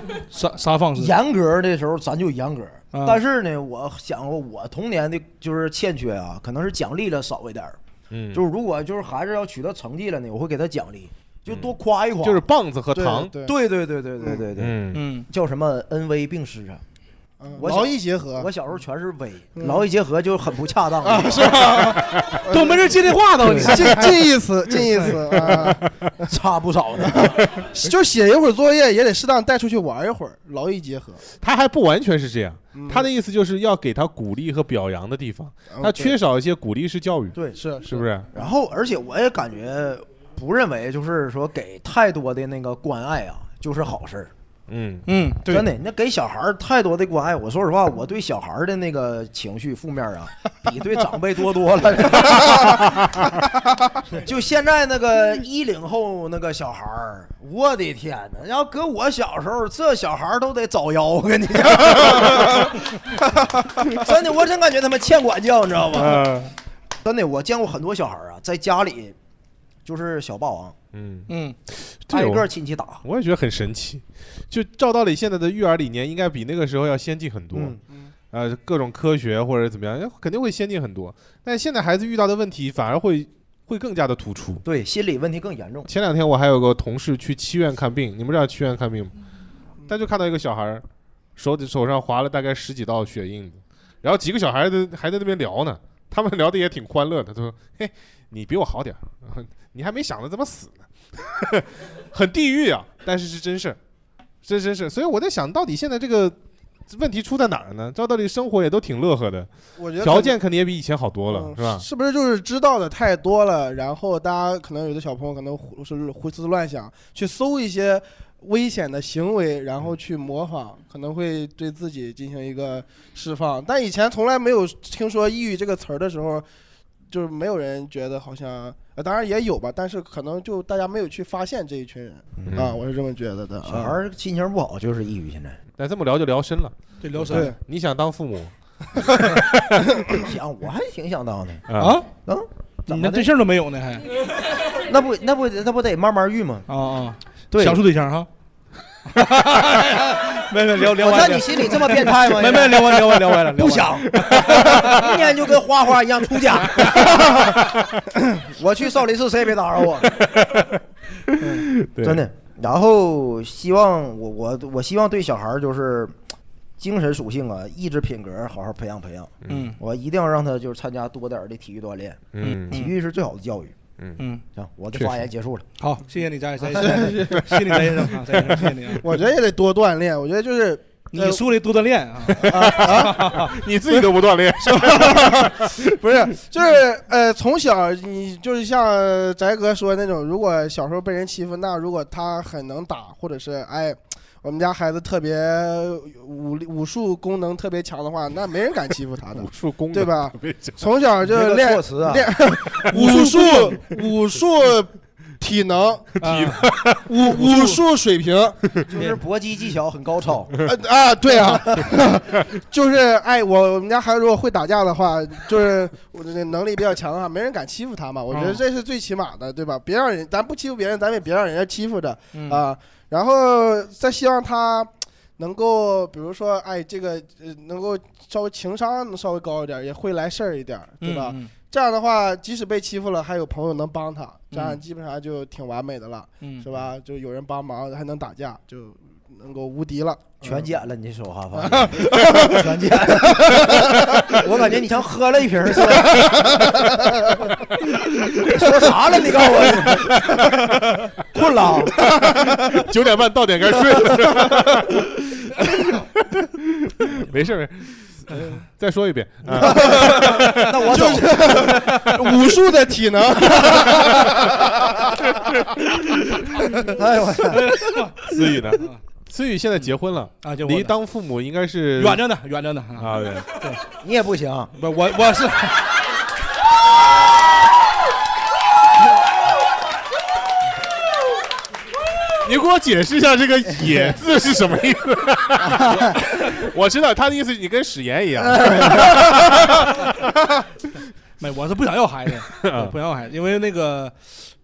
S3: 啥啥方式？
S4: 严格的时候咱就严格，
S3: 啊
S4: 但是呢，我想过我童年的就是欠缺啊，可能是奖励了少一点儿。
S5: 嗯
S4: 就是如果就是孩子要取得成绩了呢，我会给他奖励，就多夸一夸。
S5: 嗯就是棒子和糖
S4: 对对对对对对对对，
S5: 嗯
S3: 嗯，
S4: 叫什么恩威并施啊。我小
S2: 嗯劳逸结合。
S4: 我小时候全是威，
S2: 嗯
S4: 劳逸结合就很不恰当
S2: 啊是 吧都没人接这话都你看 近近义词近义词啊
S4: 差不少呢。
S2: 就是写一会儿作业，也得适当带出去玩一会儿，劳逸结合。
S5: 他还不完全是这样，他的意思就是要给他鼓励和表扬的地方，
S4: 嗯
S5: 他缺少一些鼓励式教育。
S4: 对，
S2: 是
S5: 是不是？
S4: 然后，而且我也感觉不认为就是说给太多的那个关爱啊，就是好事儿。
S5: 嗯
S3: 嗯，
S4: 真的，那给小孩儿太多的关爱，我说实话，我对小孩儿的那个情绪负面 啊，比对长辈多多了。 就现在那个一零后那个小孩儿，我的天哪！要搁我小时候，这小孩儿都得找腰，我跟你 讲，真的，我真感觉他们欠管教，你知道吧
S5: 嗯？
S4: 真的，我见过很多小孩儿啊，在家里就是小霸王，
S5: 嗯，
S3: 嗯，
S5: 这
S4: 挨
S5: 我
S4: 个亲戚打，
S5: 我也觉得很神奇。就照道理，现在的育儿理念应该比那个时候要先进很多，
S4: 嗯
S5: 呃，各种科学或者怎么样，肯定会先进很多。但现在孩子遇到的问题反而会会更加的突出。
S4: 对，心理问题更严重。
S5: 前两天我还有个同事去七院看病，你们知道七院看病吗？他就看到一个小孩儿，手指手上划了大概十几道血印子，然后几个小孩子还在那边聊呢，他们聊的也挺欢乐的。他说：“嘿，你比我好点儿，你还没想着怎么死呢， 很地狱啊！”但是是真事儿，这真是。所以我在想到底现在这个问题出在哪儿呢？照道理生活也都挺乐呵的，
S2: 我觉得
S5: 条件肯定也比以前好多
S4: 嗯
S5: 了，是吧？
S2: 是不是就是知道的太多了？然后大家可能有的小朋友可能胡是胡思乱想，去搜一些危险的行为，然后去模仿，可能会对自己进行一个释放。但以前从来没有听说抑郁这个词儿的时候，就是没有人觉得好像，呃，当然也有吧，但是可能就大家没有去发现这一群 人、啊，我是这么觉得的。
S4: 嗯小孩儿心情不好就是抑郁，现在。
S5: 但这么聊就聊深了，
S3: 对，聊
S2: 深对
S5: 你想当父母
S4: 想，我还挺想当的。
S3: 啊？
S4: 嗯，怎么
S3: 你连
S4: 的
S3: 对象都没有呢，还
S4: 那不那不那不得慢慢遇吗？
S3: 啊啊！
S4: 对
S3: 想处对 象哈？ 没没聊聊
S4: 我
S3: 完。
S4: 在你心里这么变态吗？
S3: 没没聊完聊完聊完了，聊完了
S4: 不想， 明年就跟花花一样出家。我去少林寺，谁也别打扰我。嗯
S5: 对
S4: 真的。然后希望我我我希望对小孩儿就是精神属性啊、意志品格好好培养培养。
S3: 嗯，
S4: 我一定要让他就是参加多点儿的体育锻炼。
S5: 嗯
S4: 体育是最好的教育。
S5: 嗯
S3: 嗯，
S4: 行，我的
S5: 确
S4: 发
S5: 实
S4: 言结束了。
S3: 好，谢谢你，翟 翟先生，谢谢你，翟先生啊，翟先生，谢谢你啊。
S2: 我觉得也得多锻炼，我觉得就是。呃
S3: 你说的多锻 炼啊，
S2: 啊
S5: 你自己都不锻 炼，，
S2: 不是，就是呃，从小你就是像翟哥说那种，如果小时候被人欺负，那如果他很能打，或者是哎，我们家孩子特别呃武力武术功能特别强的话，那没人敢欺负 他的
S5: 术功
S2: 对吧？从小
S4: 别
S2: 就
S4: 个
S2: 练
S4: 措辞啊
S2: 练武术武术体能
S3: 啊
S2: 武 武术水平。
S4: 就是搏击技巧很高超。
S2: 呃 啊，对 啊， 就是哎，我我们家孩子如果会打架的话，就是我这能力比较强的话，没人敢欺负他嘛。我觉得
S3: 嗯
S2: 这是最起码的，对吧？别让人，咱不欺负别人，咱也别让人家欺负着
S3: 嗯
S2: 啊。然后再希望他能够，比如说，哎，这个呃，能够稍微情商能稍微高一点，也会来事儿一点，对吧？
S3: 嗯
S2: 这样的话，即使被欺负了，还有朋友能帮他，这样
S3: 嗯
S2: 基本上就挺完美的了，
S3: 嗯
S2: 是吧？就有人帮忙，还能打架，就能够无敌了。
S4: 全
S2: 嗯
S4: 捡了，你这手哈发现，全捡。 我感觉你像喝了一瓶似的。说啥了？你告诉我， 困了啊。
S5: 九点半到点该 睡了。没事儿没事儿，再说一遍啊！
S4: 那我走。
S2: 武术的体能，
S4: 哎呦我天，
S5: 思雨呢？思雨现在结婚了，
S3: 啊，就我
S5: 离当父母应该是
S3: 远着呢，远着呢啊！
S5: 啊，对，
S4: 你也不行。
S3: 不，我我是
S5: 你给我解释一下这个“野”字是什么意思？我知道他的意思，你 跟史岩一样。
S3: 没，我是不想要孩 子，我不想要孩子，因为那个，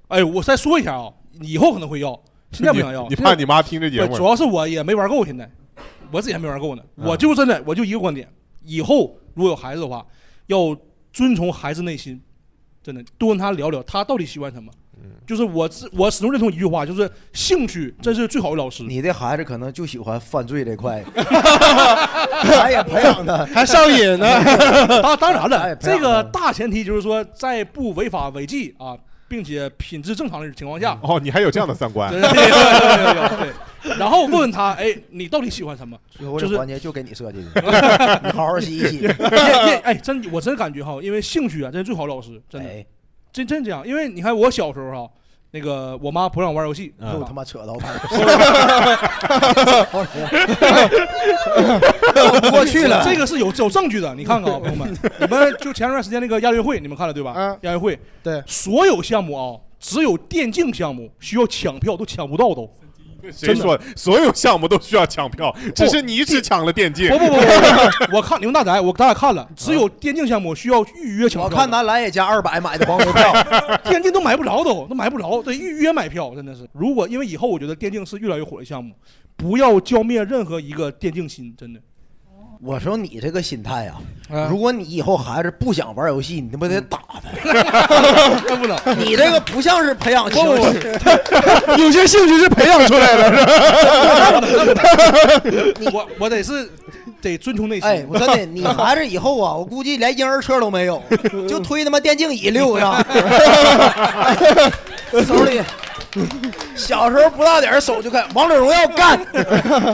S3: 哎，我再说一下啊，以后可能会要，现在不想要。
S5: 你你
S3: 现在
S5: 怕你妈听这节目嗯
S3: 不主要是我也没玩够，现在我自己还没玩够呢。我就真的，我就一个观点：以后如果有孩子的话，要遵从孩子内心，真的多跟他聊聊，他到底喜欢什么。
S4: 嗯
S3: 就是我自我始终认同一句话，就是兴趣真是最好的老师。
S4: 你的孩子可能就喜欢犯罪这 块，咱也培养的，
S5: 还上瘾呢
S3: 当当然
S4: 哎
S3: 了，
S4: 培养
S3: 这个大前提就是说，在不违法违纪啊，并且品质正常的情况下，
S5: 哦，你还有这样的三观
S3: 对？对对对对对。然后问问他，哎，你到底喜欢什么？
S4: 最后
S3: 就
S4: 这
S3: 是
S4: 环节就给你设计的， 你好好吸一吸。
S3: 也也哎，真我真感觉哈，因为兴趣啊，真是最好的老师，真的，
S4: 哎，
S3: 真真这样。因为你看我小时候哈，那个我妈不让我玩游戏，啊是
S4: 又
S3: 吧
S4: 他妈扯到他
S3: 不
S4: 过去了
S3: 这个是有有证据的，你看看啊，朋友们， 你们就前段时间那个亚运会，你们看了对吧？
S2: 嗯
S3: 亚运会
S2: 对
S3: 所有项目啊，只有电竞项目需要抢票都抢不到都。
S5: 谁说的所有项目都需要抢票？只是你只抢了电竞嗯
S3: 不。不不不，我看你们大宅，我咱俩看了，只有电竞项目需要预约抢票
S4: 我
S3: 的。
S4: 看男篮也加二百买的黄牛票，
S3: 电竞都买不着都，都买不着，得预约买票，真的是。如果因为以后我觉得电竞是越来越火的项目，不要浇灭任何一个电竞心，真的。
S4: 我说你这个心态呀、
S3: 嗯
S4: 如果你以后孩子不想玩游戏，你他妈得打他。
S3: 那不能，
S4: 你这个不像是培养兴趣，
S2: 有些兴趣是培养出来 的，是吧？
S3: 我我得是得遵从内心。
S4: 哎，我真的，你孩子以后啊，我估计连婴儿车都没有，就推他妈电竞椅溜上， 手里。小时候不大点儿手就干，王者荣耀 干，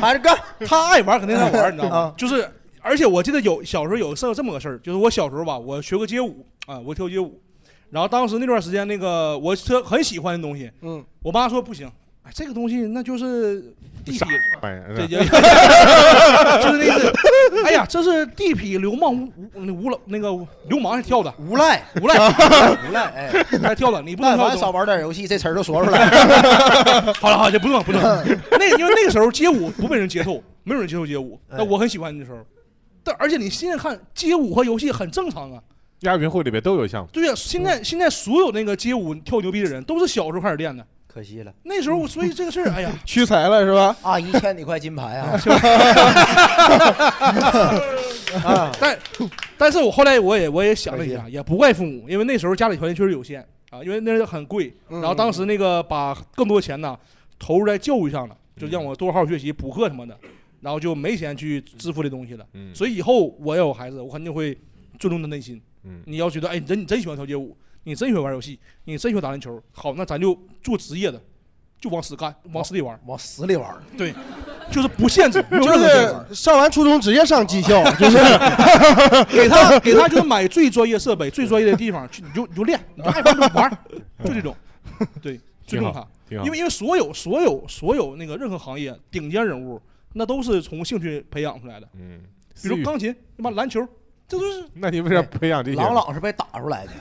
S4: 还是干，
S3: 他爱玩肯定爱玩，你知道吗
S4: 啊？
S3: 就是，而且我记得有小时候有这这么个事儿，就是我小时候吧，我学过街舞啊，我跳街舞，然后当时那段时间那个我特很喜欢的东西，
S2: 嗯，
S3: 我妈说不行，哎，这个东西那就是地痞。
S5: 哎呀
S3: 对，也就是那意思。哎呀，这是地痞流氓无无无老那个流氓还跳的，
S4: 无赖，
S3: 无赖
S4: 无赖，哎，
S3: 还跳的，你不能
S4: 但
S3: 跳
S4: 凡
S3: 这
S4: 少
S3: 种。
S4: 玩点游戏，这词儿就说出 来了。
S3: 好了好了，就不用了不用了。那因为那个时候街舞不被人接受，没有人接受街舞。那
S4: 哎
S3: 我很喜欢那时候，但而且你现在看街舞和游戏很正常啊。
S5: 亚运会里边都有项目。
S3: 对呀、现在现在所有那个街舞跳牛逼的人都是小时候开始练的。
S4: 可惜了，
S3: 那时候，所以这个事儿，哎呀，
S2: 屈才了，是吧？
S4: 阿姨欠啊你块金牌啊！
S3: 啊 但但是我后来我也我也想了一下，也不怪父母，因为那时候家里条件确实有限啊，因为那时候很贵，
S4: 嗯
S3: 然后当时那个把更多钱呢投入在教育上了，就
S4: 嗯
S3: 让我多好好学习、补课什么的，然后就没钱去支付这东西了。
S5: 嗯
S3: 所以以后我要有孩子，我肯定会尊重他内心。
S5: 嗯，
S3: 你要觉得，哎，你真你真喜欢跳街舞，你真喜欢玩游戏，你真喜欢打篮球，好，那咱就做职业的，就往死干，往死里玩，
S4: 往死里玩儿，
S3: 对，就是不限制，没有
S2: 就
S3: 任何限制。
S2: 是上完初中直接上技 校，就是
S3: 给他给他就是买最专业设备、最专业的地方去，你就你就练，你就爱玩就玩儿，就这种，对，尊重他，
S5: 挺好
S3: 因为因为所有所有所有那个任何行业顶尖人物，那都是从兴趣培养出来的，
S5: 嗯，
S3: 比如
S5: 思雨
S3: 钢琴、他妈篮球，这都是
S5: 那你为啥培养这些？
S4: 朗朗是被打出来的，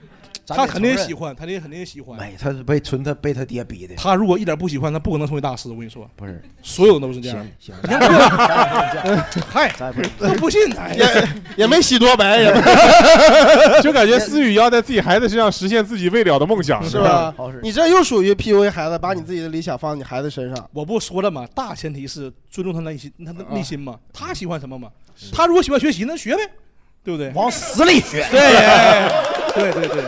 S4: 咱
S3: 他
S4: 得
S3: 肯定
S4: 承认
S3: 喜欢，他肯定肯定喜欢。
S4: 没，他是被纯他被他爹逼的，
S3: 他如果一点不喜欢，他不可能成为大师。我跟你说，
S4: 不是？
S3: 所有人都是这样
S4: 行
S3: 的。
S4: 行，
S3: 你看，嗨，
S4: 咱也不
S3: 都不信哎他。
S2: 也没洗多白，也 没
S5: 就感觉思雨要在自己孩子身上实现自己未了的梦想，
S2: 是吧
S4: 好使？
S2: 你这又属于 PUA 孩子，把你自己的理想放在你孩子身上。
S3: 我不说了吗？大前提是尊重他内心，他
S4: 啊
S3: 的内心嘛，他喜欢什么嘛？他如果喜欢学习，那学呗，对不对？哎
S4: 往死里学，
S3: 对， 对对对，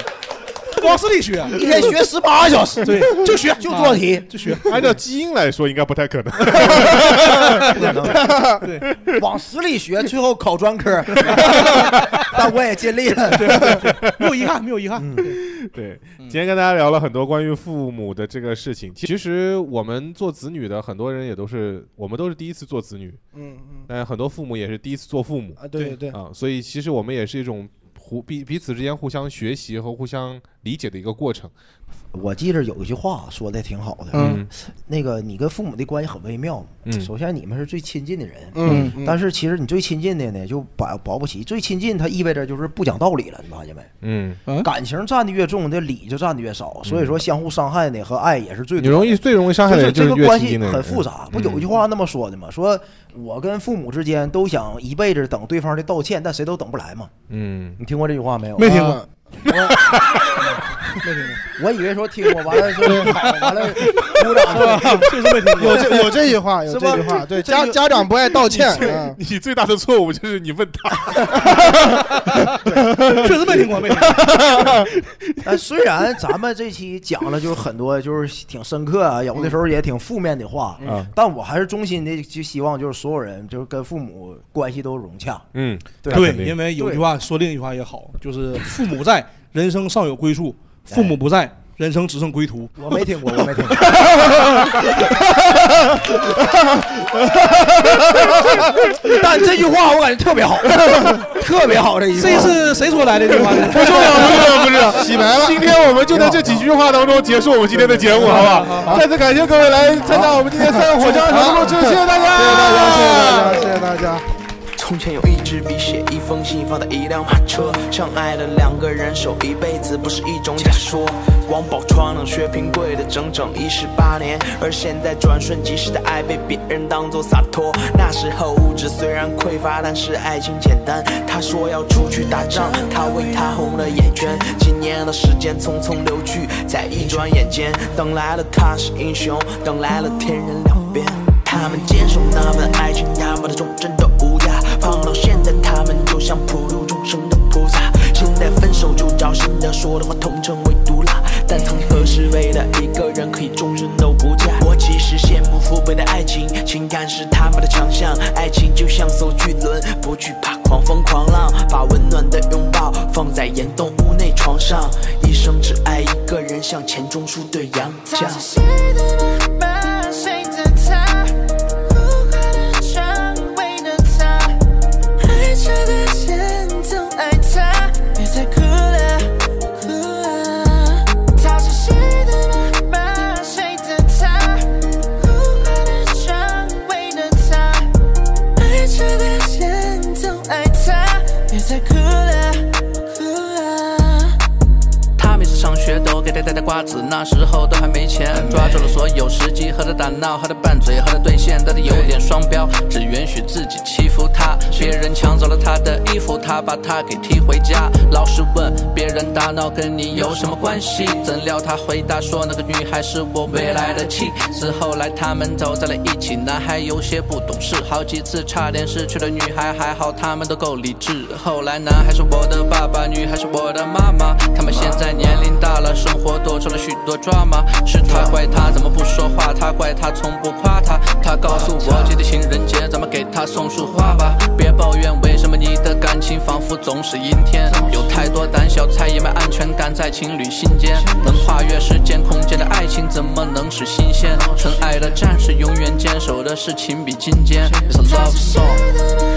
S3: 往死里学，啊
S4: 一天学十八个小时，
S3: 对，就学
S4: 就做题
S3: 啊就学，
S5: 按照基因来说，应该不太可 能。
S4: 不可能，对， 往死里学，最后考专科， 但我也尽力了。嗯
S3: 没有遗憾，没有遗憾。
S5: 对，
S3: 嗯
S5: 今天跟大家聊了很多关于父母的这个事情。其实我们做子女的，很多人也都是，我们都是第一次做子女，
S2: 嗯嗯
S5: 但很多父母也是第一次做父母
S2: 啊，对对对，
S5: 啊，所以其实我们也是一种互彼彼此之间互相学习和互相理解的一个过程。
S4: 我记得有一句话说的挺好的，
S5: 嗯，
S4: 那个你跟父母的关系很微妙，
S5: 嗯
S4: 首先你们是最亲近的人，
S5: 嗯嗯
S4: 但是其实你最亲近的呢就保保不齐，最亲近它意味着就是不讲道理了，你发现没？
S5: 嗯，
S4: 感情占的越重，这理就占的越少，所以说相互伤害呢和爱也是最多
S5: 你
S4: 的
S5: 容易最容易伤害的人
S4: 就是
S5: 是
S4: 这
S5: 越
S4: 个关
S5: 亲
S4: 系
S5: 近的人，嗯
S4: 很复杂。不有一句话那么说的吗？说我跟父母之间都想一辈子等对方的道歉，但谁都等不来嘛。
S5: 嗯，
S4: 你听过这句话没有？
S3: 没听过啊。
S4: 我以为说听过，完了说好，完了鼓 掌
S3: 是吧确实没听过
S2: 有这有这句话，有
S4: 是
S2: 这
S4: 吧
S2: 句话，对
S4: 这
S2: 家
S4: 就
S2: 家长不爱道歉
S5: 你最
S2: 啊。
S5: 你最大的错误就是你问他，
S3: 确实没听过，没听过。
S4: 但哎虽然咱们这期讲了就是很多就是挺深刻啊，有的时候也挺负面的话，
S5: 嗯
S4: 但我还是衷心的就希望就是所有人就是跟父母关系都融洽。
S5: 嗯，
S4: 对
S5: 那肯定
S3: 对，因为有句话说另一句话也好，就是父母在，人生尚有归宿；父母不在，人生只剩归途。
S4: 我没听过，我没听 过。 但这句话我感觉特别好，特别好这一句
S3: 这
S4: 话。
S3: 是谁说来的这句话呢？
S5: 不重要，不重要，不重要，洗白了。今天我们就在这几句话当中结束我们今天的节目，好不好？再次感谢各位来参加我们今天三个火枪手的录制，谢谢大家，谢谢大
S2: 谢谢大家，谢谢大家。
S9: 从前有一支笔，写一封信，放在一辆马车。相爱的两个人，守一辈子不是一种假说。王宝钏能学平贵的整整一十八年，而现在转瞬即逝的爱被别人当作洒脱。那时候物质虽然匮乏，但是爱情简单。他说要出去打仗，他为他红了眼圈。几年的时间匆匆流去，在一转眼间，等来了他是英雄，等来了天人两边。他们坚守那份爱情，那么的忠贞的无价。放到现在，他们就像普度众生的菩萨。现在分手就找新的，说的话统称为毒辣。但曾何时为了一个人可以终身都不嫁？我其实羡慕父辈的爱情，情感是他们的强项。爱情就像艘巨轮，不惧怕狂风狂浪，把温暖的拥抱放在岩洞屋内床上，一生只爱一个人，像钱钟书对杨绛。
S10: 他是谁的妈？谁的他？如何的成为了他？爱着的人总爱他，别再哭了，哭了。他是谁的妈？妈？谁的他？如何的成为了他？爱着的人总爱他，别再哭了，哭了。
S9: 他每次上学都给他带带瓜子，那时候都还没钱，抓住了所有时机，和他打闹，和他拌嘴，和他对线，但他有点双标，只允许自己欺负他。别人抢走了他的衣服，他把他给踢回家。老师问别人打闹跟你有什么关系，怎料他回答说那个女孩是我未来的妻子。后来他们走在了一起，男孩有些不懂事，好几次差点失去了女孩，还好他们都够理智。后来男孩是我的爸爸，女孩是我的妈妈，他们现在年龄大了，生活多出了许多抓马。是他怪他怎么不说话，他怪他从不夸他。他告诉我，今天情人节，咱们给他送束花吧。别抱怨为什么你的感情仿佛总是阴天，有太多胆小菜也没安全感在情侣心间。能跨越时间空间的爱情，怎么能是新鲜？纯爱的战士永远坚守的是情比金坚。It's a
S10: 他
S9: love
S10: 是谁
S9: song。
S10: 的妈？